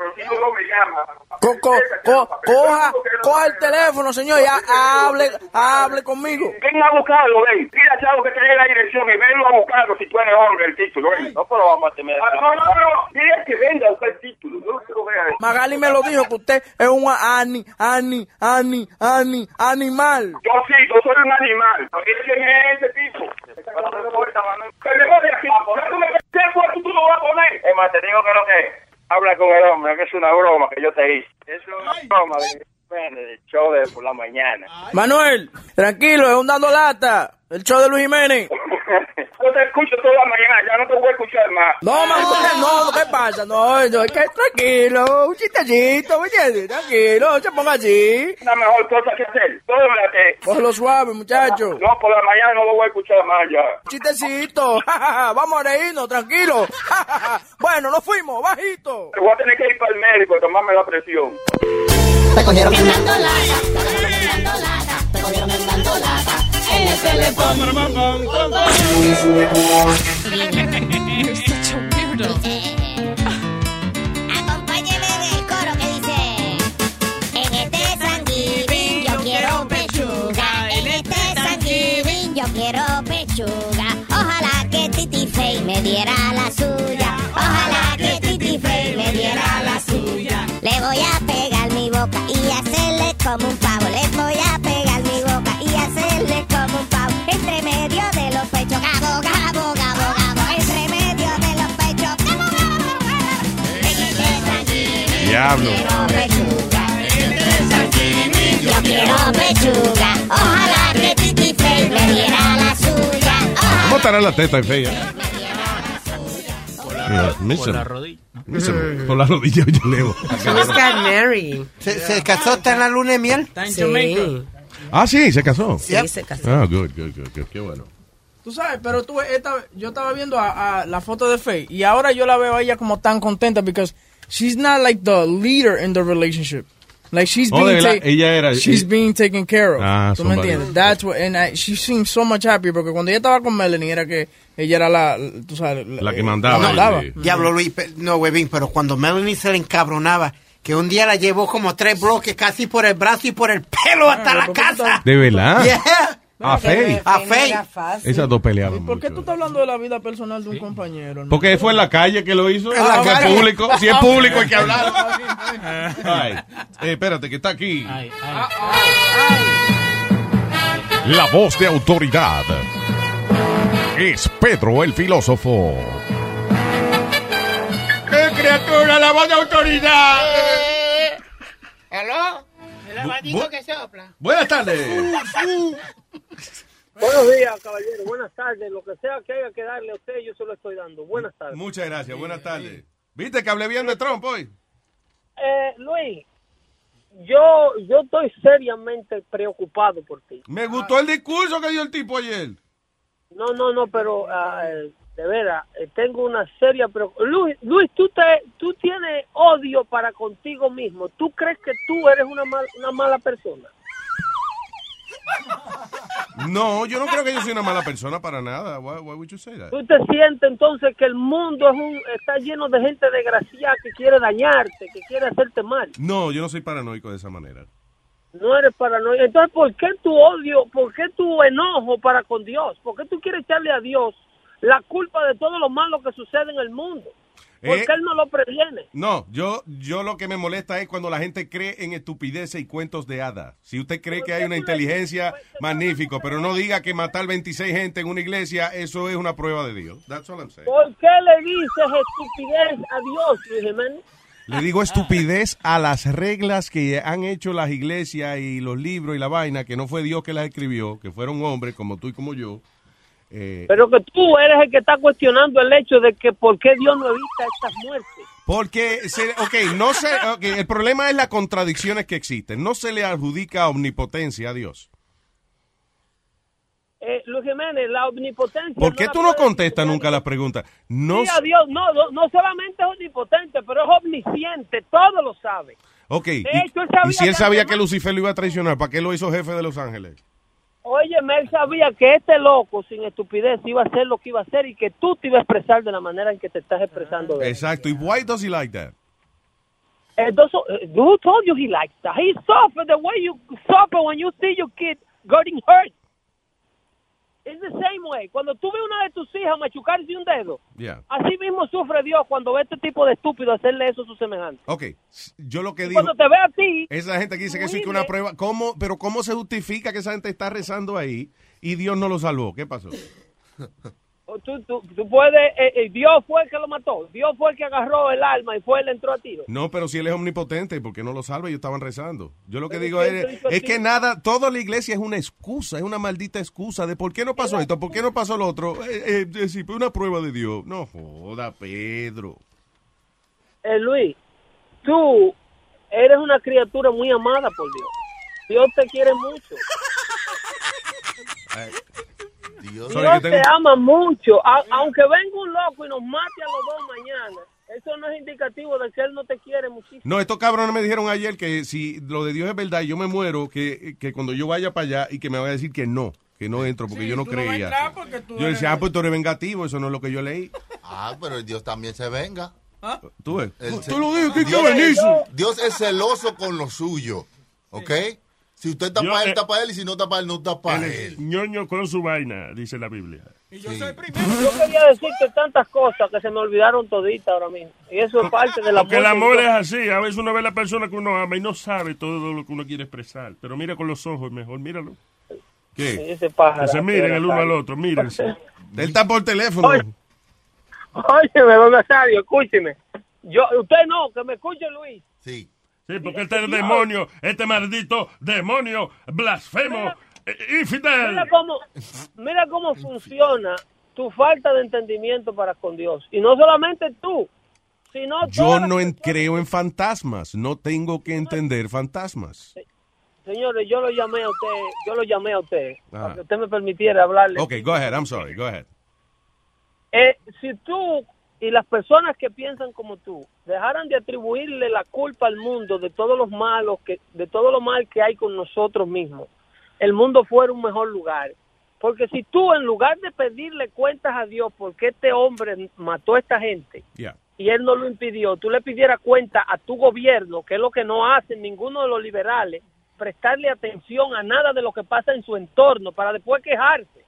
Co- co- co- coja, coja el teléfono, señor, y ha- hable, hable conmigo. Ven a buscarlo, ven. Mira, Chavo, que te dé la dirección y venlo a buscarlo si tú eres hombre el título. Ven. No, pero vamos a tener. No, no, no. Dile que venga a buscar el título. No se lo vea. Magali me lo dijo que usted es un ani, ani, ani, ani, animal. Yo sí, yo soy un animal. ¿Sabes quién es ese tipo? Ah, Pendejo de aquí. ¿Tú me ves? ¿Qué fue que tú lo vas a poner? Es más, te digo que no que habla con el hombre, que es una broma que yo te hice. Es una broma de ven, el show de por la mañana. Manuel, tranquilo, es un dando lata. El show de Luis Jiménez. Yo te escucho toda la mañana, ya no te voy a escuchar más. No, Manuel, no, ¿qué pasa? No, yo, es que tranquilo, un chistecito, ¿me entiendes? Tranquilo, no se ponga así. La mejor cosa que hacer, todo lo que... Cógelo suave, muchacho. No, por la mañana no lo voy a escuchar más ya. Chistecito, [laughs] vamos a reírnos, tranquilo. [laughs] bueno, nos fuimos, bajito. Voy a tener que ir para el médico a tomarme la presión. Te cogieron En el Acompáñeme en el coro que dice: En este sanguivin yo quiero pechuga. En este sanguivin yo quiero pechuga. Ojalá que Titi Fey me diera la suya. Ojalá que Titi Fey me diera la suya. Le voy a pegar mi boca y hacerle como un pavo. Le voy a pegar mi boca y hacerle como un pavo. Entre medio de los pechos, gabo, gabo, gabo, gabo. Entre medio de los pechos, gabo, gabo, gabo. Diablo. Yo quiero pechuga, ojalá que Titi Fey me diera la suya. ¿Cómo estará la teta fea? por la rodilla. Por la rodilla, yo [laughs] leo. Se, se casó hasta en la luna de miel. Sí. Jamaica. Ah, sí, se casó. Sí, Yep. se casó. Ah, good, good, good, good. Qué bueno. Tú sabes, pero tú, esta- yo estaba viendo a, a la foto de Faye y ahora yo la veo a ella como tan contenta because she's not like the leader in the relationship. Like she's Oh, being de verdad, ta- ella era- she's being taken care of. Ah, ¿Tú me somebody. entiendes? That's what and I- she seems so much happier porque cuando ella estaba con Melanie era que ella era la, tú sabes, La que mandaba, la mandaba. sí. Diablo Luis, pe- no, huevín, pero cuando Melanie se le encabronaba, que un día la llevó como tres bloques casi por el brazo y por el pelo hasta la casa. [laughs] ¿De verdad? Yeah. Ah. A Faye. A Faye. Esas dos peleaban. ¿Por qué tú estás hablando de la vida personal de un compañero? hermano? Porque fue en la calle que lo hizo. En la Ah, fue calle. público. Si es público hay que [laughs] hablar. Ay, eh, espérate, que está aquí. La voz de autoridad es Pedro el filósofo. ¡Qué criatura, la voz de autoridad! ¿Aló? El abanico que sopla. Buenas tardes. Buenos días, caballero. Buenas tardes. Lo que sea que haya que darle a usted, yo se lo estoy dando. Buenas tardes. Muchas gracias, buenas tardes. ¿Viste que hablé bien de Trump hoy? Eh, Luis, yo, yo estoy seriamente preocupado por ti. Me gustó el discurso que dio el tipo ayer. No, no, no, pero ah, eh, de veras, eh, tengo una seria preocupación. Luis, Luis tú, te, tú tienes odio para contigo mismo. ¿Tú crees que tú eres una, mal- una mala persona? No, yo no creo que yo soy una mala persona para nada. Why, why would you say that? ¿Tú te sientes entonces que el mundo es un, está lleno de gente desgraciada que quiere dañarte, que quiere hacerte mal? No, yo no soy paranoico de esa manera. No eres paranoico. Entonces, ¿por qué tu odio, por qué tu enojo para con Dios? ¿Por qué tú quieres echarle a Dios la culpa de todo lo malo que sucede en el mundo? Porque Eh. Él no lo previene. No, yo, yo lo que me molesta es cuando la gente cree en estupideces y cuentos de hadas. Si usted cree que hay una inteligencia, pues, magnífico, pero no diga que matar 26 gente en una iglesia, eso es una prueba de Dios. That's all I'm saying. ¿Por qué le dices estupidez a Dios, Luis Jiménez? Le digo estupidez a las reglas que han hecho las iglesias y los libros y la vaina, que no fue Dios que las escribió, que fueron hombres como tú y como yo. Eh, Pero que tú eres el que está cuestionando el hecho de que por qué Dios no evita estas muertes. Porque, se- ok, no se, ok, el problema es las contradicciones que existen. No se le adjudica omnipotencia a Dios. Eh, eh, Luis Jiménez, la omnipotencia. ¿Por qué la tú no puede- contestas nunca las preguntas? No. Sí, a Dios, no, no, no solamente es omnipotente, pero es omnisciente, todo lo sabe. Ok. De y- hecho, él sabía y si que él sabía que además- Lucifer lo iba a traicionar, ¿para qué lo hizo jefe de Los Ángeles? Oye, él sabía que este loco, sin estupidez, iba a hacer lo que iba a hacer y que tú te ibas a expresar de la manera en que te estás expresando. de él. Exacto. ¿Y why does he like that? Entonces, eh, who told you he likes that? He suffered the way you suffer when you see your kid getting hurt. It's the same way. Cuando tú ves una de tus hijas machucarse un dedo, Yeah. así mismo sufre Dios cuando ve este tipo de estúpido hacerle eso a su semejante. Ok. s- Yo lo que digo. Cuando te ve a ti, Esa gente que dice que eso es que una Dime. prueba. ¿Cómo, pero ¿cómo se justifica que esa gente está rezando ahí y Dios no lo salvó? ¿Qué pasó? O Oh, tú, tú, tú puedes, eh, eh, Dios fue el que lo mató, Dios fue el que agarró el alma y fue el que entró a tiro. No, pero si él es omnipotente, ¿por qué no lo salva? Ellos estaban rezando. Yo lo que Pero digo es que es, él lo hizo es así. que nada, toda la iglesia es una excusa, es una maldita excusa de por qué no pasó esto, por qué no pasó lo otro. Eh, eh, eh, sí, fue una prueba de Dios. No joda, Pedro. Eh, Luis, tú eres una criatura muy amada por Dios. Dios te quiere mucho. Dios. Dios Ah, te ama mucho. A- aunque venga un loco y nos mate a los dos mañana, eso no es indicativo de que Él no te quiere muchísimo. No, estos cabrones me dijeron ayer que si lo de Dios es verdad y yo me muero, que, que cuando yo vaya para allá y que me vaya a decir que no, que no entro porque yo no tú no vas a creía. entrar porque tú yo eres- decía, ah, pues tú eres vengativo, eso no es lo que yo leí. Ah, pero Dios también se venga. ¿Ah? Tú ves. Él se- Ah, Tú lo dices, ¿qué Dios- cabenizo? Dios es celoso con lo suyo, ¿ok? Si usted está Yo- para él, eh, está para él, y si no está para él, no está para Él es él. ñoño con su vaina, dice la Biblia. Yo quería decirte tantas cosas que se me olvidaron toditas ahora mismo. Y eso es parte de la Porque el amor es así. A veces uno ve a la persona que uno ama y no sabe todo lo que uno quiere expresar. Pero mira con los ojos mejor, míralo. Sí, ese pájaro, Que se miren era el uno al sabio. otro, mírense. Él está por teléfono. Óyeme, don Nazario, escúcheme. Yo, usted no, que me escuche Luis. Sí. Sí, porque este demonio, este maldito demonio, blasfemo, eh, infidel. Mira cómo, mira cómo funciona tu falta de entendimiento para con Dios. Y no solamente tú, sino Yo todas no en- creo en fantasmas, no tengo que entender fantasmas. Señores, yo lo llamé a usted, yo lo llamé a usted, Ah. para que usted me permitiera hablarle. Ok, go ahead, I'm sorry, go ahead. Eh, si tú y las personas que piensan como tú dejaran de atribuirle la culpa al mundo de todos los malos que, de todo lo mal que hay con nosotros mismos, el mundo fuera un mejor lugar. Porque si tú en lugar de pedirle cuentas a Dios porque este hombre mató a esta gente Yeah. y él no lo impidió, tú le pidieras cuenta a tu gobierno, que es lo que no hacen ninguno de los liberales, prestarle atención a nada de lo que pasa en su entorno para después quejarse.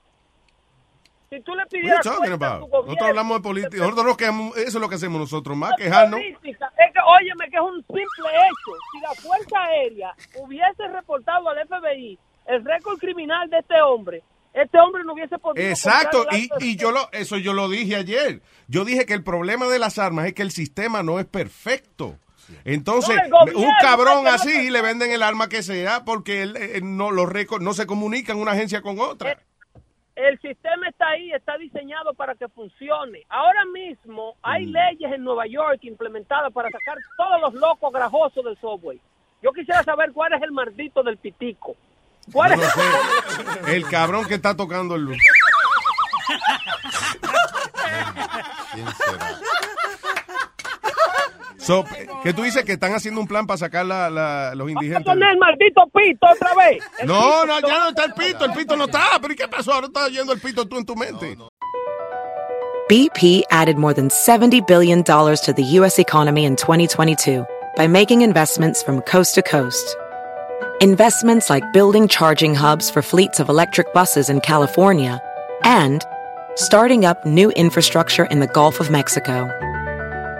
Si tú le What are you pidieras talking cuenta a pues, tu about? gobierno, Pues, Nosotros hablamos de política, nosotros lo que amamos- eso es lo que hacemos nosotros, más de quejarnos. política, es que, óyeme, que es un simple hecho. Si la Fuerza Aérea hubiese reportado al FBI el récord criminal de este hombre, este hombre no hubiese podido... Exacto, comprar el y, auto. y yo lo, eso yo lo dije ayer. Yo dije que el problema de las armas es que el sistema no es perfecto. Entonces, No, el gobierno un es cabrón que no- así le venden el arma que sea porque él, eh, no, los récords no se comunican una agencia con Eh, otra. El sistema está ahí, está diseñado para que funcione. Ahora mismo Mm. hay leyes en Nueva York implementadas para sacar todos los locos grajosos del software. Yo quisiera saber cuál es el maldito del pitico. ¿Cuál Yo es no sé, el cabrón que está tocando [laughs] el luz. So, que tú dices que están haciendo un plan para sacar la- la- los Vamos a indigentes. poner el maldito pito otra vez. El No, pito. no, ya no está el pito, el pito no está. ¿Pero y qué pasó? Ahora está yendo el pito tú en tu mente. BP added more than $70 billion to the U.S. economy in 2022 by making investments from coast to coast. Investments like building charging hubs for fleets of electric buses in California and starting up new infrastructure in the Gulf of Mexico.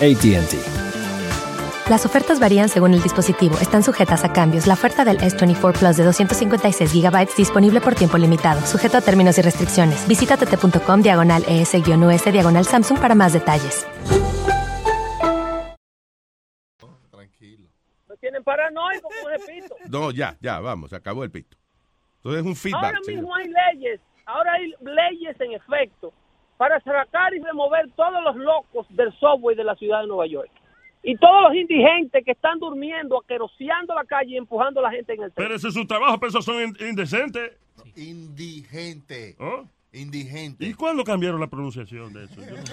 ATT. Las ofertas varían según el dispositivo. Están sujetas a cambios. La oferta del S24 Plus de 256 GB disponible por tiempo limitado, sujeto a términos y restricciones. Visita tt.com diagonal E ES-US diagonal Samsung para más detalles. Me tienen paranoico, como repito. No, ya, ya, vamos, se acabó el pito. Entonces es un feedback. Ahora señor. mismo hay leyes, ahora hay leyes en efecto para sacar y remover todos los locos del software de la ciudad de Nueva York. Y todos los indigentes que están durmiendo, aqueroseando la calle y empujando a la gente en el tren. Pero ese es su trabajo, pero esos son in- indecentes. Indigente. ¿Oh? Indigente. ¿Y cuándo cambiaron la pronunciación de eso? Yo no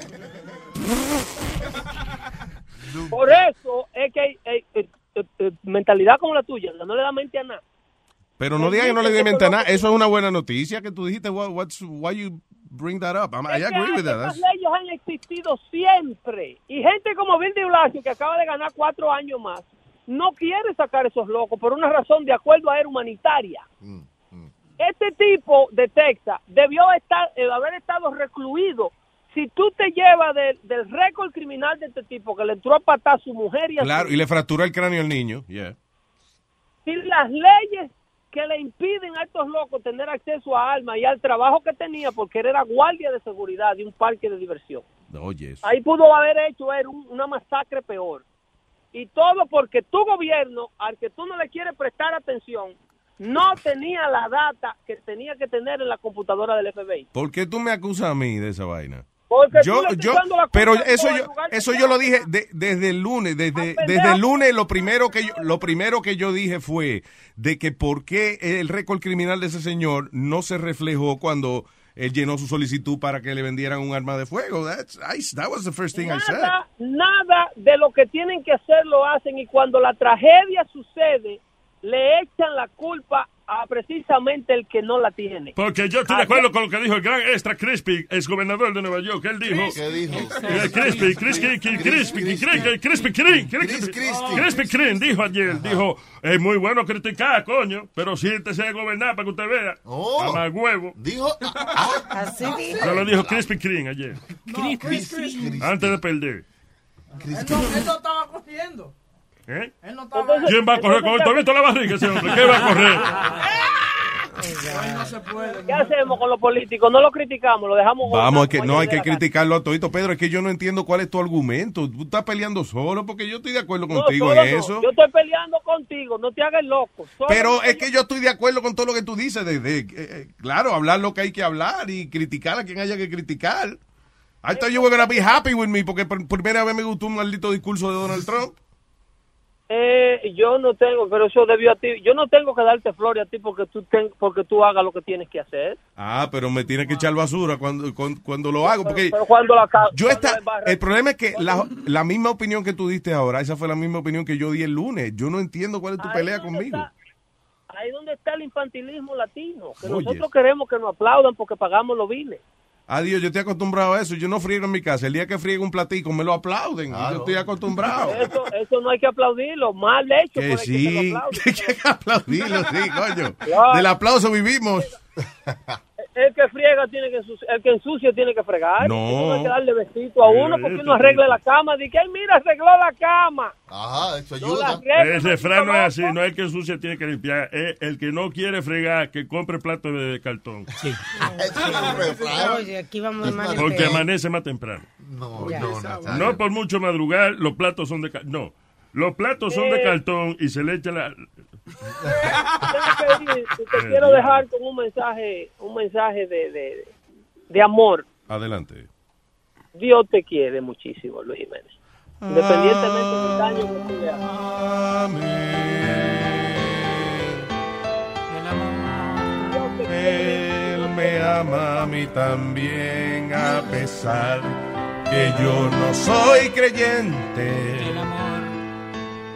sé. Por eso es que hay- hay- eh, eh, eh, mentalidad como la tuya, no le da mente a nada. Pero no diga que no le di mente a nada. Eso es una buena noticia que tú dijiste. What, what's, why you bring that up? I'm- I Es que agree with that. Esas That's- leyes han existido siempre. Y gente como Bill de Blasio, que acaba de ganar cuatro años más, no quiere sacar esos locos por una razón de acuerdo a él humanitaria. Mm, Este tipo de Texas debió estar, eh, haber estado recluido. Si tú te llevas del- del récord criminal de este tipo, que le entró a patar a su mujer y a su Claro, y le fracturó el cráneo al niño. Yeah. si las leyes que le impiden a estos locos tener acceso a armas y al trabajo que tenía porque él era guardia de seguridad de un parque de diversión. Oye, eso. Ahí pudo haber hecho él un- una masacre peor. Y todo porque tu gobierno, al que tú no le quieres prestar atención, no tenía la data que tenía que tener en la computadora del FBI. ¿Por qué tú me acusas a mí de esa vaina? Porque tú yo, le estás yo, dando la pero culpa a eso todo el yo, lugar que eso sea. yo lo dije de- desde el lunes, desde, desde el lunes lo primero que yo, lo primero que yo dije fue de que por qué el récord criminal de ese señor no se reflejó cuando él llenó su solicitud para que le vendieran un arma de fuego. That's, I, that was the first thing I said. nada, nada de lo que tienen que hacer lo hacen y cuando la tragedia sucede le echan la culpa a precisamente el que no la tiene. Porque yo estoy de acuerdo con lo que dijo el gran extra Crispy, ex gobernador de Nueva York. Él dijo. ¿Qué dijo? Eh, Crispy, Crispy, Crispy, Crispy, Crispy, Crispy, Crin, Crispy, Crispy, Crin, dijo ayer, dijo, es muy bueno criticar, coño, pero siéntese a gobernar para que usted vea. A más huevo. Dijo. Así dijo. Yo lo dijo Crispy Crin ayer, No, Chris, Chris. antes de perder. Él no, él no estaba cogiendo. ¿Eh? Él no estaba. ¿Quién va a correr con él? ¿Tú has visto la barriga ese hombre? ¿Qué va a correr? ¿Qué hacemos con los políticos? No lo criticamos, lo dejamos Vamos, es que gobernar, no hay como que ellos le da la criticarlo a todito, Pedro. Es que yo no entiendo cuál es tu argumento. Tú estás peleando solo porque yo estoy de acuerdo gana. No, contigo solo en no. eso. Yo estoy peleando contigo, no te hagas loco. Solo Pero estoy es que yo estoy de acuerdo con todo lo que tú dices. De, de- eh, eh, claro, hablar lo que hay que hablar y criticar a quien haya que criticar. I thought you were gonna be happy with me porque por primera vez me gustó un maldito discurso de Donald Trump. Eh, yo no tengo, pero eso debió a ti. Yo no tengo que darte flores a ti porque tú ten- porque tú hagas lo que tienes que hacer. Ah, pero me tiene que echar basura cuando, cuando, cuando lo hago. Porque Pero cuando la ca- yo cuando está, la embarra- el problema es que la, la misma opinión que tú diste ahora, esa fue la misma opinión que yo di el lunes. Yo no entiendo cuál es tu Ahí pelea donde conmigo. está- ahí donde está el infantilismo latino, que Oye. nosotros queremos que nos aplaudan porque pagamos los biles. Adiós, yo estoy acostumbrado a eso. Yo no friego en mi casa. El día que friego un platico, me lo aplauden. Y yo estoy acostumbrado. Eso, eso no hay que aplaudirlo, mal hecho. por el Que que se sí, lo aplaude. [laughs] que hay que aplaudirlo, sí, coño. Claro. Del aplauso vivimos. El que friega tiene que ensuciar, el que ensucia tiene que fregar. No. Eso hay que darle besito a uno porque uno arregla la cama. Dice, ay, mira, arregló la cama. Ajá, eso ayuda. El refrán no es así, no es que el sucio tiene que limpiar, es el que no quiere fregar, que compre plato de cartón. Oye, aquí vamos mal. Porque amanece más temprano. No, Ya. no, Nazario. por mucho madrugar, los platos son de cartón. No, los platos son de Eh. cartón y se le echa la... Tengo que ir, [laughs] y te quiero dejar con un mensaje, un mensaje de, de, de amor. Adelante. Dios te quiere muchísimo, Luis Jiménez. Ah. Independientemente del daño que tú le hagas. Él me ama a mí también, a pesar que yo no soy creyente.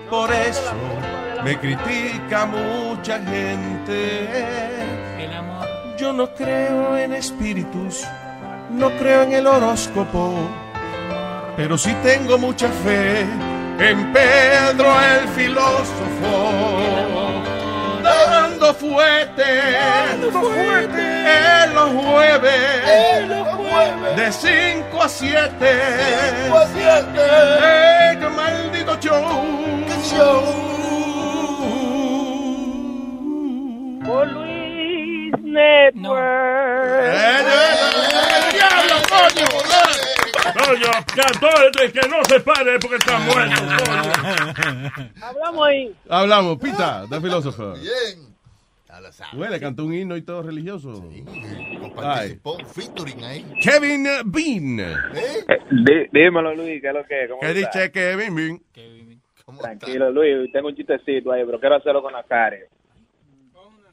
Por eso me critica mucha gente. El amor. Yo no creo en espíritus no creo en el horóscopo, pero sí tengo mucha fe en Pedro el filósofo. Dando fuerte, en los jueves, de 5 a 7, ¡Ey, qué maldito show! Oh, Por Luis Network. Eh, ¡Diablo, coño! Coño, cantor que no se pare porque Ah. está muerto, Hablamos ahí. [laughs] Hablamos, Pita, de filósofo. Bien. Ya lo sabes. Huele, cantó un himno y todo religioso. Participó un featuring ahí. ¿Eh? Ay. Kevin Bean. dímelo, Luis, ¿qué es lo que es? ¿Cómo ¿Qué estás? dice Kevin Bean? Tranquilo, Luis, tengo un chistecito ahí, pero quiero hacerlo con Nazario.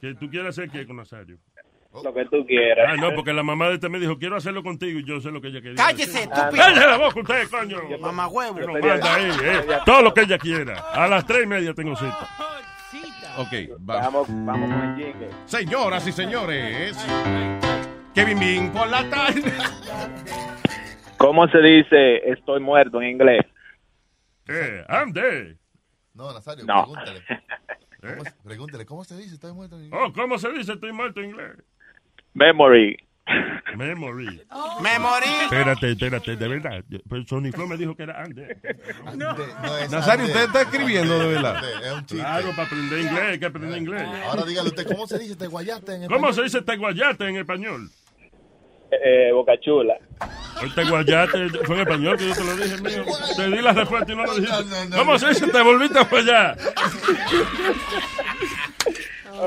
Que tú quieras hacer qué con Nazario. [laughs] Lo que tú quieras. Ah, no, porque la mamá de este me dijo, quiero hacerlo contigo y yo sé lo que ella quería. Cállese, decir. estúpido. ¡Cállese la boca usted, coño! Mamá huevo. Nos manda ahí, eh, todo lo que ella quiera. A las tres y media tengo [laughs] cita. Ok, vamos. Vamos con el jingle. Señoras y señores, Kevin Bean por la tarde. ¿Cómo se dice estoy muerto en inglés? Eh, ande. No, Nazario, No. pregúntale. ¿Eh? ¿Cómo se- pregúntale, ¿cómo se dice? Estoy muerto. [laughs] Oh, ¿cómo se dice estoy muerto en inglés? Memory. Memory. Me morí. Espérate, espérate, de verdad. Yo- Pero Sony Flow me dijo que era ande. Nazario, usted está escribiendo de verdad. Claro, para aprender inglés, hay que aprender inglés. Ahora dígale usted, ¿cómo se dice este guayate en ¿Cómo español? se dice teguayate en español? Eh, Bocachula. El teguayate fue en español que yo te lo dije, mío. Te di la respuesta y no lo dijiste. No, no, no, ¿Cómo no. se dice te volviste para allá?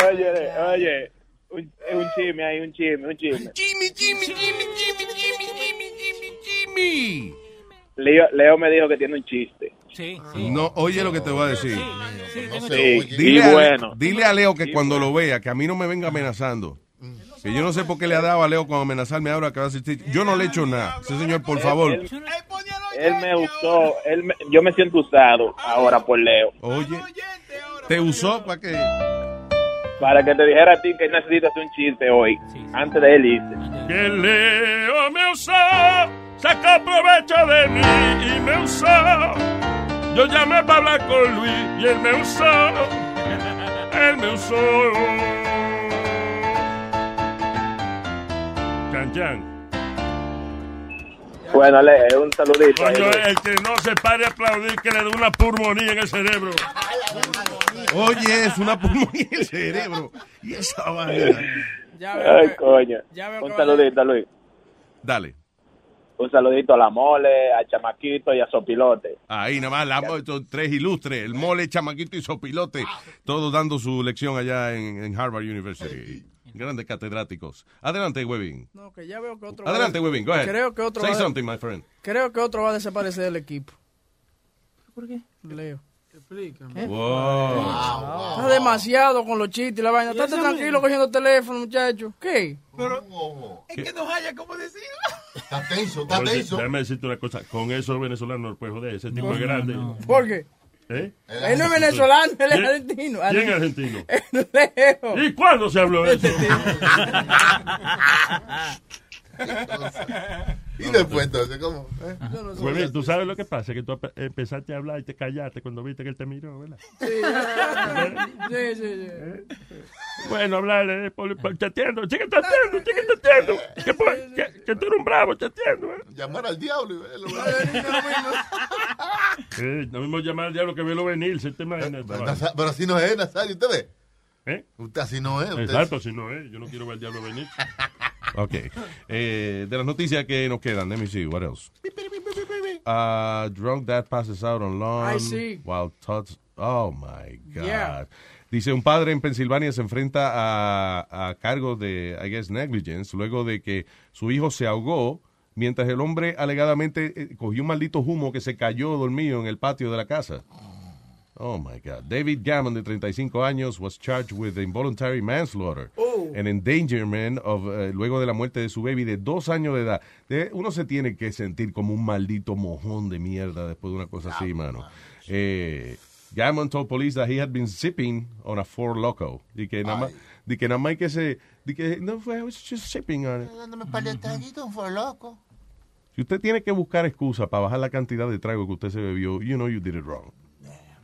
Oye, oye, un, eh, un chisme ahí, un chisme, un chisme. Jimmy, Jimmy, Jimmy, Jimmy, Jimmy, Jimmy, Jimmy, Jimmy. Leo, Leo me dijo que tiene un chiste. Sí, No, oye lo que te voy a decir. Sí, Dile, y a- bueno. dile a Leo que cuando lo vea, que a mí no me venga amenazando. Que yo no sé por qué le ha dado a Leo cuando amenazarme ahora que va a asistir. Yo no le he hecho nada. Sí, señor, por favor. Él, él me usó, él me- yo me siento usado Ah. ahora por Leo. Oye, te usó para que... Para que te dijera a ti que necesitas un chiste hoy, antes de él irse. Que Leo me usó, saca provecho de mí y me usó. Yo llamé para hablar con Luis y él me usó. Él me usó. Canchan. Bueno, le, eh, un saludito. ahí, Coño, Luis. el que no se pare a aplaudir que le da una pulmonía en el cerebro. Oye, es una pulmonía en el cerebro. Y esa vaina. Ay, coño. Un saludito, Luis. Dale. Un saludito a la mole, a Chamaquito y a Sopilote. Ahí nada más, la- estos tres ilustres, el mole, chamaquito y sopilote, todos dando su lección allá en, en Harvard University. Grandes catedráticos. Adelante, Webin. No, que ya veo que otro. va a- Adelante, Webin, go ahead. Creo que otro. Say va a- something, my friend. Creo que otro va a desaparecer del equipo. ¿Por qué? Leo. Wow. Está demasiado con los chistes y la vaina. Estate tranquilo cogiendo teléfono, muchacho. ¿Qué? Es que no haya cómo decir. Está tenso, está Oye, tenso. déjame decirte una cosa. Con eso los venezolanos no los puedes joder. Ese tipo es grande. ¿Por qué? ¿Eh? Él no es venezolano, él es ¿Quién- argentino. Ah, ¿Quién es [laughs] argentino? Leo. ¿Y cuándo se habló [laughs] de eso? [laughs] Este Y después, entonces, ¿cómo? ¿Eh? Güey, tú sabes lo que pasa, que tú empe- empezaste a hablar y te callaste cuando viste que él te miró, ¿verdad? [laughs] Sí, sí, sí. Bueno, hablarle, eh, Poli, Poli, te atiendo, chica, te atiendo, chica, te atiendo. Que, pues, que, que tú eres un bravo, te atiendo. eh. Llamar al diablo. y verlo. Eh, no mismo llamar al diablo que verlo venir, si te imaginas. Eh, Pero, Nasa- pero así no es, Nazario, ¿usted ve? ¿Eh? Usted así no es. usted- Exacto, si no es, yo no quiero ver al diablo [laughs] venir. Ok. Eh, de las noticias que nos quedan, let me see, what else? Uh, drunk dad passes out on lawn I see. while tots. Oh my God. Yeah. Dice un padre en Pensilvania se enfrenta a, a cargo de, I guess, negligence, luego de que su hijo se ahogó mientras el hombre alegadamente eh, cogió un maldito humo que se cayó dormido en el patio de la casa. Oh my God. David Gammon, de 35 años, was charged with involuntary manslaughter and endangerment of, eh, luego de la muerte de su baby de dos años de edad. De- uno se tiene que sentir como un maldito mojón de mierda después de una cosa así, mano. Eh, Gammon told police that he had been sipping on a Four Loco. Y que nada más, y que nada más que se, y que no fue, I was just sipping on it. Dándome un par de traguitos, un forloco. Si usted tiene que buscar excusa para bajar la cantidad de trago que usted se bebió, you know you did it wrong.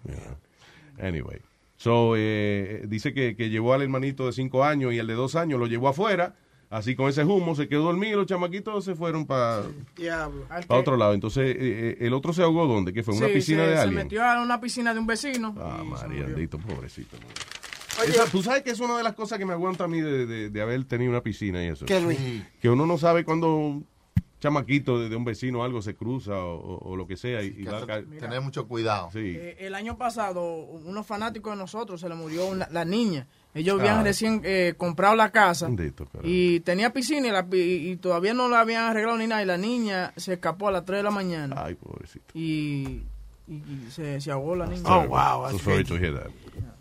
Yeah. Anyway. So, eh, dice que, que llevó al hermanito de 5 años y el de 2 años lo llevó afuera. Así con ese humo se quedó dormido y los chamaquitos se fueron para Diablo. otro lado. Entonces, eh, eh, el otro se ahogó donde? Que fue en una Sí, piscina se, de se alguien. metió a una piscina de un vecino. Ah, Mariandito, pobrecito. Oye. Esa- Tú sabes que es una de las cosas que me aguanta a mí de, de- de haber tenido una piscina y eso. ¿Qué, Luis? Que uno no sabe cuando un chamaquito de, de un vecino o algo se cruza o, o- o lo que sea. Y, y va a caer. Tener mucho cuidado. Sí. Eh, el año pasado, unos fanáticos de nosotros se le murió una- la niña. Ellos habían Ah. recién eh, comprado la casa Bendito, carajo. y tenía piscina y, la pi- y todavía no la habían arreglado ni nada. Y la niña se escapó a las 3 de la mañana. Ay, pobrecito. Oh, Y, y- y se, se ahogó la niña. I'm sorry to hear that.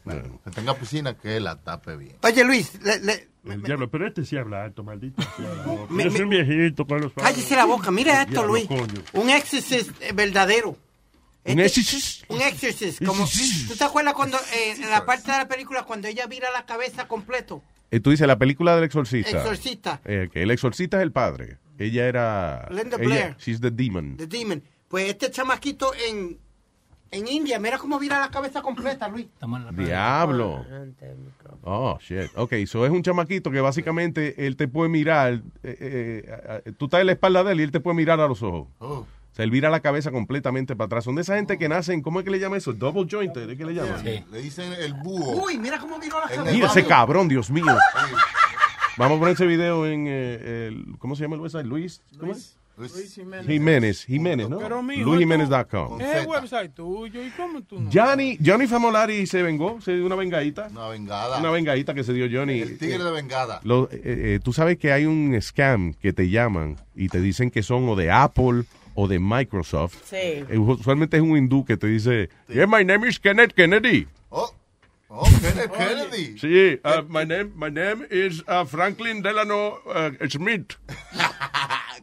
Yeah. Que tenga piscina que la tape bien. Oye, Luis, le- le- El diablo, pero este sí habla alto, maldito. sea la boca. Me- Yo soy me- un viejito con los cállese la boca. Mira esto, Diablo, Luis. coño. Un exorcist eh, verdadero. Este, Un exorcist. Un exorcist. Como, ¿Tú te acuerdas cuando eh, en la parte de la película cuando ella vira la cabeza completo? Y Eh, tú dices la película del exorcista. Exorcista. Eh, que el exorcista es el padre. Ella era. Linda ella- Blair. She's the demon. The Demon. Pues este chamaquito en, en India, mira cómo vira la cabeza completa, Luis. Diablo. Oh, shit. Ok, so es un chamaquito que básicamente él te puede mirar. eh, eh, eh, tú estás en la espalda de él y él te puede mirar a los ojos. Oh. O sea, él vira la cabeza completamente para atrás. Son de esa gente que nacen, ¿cómo es que le llaman eso? Double jointed, ¿es que le llaman? Le dicen el búho. Uy, mira cómo viró la En el cabeza. Mira ese cabrón, Dios mío. Vamos a poner ese video en eh, el- ¿cómo se llama el website? Luis, ¿cómo es? Luis Jiménez. Jiménez, Jiménez, ¿no? Pero, mijo, LuisJiménez.com. Es el website tuyo. ¿Y cómo tú no? Johnny, Johnny Famolari se vengó, se dio una vengadita. Una vengada. Una vengadita que se dio Johnny. El tigre de vengada. Lo- eh, eh, tú sabes que hay un scam que te llaman y te dicen que son o de Apple o de Microsoft. Sí. Eh, usualmente es un hindú que te dice, yeah, my name is Kenneth Kennedy. Oh, Kenneth Kennedy. Sí, uh, my, name, my name is uh, Franklin Delano uh, Smith.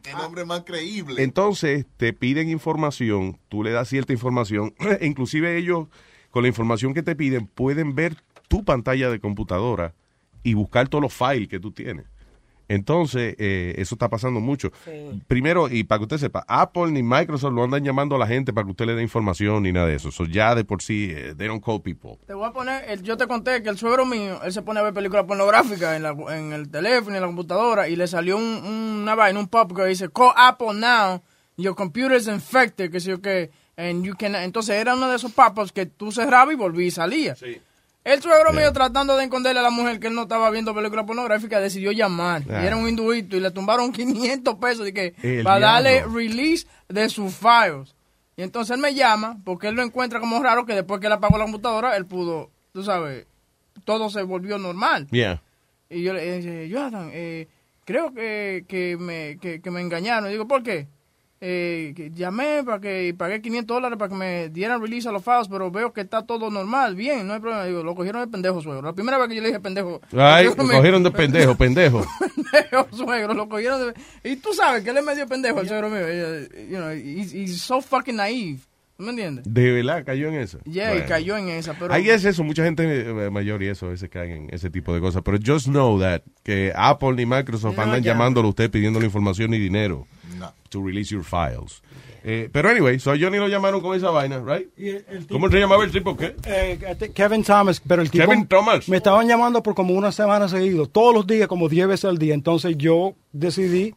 Qué nombre más creíble. Entonces te piden información, tú le das cierta información, [clears throat] e inclusive ellos con la información que te piden pueden ver tu pantalla de computadora y buscar todos los files que tú tienes. Entonces, eh, eso está pasando mucho. Primero, y para que usted sepa, Apple ni Microsoft lo andan llamando a la gente para que usted le dé información ni nada de eso. Eso ya de por sí, eh, they don't call people. Te voy a poner, el- yo te conté que el suegro mío, él se pone a ver películas pornográficas en, la, en el teléfono, en la computadora, y le salió un, un- una vaina, un pop que dice, call Apple now, your computer is infected, que sé yo qué, and you can, entonces era uno de esos pop-ups que tú cerrabas y volví y salía. El suegro mío tratando de esconderle a la mujer que él no estaba viendo películas pornográficas, decidió llamar, Ah. y era un hinduito, y le tumbaron 500 pesos, y que, El para darle diablo. release de sus files. Y entonces él me llama porque él lo encuentra como raro que después que él apagó la computadora, él pudo, tú sabes, todo se volvió normal. Yeah. Y yo le dije, Jonathan, eh, creo que, que, me, que, que me engañaron. Y digo, ¿por qué? Eh, que llamé para que y pagué 500 dólares para que me dieran release a los files, pero veo que está todo normal, bien, no hay problema. Digo, lo cogieron de pendejo, suegro. La primera vez que yo le dije pendejo. Ay, yo lo me- [laughs] cogieron de pendejo, pendejo. pendejo, suegro, lo cogieron de- Y tú sabes que él es medio pendejo, el suegro mío. eh, You know, he's, he's so fucking naive. ¿No me entiendes? De verdad, cayó en eso. Yeah, Bueno. y cayó en esa, pero... [laughs] Ahí es eso, mucha gente eh, mayor y eso, a veces caen en ese tipo de cosas. Pero just know that, que Apple ni Microsoft No andan llaman. llamándolo a usted pidiéndole información y dinero No. to release your files. Eh, pero anyway, so a Johnny lo llamaron con esa vaina, right? Y el- el tipo- ¿Cómo se llamaba el tipo? ¿Qué? Eh, este, Kevin Thomas, pero el tipo Kevin Thomas. me estaban llamando por como una semana seguido, todos los días, como 10 veces al día. Entonces yo decidí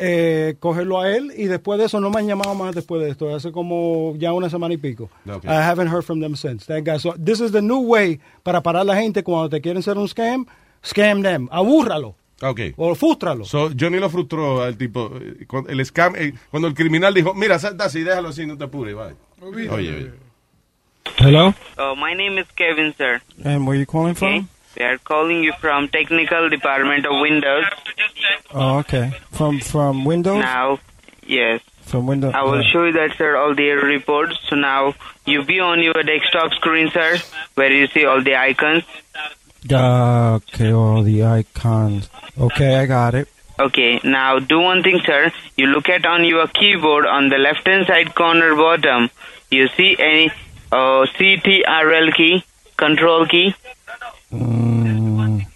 eh, cogerlo a él y después de eso no me han llamado más después de esto. Hace como ya una semana y pico. Ah, Ok. I haven't heard from them since. That guy. So this is the new way para parar la gente cuando te quieren hacer un scam, scam them, abúrralo. Ok. O frustralo. So Johnny lo frustró al tipo, eh, cuando el scam, eh, cuando el criminal dijo, mira, salta así, déjalo así, no te apures, bye. Oye, oye. Hello, Uh, my name is Kevin, sir. and where you calling Okay. We are calling you from technical department of Windows. Oh, okay. From from Windows. Now, yes. From Windows. I will show you that, sir, all the reports. So now you be on your desktop screen, sir, where you see all the icons. Uh, okay, all the icons. Okay, I got it. Okay. Now do one thing, sir. You look at on your keyboard on the left hand side corner bottom. You see any uh, CTRL key, control key Mm.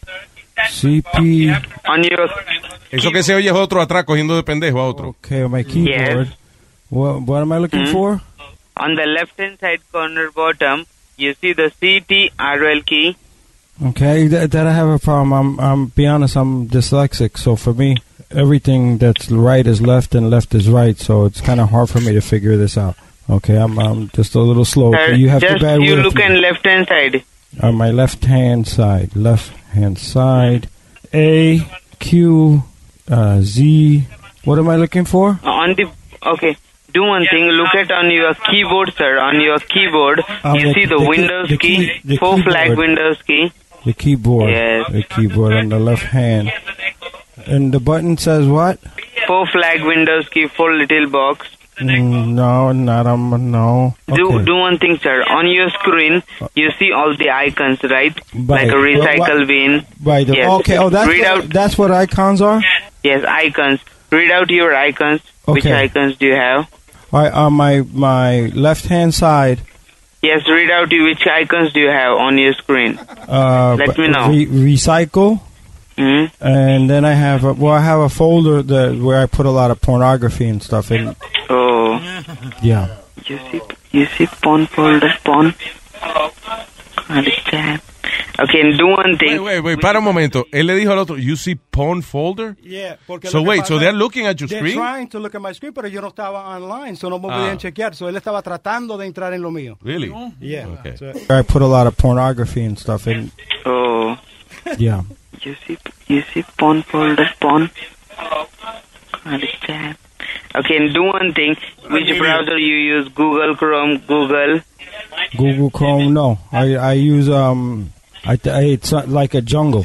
CP. on your Eso que se oye es otro atrás cogiendo de pendejo a otro. Okay, on my keyboard. What, what am I looking Mhm. for? on the left hand side corner bottom. You see the CTRL key. Okay, that, that I have a problem. I'm, I'm be honest. I'm dyslexic, so for me, everything that's right is left and left is right. So it's kind of hard for me to figure this out. Okay, I'm, I'm just a little slow. Sir, Okay, you have Uh, just to bear you with look me. on left hand side. on my left hand side, left hand side, A Q uh, Z. What am I looking for? Uh, On the okay. Do one thing. Look at on your keyboard, sir. On your keyboard, Oh, the- you see the, the key- Windows the key, key- the four flag keyboard. Windows key. The keyboard. Yes. The keyboard on the left hand. And the button says what? Four flag Windows key, four little box. Mm, no, not um, no. Do do one thing, sir. On your screen, you see all the icons, right? Like a Right. recycle What- bin. By the yes. okay. Oh, that's read what, out. that's what icons are. Yes, icons. Read out your icons. Which Okay. icons do you have? All right, on my my left hand side. Yes, read out you which icons do you have on your screen. Uh, Let me know. Re- recycle. hmm And then I have a, well, I have a folder that where I put a lot of pornography and stuff in. Oh. Yeah. You see, you see pawn folder, pawn. Understand. Okay, and do one thing. Wait, wait, wait, para un momento. Él le dijo al otro, you see porn folder? Yeah, porque So lo que wait, pasa- so they're looking at your They're screen? trying to look at my screen, pero yo no estaba online, so no me Ah. podían chequear. So él estaba tratando de entrar en lo mío. Really? Yeah. So- Where I put a lot of pornography and stuff in. Oh. Yeah. You see, you see pawn folder, pawn. Understand. Okay, and do one thing. Which browser you use? Google Chrome, Google. Google Chrome. No, I I use um. I, I it's uh, like a jungle.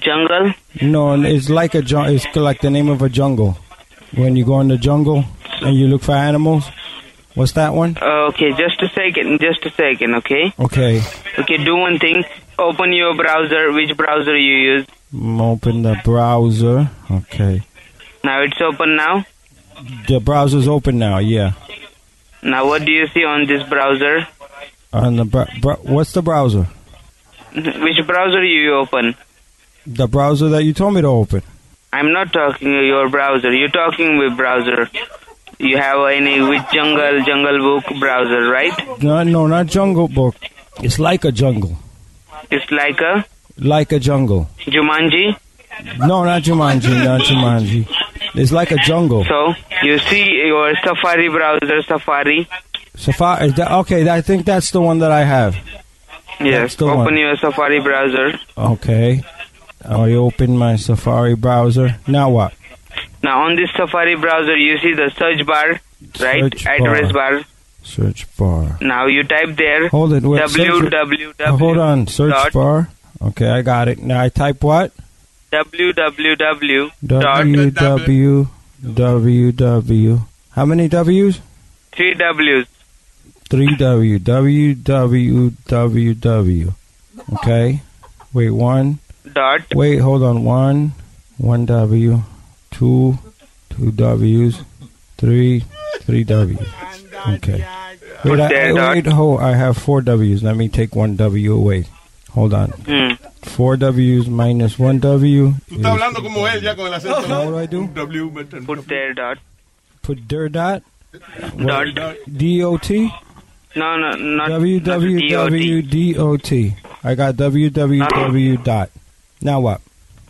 Jungle. No, it's like a jun- It's like the name of a jungle. When you go in the jungle and you look for animals. What's that one? Okay, just a second, just a second, okay? Okay. Okay, do one thing. Open your browser. Which browser you use? Mm, Open the browser. Okay. Now it's open now. The browser's open now. Yeah. Now what do you see on this browser? [laughs] On the br- br- what's the browser? Which browser you open? The browser that you told me to open. I'm not talking your browser. You're talking with browser. You have any with jungle jungle book browser, right? No, no, not Jungle Book. It's like a jungle. It's like a Like a jungle. Jumanji. No, not Jumanji, not Jumanji. It's like a jungle. So you see your Safari browser, Safari. Safari. Is that, okay, I think that's the one that I have. Yes. the one. Open your Safari browser. Okay. I open my Safari browser. Now what? Now on this Safari browser, you see the search bar, right? Search Address bar. Search bar. Now you type there. Hold it. Wait, search- www. hold on. Search dot- bar. Okay, I got it. Now I type what? www. W W W W. How many W's? Three W's. Three W W W W W. Okay. Wait one. Dot. Wait, hold on. One, one W, two, two W's, three, three W's. Okay. Wait, I, Okay, wait, hold. I have four W's. Let me take one W away. Hold on. Hmm. Four W's minus one W. Tú estás hablando como él ya con el acento. W. Put there dot. Put der dot. Dot. D O T. No, no, not W W not DOT. W D O T. I got W W W dot. Now what?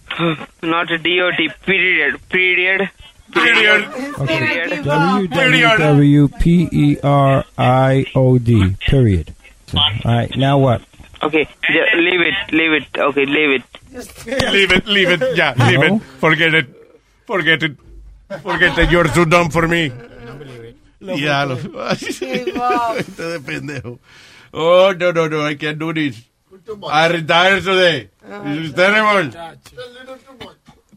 [sighs] Not dot. Period. Period. Period. Period. W W P E R I O D. Period. So, all right. Now what? Okay. ju- leave it. Leave it. Okay. Leave it. Leave it, leave it, ya, leave it. Forget it. Forget it. Forget it. You're too dumb for me. Ya, [laughs] lo... [laughs] Este de pendejo. Oh, no, no, no, I can't do this. I retire today. This is terrible.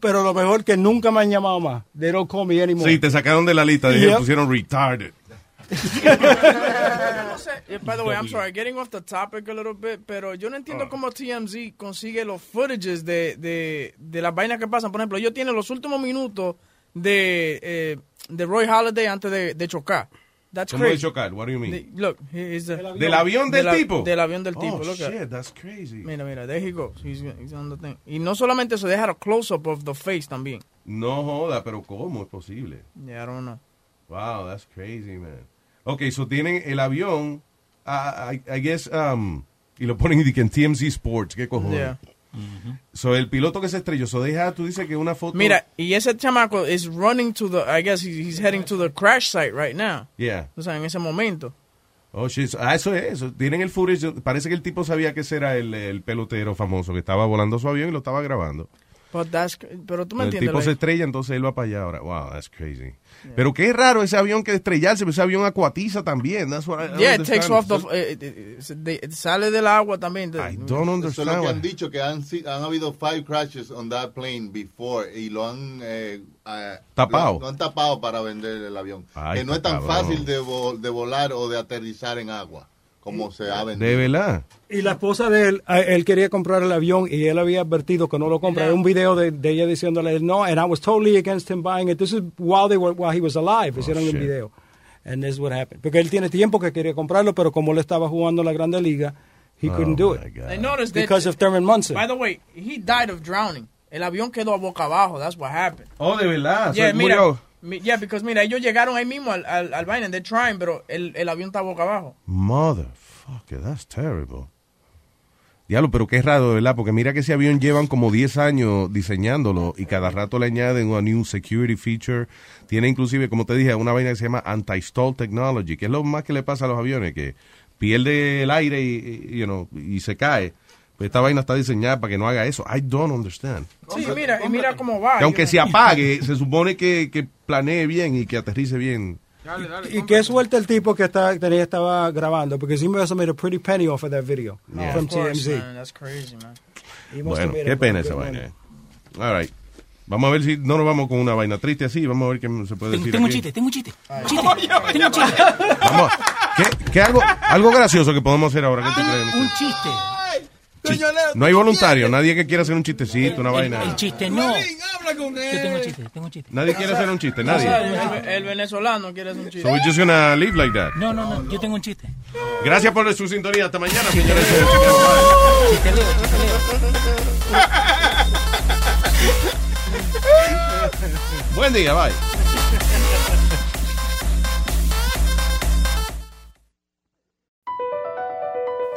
Pero lo mejor que nunca me han llamado más. They don't call me anymore. Sí, te sacaron de la lista. Dijeron, Yep. pusieron retarded. [laughs] Yo no sé, eh, by the way, I'm sorry, getting off the topic a little bit, pero yo no entiendo Oh. cómo TMZ consigue los footages de, de, de las vainas que pasan. Por ejemplo, ellos tienen los últimos minutos de, eh, de Roy Halladay antes de, de chocar. That's ¿Cómo de crazy. chocar? What do you mean? The- look, he is the- ¿Del avión del la- tipo? Del avión del Oh, tipo. look at- shit, that's crazy. Mira, mira, there he goes. He's, he's on the thing. Y no solamente eso, they had a close-up of the face también. No joda, pero ¿cómo es posible? Yeah, I don't know. Wow, that's crazy, man. Ok, so tienen el avión, ah, I, I guess, um, y lo ponen y que en TMZ Sports, ¿qué cojones? Yeah. So el piloto que se estrelló, so deja, tú dices que una foto... Mira, y ese chamaco is running to the, I guess he- he's heading to the crash site right now. Yeah. O sea, en ese momento. Oh, shit. Ah, eso es. eso. Tienen el footage. Parece que el tipo sabía que ese era el, el pelotero famoso que estaba volando su avión y lo estaba grabando. But that's, pero tú me El entiendes. tipo se like- estrella, entonces él va para allá ahora. Wow, that's crazy. Pero qué raro ese avión que estrellarse, pero ese avión acuatiza también. That's what I- I yeah, it don't takes understand. off the, eh, eh, eh, de- sale del agua también. I don't Eso es lo que han dicho, que han, si- han habido five crashes on that plane before y lo han... eh, eh, Tapado. Lo, lo han tapado para vender el avión. Ay, que no qué es tan cabrón. fácil de, vol- de volar o de aterrizar en agua, como se ha vendido. De verdad. Y la esposa de él, a- él quería comprar el avión y él había advertido que no lo compra. Hay un video de, de ella diciéndole, no, and I was totally against him buying it. This is while, they were, while he was alive. Hicieron Oh, el Oh, shit. video. And this is what happened. Porque él tiene tiempo que quería comprarlo, pero como él estaba jugando en la Grande Liga, he Oh, couldn't do my it. God. I noticed that- Because of Thurman Munson. By the way, he died of drowning. El avión quedó a boca abajo. That's what happened. Oh, de verdad. so yeah, él mira, murió. mi- yeah, because mira, ellos llegaron ahí mismo al, al, al vaina, they're trying, pero el, el avión está boca abajo. Motherfucker, that's terrible. Diablo, pero qué raro, de ¿verdad? Porque mira que ese avión llevan como 10 años diseñándolo y cada rato le añaden una new security feature. Tiene inclusive, como te dije, una vaina que se llama anti-stall technology, que es lo más que le pasa a los aviones, que pierde el aire y, y, you know, y se cae. Pues esta vaina está diseñada para que no haga eso. I don't understand. Sí, mira, y mira cómo va. Que aunque se apague, se supone que, que planee bien y que aterrice bien. Y qué suerte el tipo que está, tenía, estaba grabando, porque he must have made a pretty penny off of that video Yeah. from Of course, TMZ. man, that's crazy, man. He must have Bueno, made qué a pena good esa money. vaina. eh. All right. Vamos a ver si no nos vamos con una vaina triste así. Vamos a ver qué se puede Tengo, decir. tengo un aquí. chiste, tengo un chiste. Chiste, tengo un chiste. Vamos a- ¿Qué, qué algo, algo gracioso que podemos hacer ahora? ¿Qué te crees? Un chiste. No hay voluntario. Nadie que quiera hacer un chistecito, una El, el vaina. chiste no. Yo tengo un chiste, tengo un chiste. Nadie quiere hacer un chiste, nadie. El, el venezolano quiere hacer un chiste. So we're just gonna live like that. No, no, no, yo tengo un chiste. Gracias por su sintonía. Hasta mañana, señores. [laughs] Buen día, bye.